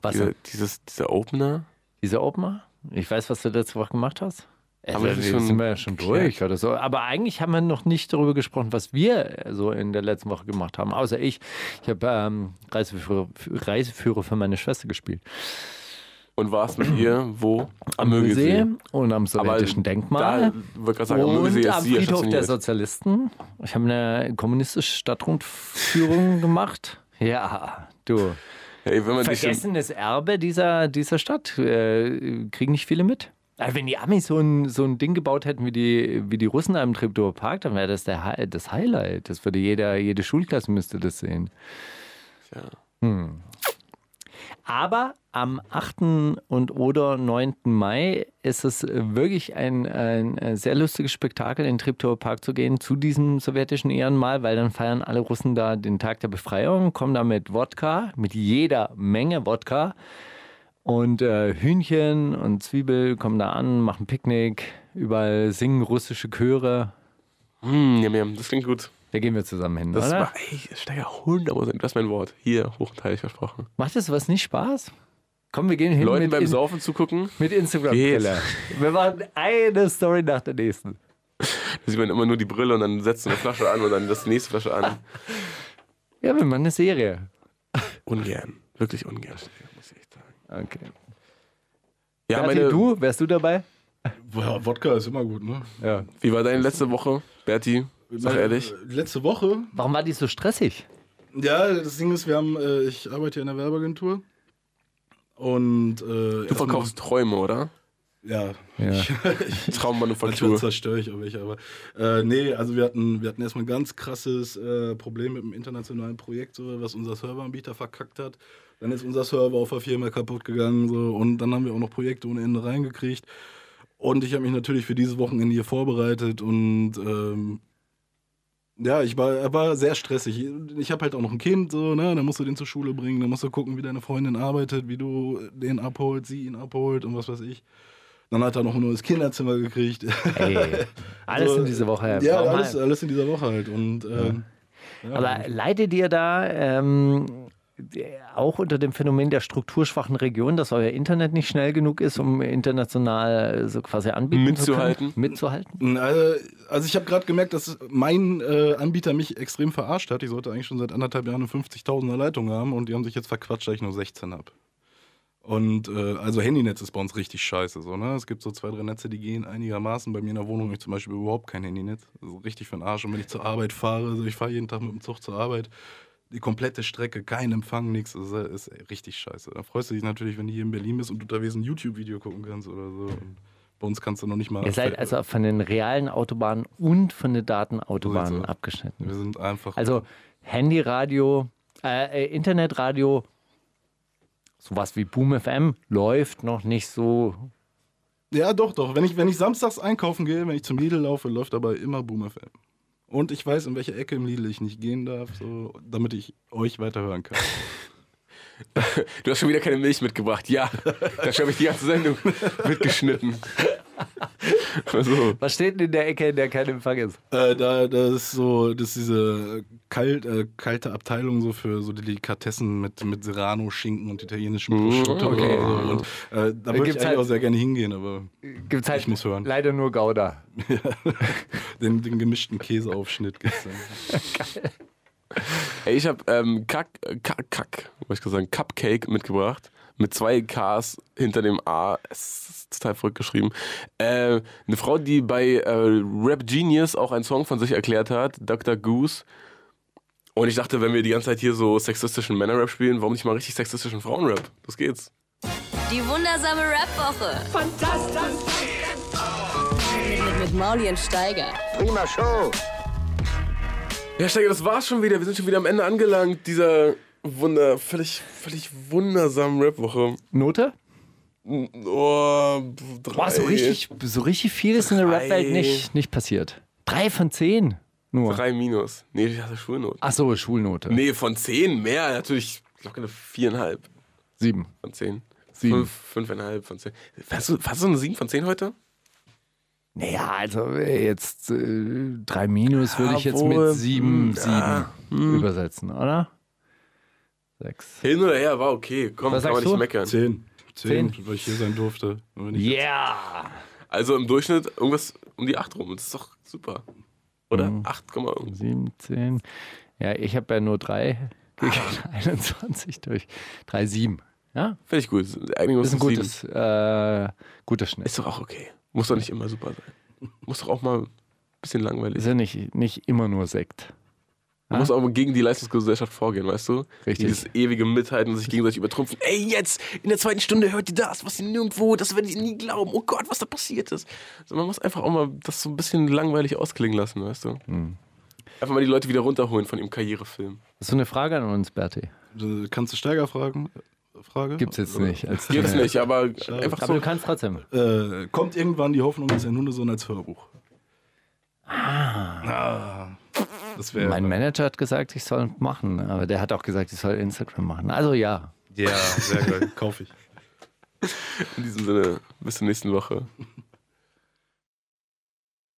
D: Was
E: Dieser, dieses, dieser Opener.
D: Dieser Opener? Ich weiß, was du letzte Woche gemacht hast. Äh,
E: Aber das ist schon
D: sind wir ja schon
E: geklärt.
D: durch oder so. Aber eigentlich haben wir noch nicht darüber gesprochen, was wir äh, so in der letzten Woche gemacht haben. Außer ich. Ich habe ähm, Reiseführer, Reiseführer für meine Schwester gespielt.
E: Und warst mit ihr wo?
D: Am Müggelsee und am sowjetischen Denkmal.
E: Da wollte gerade sagen, am Müggelsee
D: und
E: ist
D: am
E: sie ja
D: Friedhof der
E: stationiert.
D: Sozialisten. Ich habe eine kommunistische Stadtrundführung gemacht. Ja, du.
E: Ey, wenn man dich im-
D: vergessenes Erbe dieser, dieser Stadt. Äh, kriegen nicht viele mit. Also wenn die Amis so ein, so ein Ding gebaut hätten wie die, wie die Russen am Treptower Park, dann wäre das der, Hi- das Highlight. Das würde jeder, jede Schulklasse müsste das sehen.
E: Tja.
D: Aber am 8. und oder 9. Mai ist es äh, wirklich ein, ein äh, sehr lustiges Spektakel, in den Treptower Park zu gehen, zu diesem sowjetischen Ehrenmal, weil dann feiern alle Russen da den Tag der Befreiung, kommen da mit Wodka, mit jeder Menge Wodka und äh, Hühnchen und Zwiebel kommen da an, machen Picknick, überall singen russische Chöre.
E: Hm, ja, ja, das klingt gut.
D: Da gehen wir zusammen hin,
E: Das
D: oder?
E: war, ey, Steiger, 100%. Das ist mein Wort. Hier, hochteilig versprochen.
D: Macht das was nicht Spaß? Komm, wir gehen hin
E: Leuten
D: mit
E: beim
D: in-
E: Saufen zugucken,
D: Mit Instagram-Killer.
E: Killer.
D: Wir machen eine Story nach der nächsten.
E: da sieht man immer nur die Brille und dann setzt du eine Flasche an und dann das nächste Flasche an.
D: Ja, wir machen eine Serie.
E: Ungern. Wirklich ungern, Steiger, muss ich echt sagen.
D: Okay.
E: Ja,
D: Berti,
E: meine,
D: du, wärst du dabei?
F: Boah, Wodka ist immer gut, ne?
D: Ja.
E: wie war deine letzte Woche, Berti? Sag ehrlich.
F: Äh, Letzte Woche,
D: Warum war die so stressig?
F: ja, das Ding ist, wir haben, äh, ich arbeite ja in der Werbeagentur und äh,
E: Du verkaufst Träume, oder?
F: Ja, manchmal
E: Traummanufaktur.
F: zerstöre ich auch welche, aber äh, nee, also wir hatten, wir hatten erstmal ein ganz krasses äh, Problem mit einem internationalen Projekt, so, was unser Serveranbieter verkackt hat. Dann ist unser Server auf der Firma kaputt gegangen so, und dann haben wir auch noch Projekte ohne Ende reingekriegt. Und ich habe mich natürlich für dieses Wochenende hier vorbereitet und ähm, ja, ich war, war sehr stressig. Ich habe halt auch noch ein Kind, so, ne? Dann musst du den zur Schule bringen, dann musst du gucken, wie deine Freundin arbeitet, wie du den abholt, sie ihn abholt und was weiß ich. Dann hat er noch ein neues Kinderzimmer gekriegt.
D: Ey, alles
F: Also,
D: in dieser Woche.
F: Ja,
D: Warum
F: alles,
D: mal?
F: alles in dieser Woche halt. Und, ähm, ja.
D: Aber leidet ihr da ähm, auch unter dem Phänomen der strukturschwachen Region, dass euer Internet nicht schnell genug ist, um international äh, so quasi anbieten zu
E: Mitzuhalten.
D: können? Mitzuhalten.
F: Also, also ich habe gerade gemerkt, dass mein äh, Anbieter mich extrem verarscht hat. Ich sollte eigentlich schon seit anderthalb Jahren eine 50.000er Leitung haben und die haben sich jetzt verquatscht, dass ich nur 16 habe. Und äh, also Handynetz ist bei uns richtig scheiße. So, ne? Es gibt so zwei, drei Netze, die gehen einigermaßen. Bei mir in der Wohnung habe ich zum Beispiel überhaupt kein Handynetz. Also richtig für den Arsch. Und wenn ich zur Arbeit fahre, also ich fahre jeden Tag mit dem Zug zur Arbeit, die komplette Strecke, kein Empfang, nichts, ist, äh, ist äh, richtig scheiße. Da freust du dich natürlich, wenn du hier in Berlin bist und unterwegs ein YouTube-Video gucken kannst oder so. Und bei uns kannst du noch nicht mal.
D: Ihr
E: äh,
D: seid also von den realen Autobahnen und von den Datenautobahnen
F: So ist es.
D: abgeschnitten.
F: Wir sind einfach.
D: Also Handyradio, äh, äh, Internetradio, sowas wie Boom FM läuft noch nicht so.
F: ja, doch, doch. Wenn ich, wenn ich samstags einkaufen gehe, wenn ich zum Lidl laufe, läuft dabei immer Boom FM. Und ich weiß, in welche Ecke im Lidl ich nicht gehen darf, so, damit ich euch weiterhören kann.
E: Du hast schon wieder keine Milch mitgebracht. Ja, da habe ich die ganze Sendung mitgeschnitten. Also,
D: Was steht denn in der Ecke, in der kein Empfang ist?
F: Äh, da, das ist so, das ist diese kalt, äh, kalte Abteilung so für so Delikatessen mit, mit Serrano-Schinken und italienischem Prosciutto
D: Mhm. okay.
F: und so. Und, äh, da würde ich
D: gibt's
F: eigentlich
D: halt-
F: auch sehr gerne hingehen, aber
D: Gibt's halt
F: Ich muss hören.
D: leider nur Gouda.
F: den, den gemischten Käseaufschnitt gibt's dann.
E: ey, ich habe ähm, Kack, äh, Kack, Kack, wollte ich gerade sagen, Cupcake mitgebracht. Mit zwei Ks hinter dem A. Es ist total verrückt geschrieben. Äh, eine Frau, die bei äh, Rap Genius auch einen Song von sich erklärt hat, Dr. Goose. Und ich dachte, wenn wir die ganze Zeit hier so sexistischen Männerrap spielen, warum nicht mal richtig sexistischen Frauenrap? Los geht's.
G: Die wundersame Rap-Woche. Fantastisch. Mit, mit Mauli und Steiger.
B: Prima Show.
E: Ja, Steiger, das war's schon wieder. Wir sind schon wieder am Ende angelangt dieser wunder, völlig, völlig wundersamen Rap-Woche.
D: Note?
E: Oh, drei.
D: Boah, so richtig, so richtig viel ist in der
E: Drei.
D: Rap-Welt nicht, nicht passiert. Drei von zehn nur.
E: Drei Minus. Nee, ich hatte Schulnoten.
D: Ach so, Schulnote.
E: Nee, von zehn mehr. Natürlich locker eine viereinhalb
D: Sieben.
E: von zehn.
D: Sieben.
E: Fünf, fünfeinhalb von zehn. Warst du, warst du eine sieben von zehn heute?
D: Naja, also äh, jetzt äh, drei Minus würde ich jetzt
E: Jawohl.
D: mit sieben,
E: Hm, ja.
D: sieben übersetzen, oder? Sechs.
E: Hin oder her, war okay. Komm,
D: Was
E: kann man
D: sagst
E: nicht
D: du?
E: meckern.
F: Zehn. Zehn,
D: Zehn.
F: weil ich hier sein durfte. Und wenn ich-
D: Yeah!
E: Also im Durchschnitt irgendwas um die acht rum. Das ist doch super. Oder?
D: Mhm.
E: Acht, Komma irgendwas.
D: Sieben, zehn. Ja, ich habe ja nur drei. Gegen 21 durch. Drei, sieben. Ja,
E: Finde ich gut. Einigen
D: das ist ein
E: uns auf sieben.
D: gutes, äh, guter Schnitt.
E: Ist doch auch okay. Muss doch nicht immer super sein. Muss doch auch mal ein bisschen langweilig
D: Ist
E: sein.
D: ja nicht, nicht immer nur Sekt.
E: Man muss auch gegen die Leistungsgesellschaft vorgehen, weißt du?
D: Richtig.
E: Dieses ewige Mithalten und sich gegenseitig übertrumpfen. Ey, jetzt, in der zweiten Stunde hört ihr das, was ihr nirgendwo, das werdet ihr nie glauben. Oh Gott, was da passiert ist. Also man muss einfach auch mal das so ein bisschen langweilig ausklingen lassen, weißt du?
D: Hm.
E: Einfach mal die Leute wieder runterholen von ihrem Karrierefilm.
D: So eine Frage an uns, Berti.
F: Äh, Kannst du Steiger fragen? Äh, Frage?
D: Gibt's jetzt nicht. Als
E: Gibt's nicht, aber einfach
D: Aber
E: so.
D: du kannst trotzdem.
F: Äh, kommt irgendwann die Hoffnung, dass ein Hundesohn als Hörbuch. Ah. Das wäre.
D: Mein Manager hat gesagt, ich soll machen, aber der hat auch gesagt, ich soll Instagram machen. Also ja.
F: Ja, sehr geil. Kaufe ich.
E: In diesem Sinne, bis zur nächsten Woche.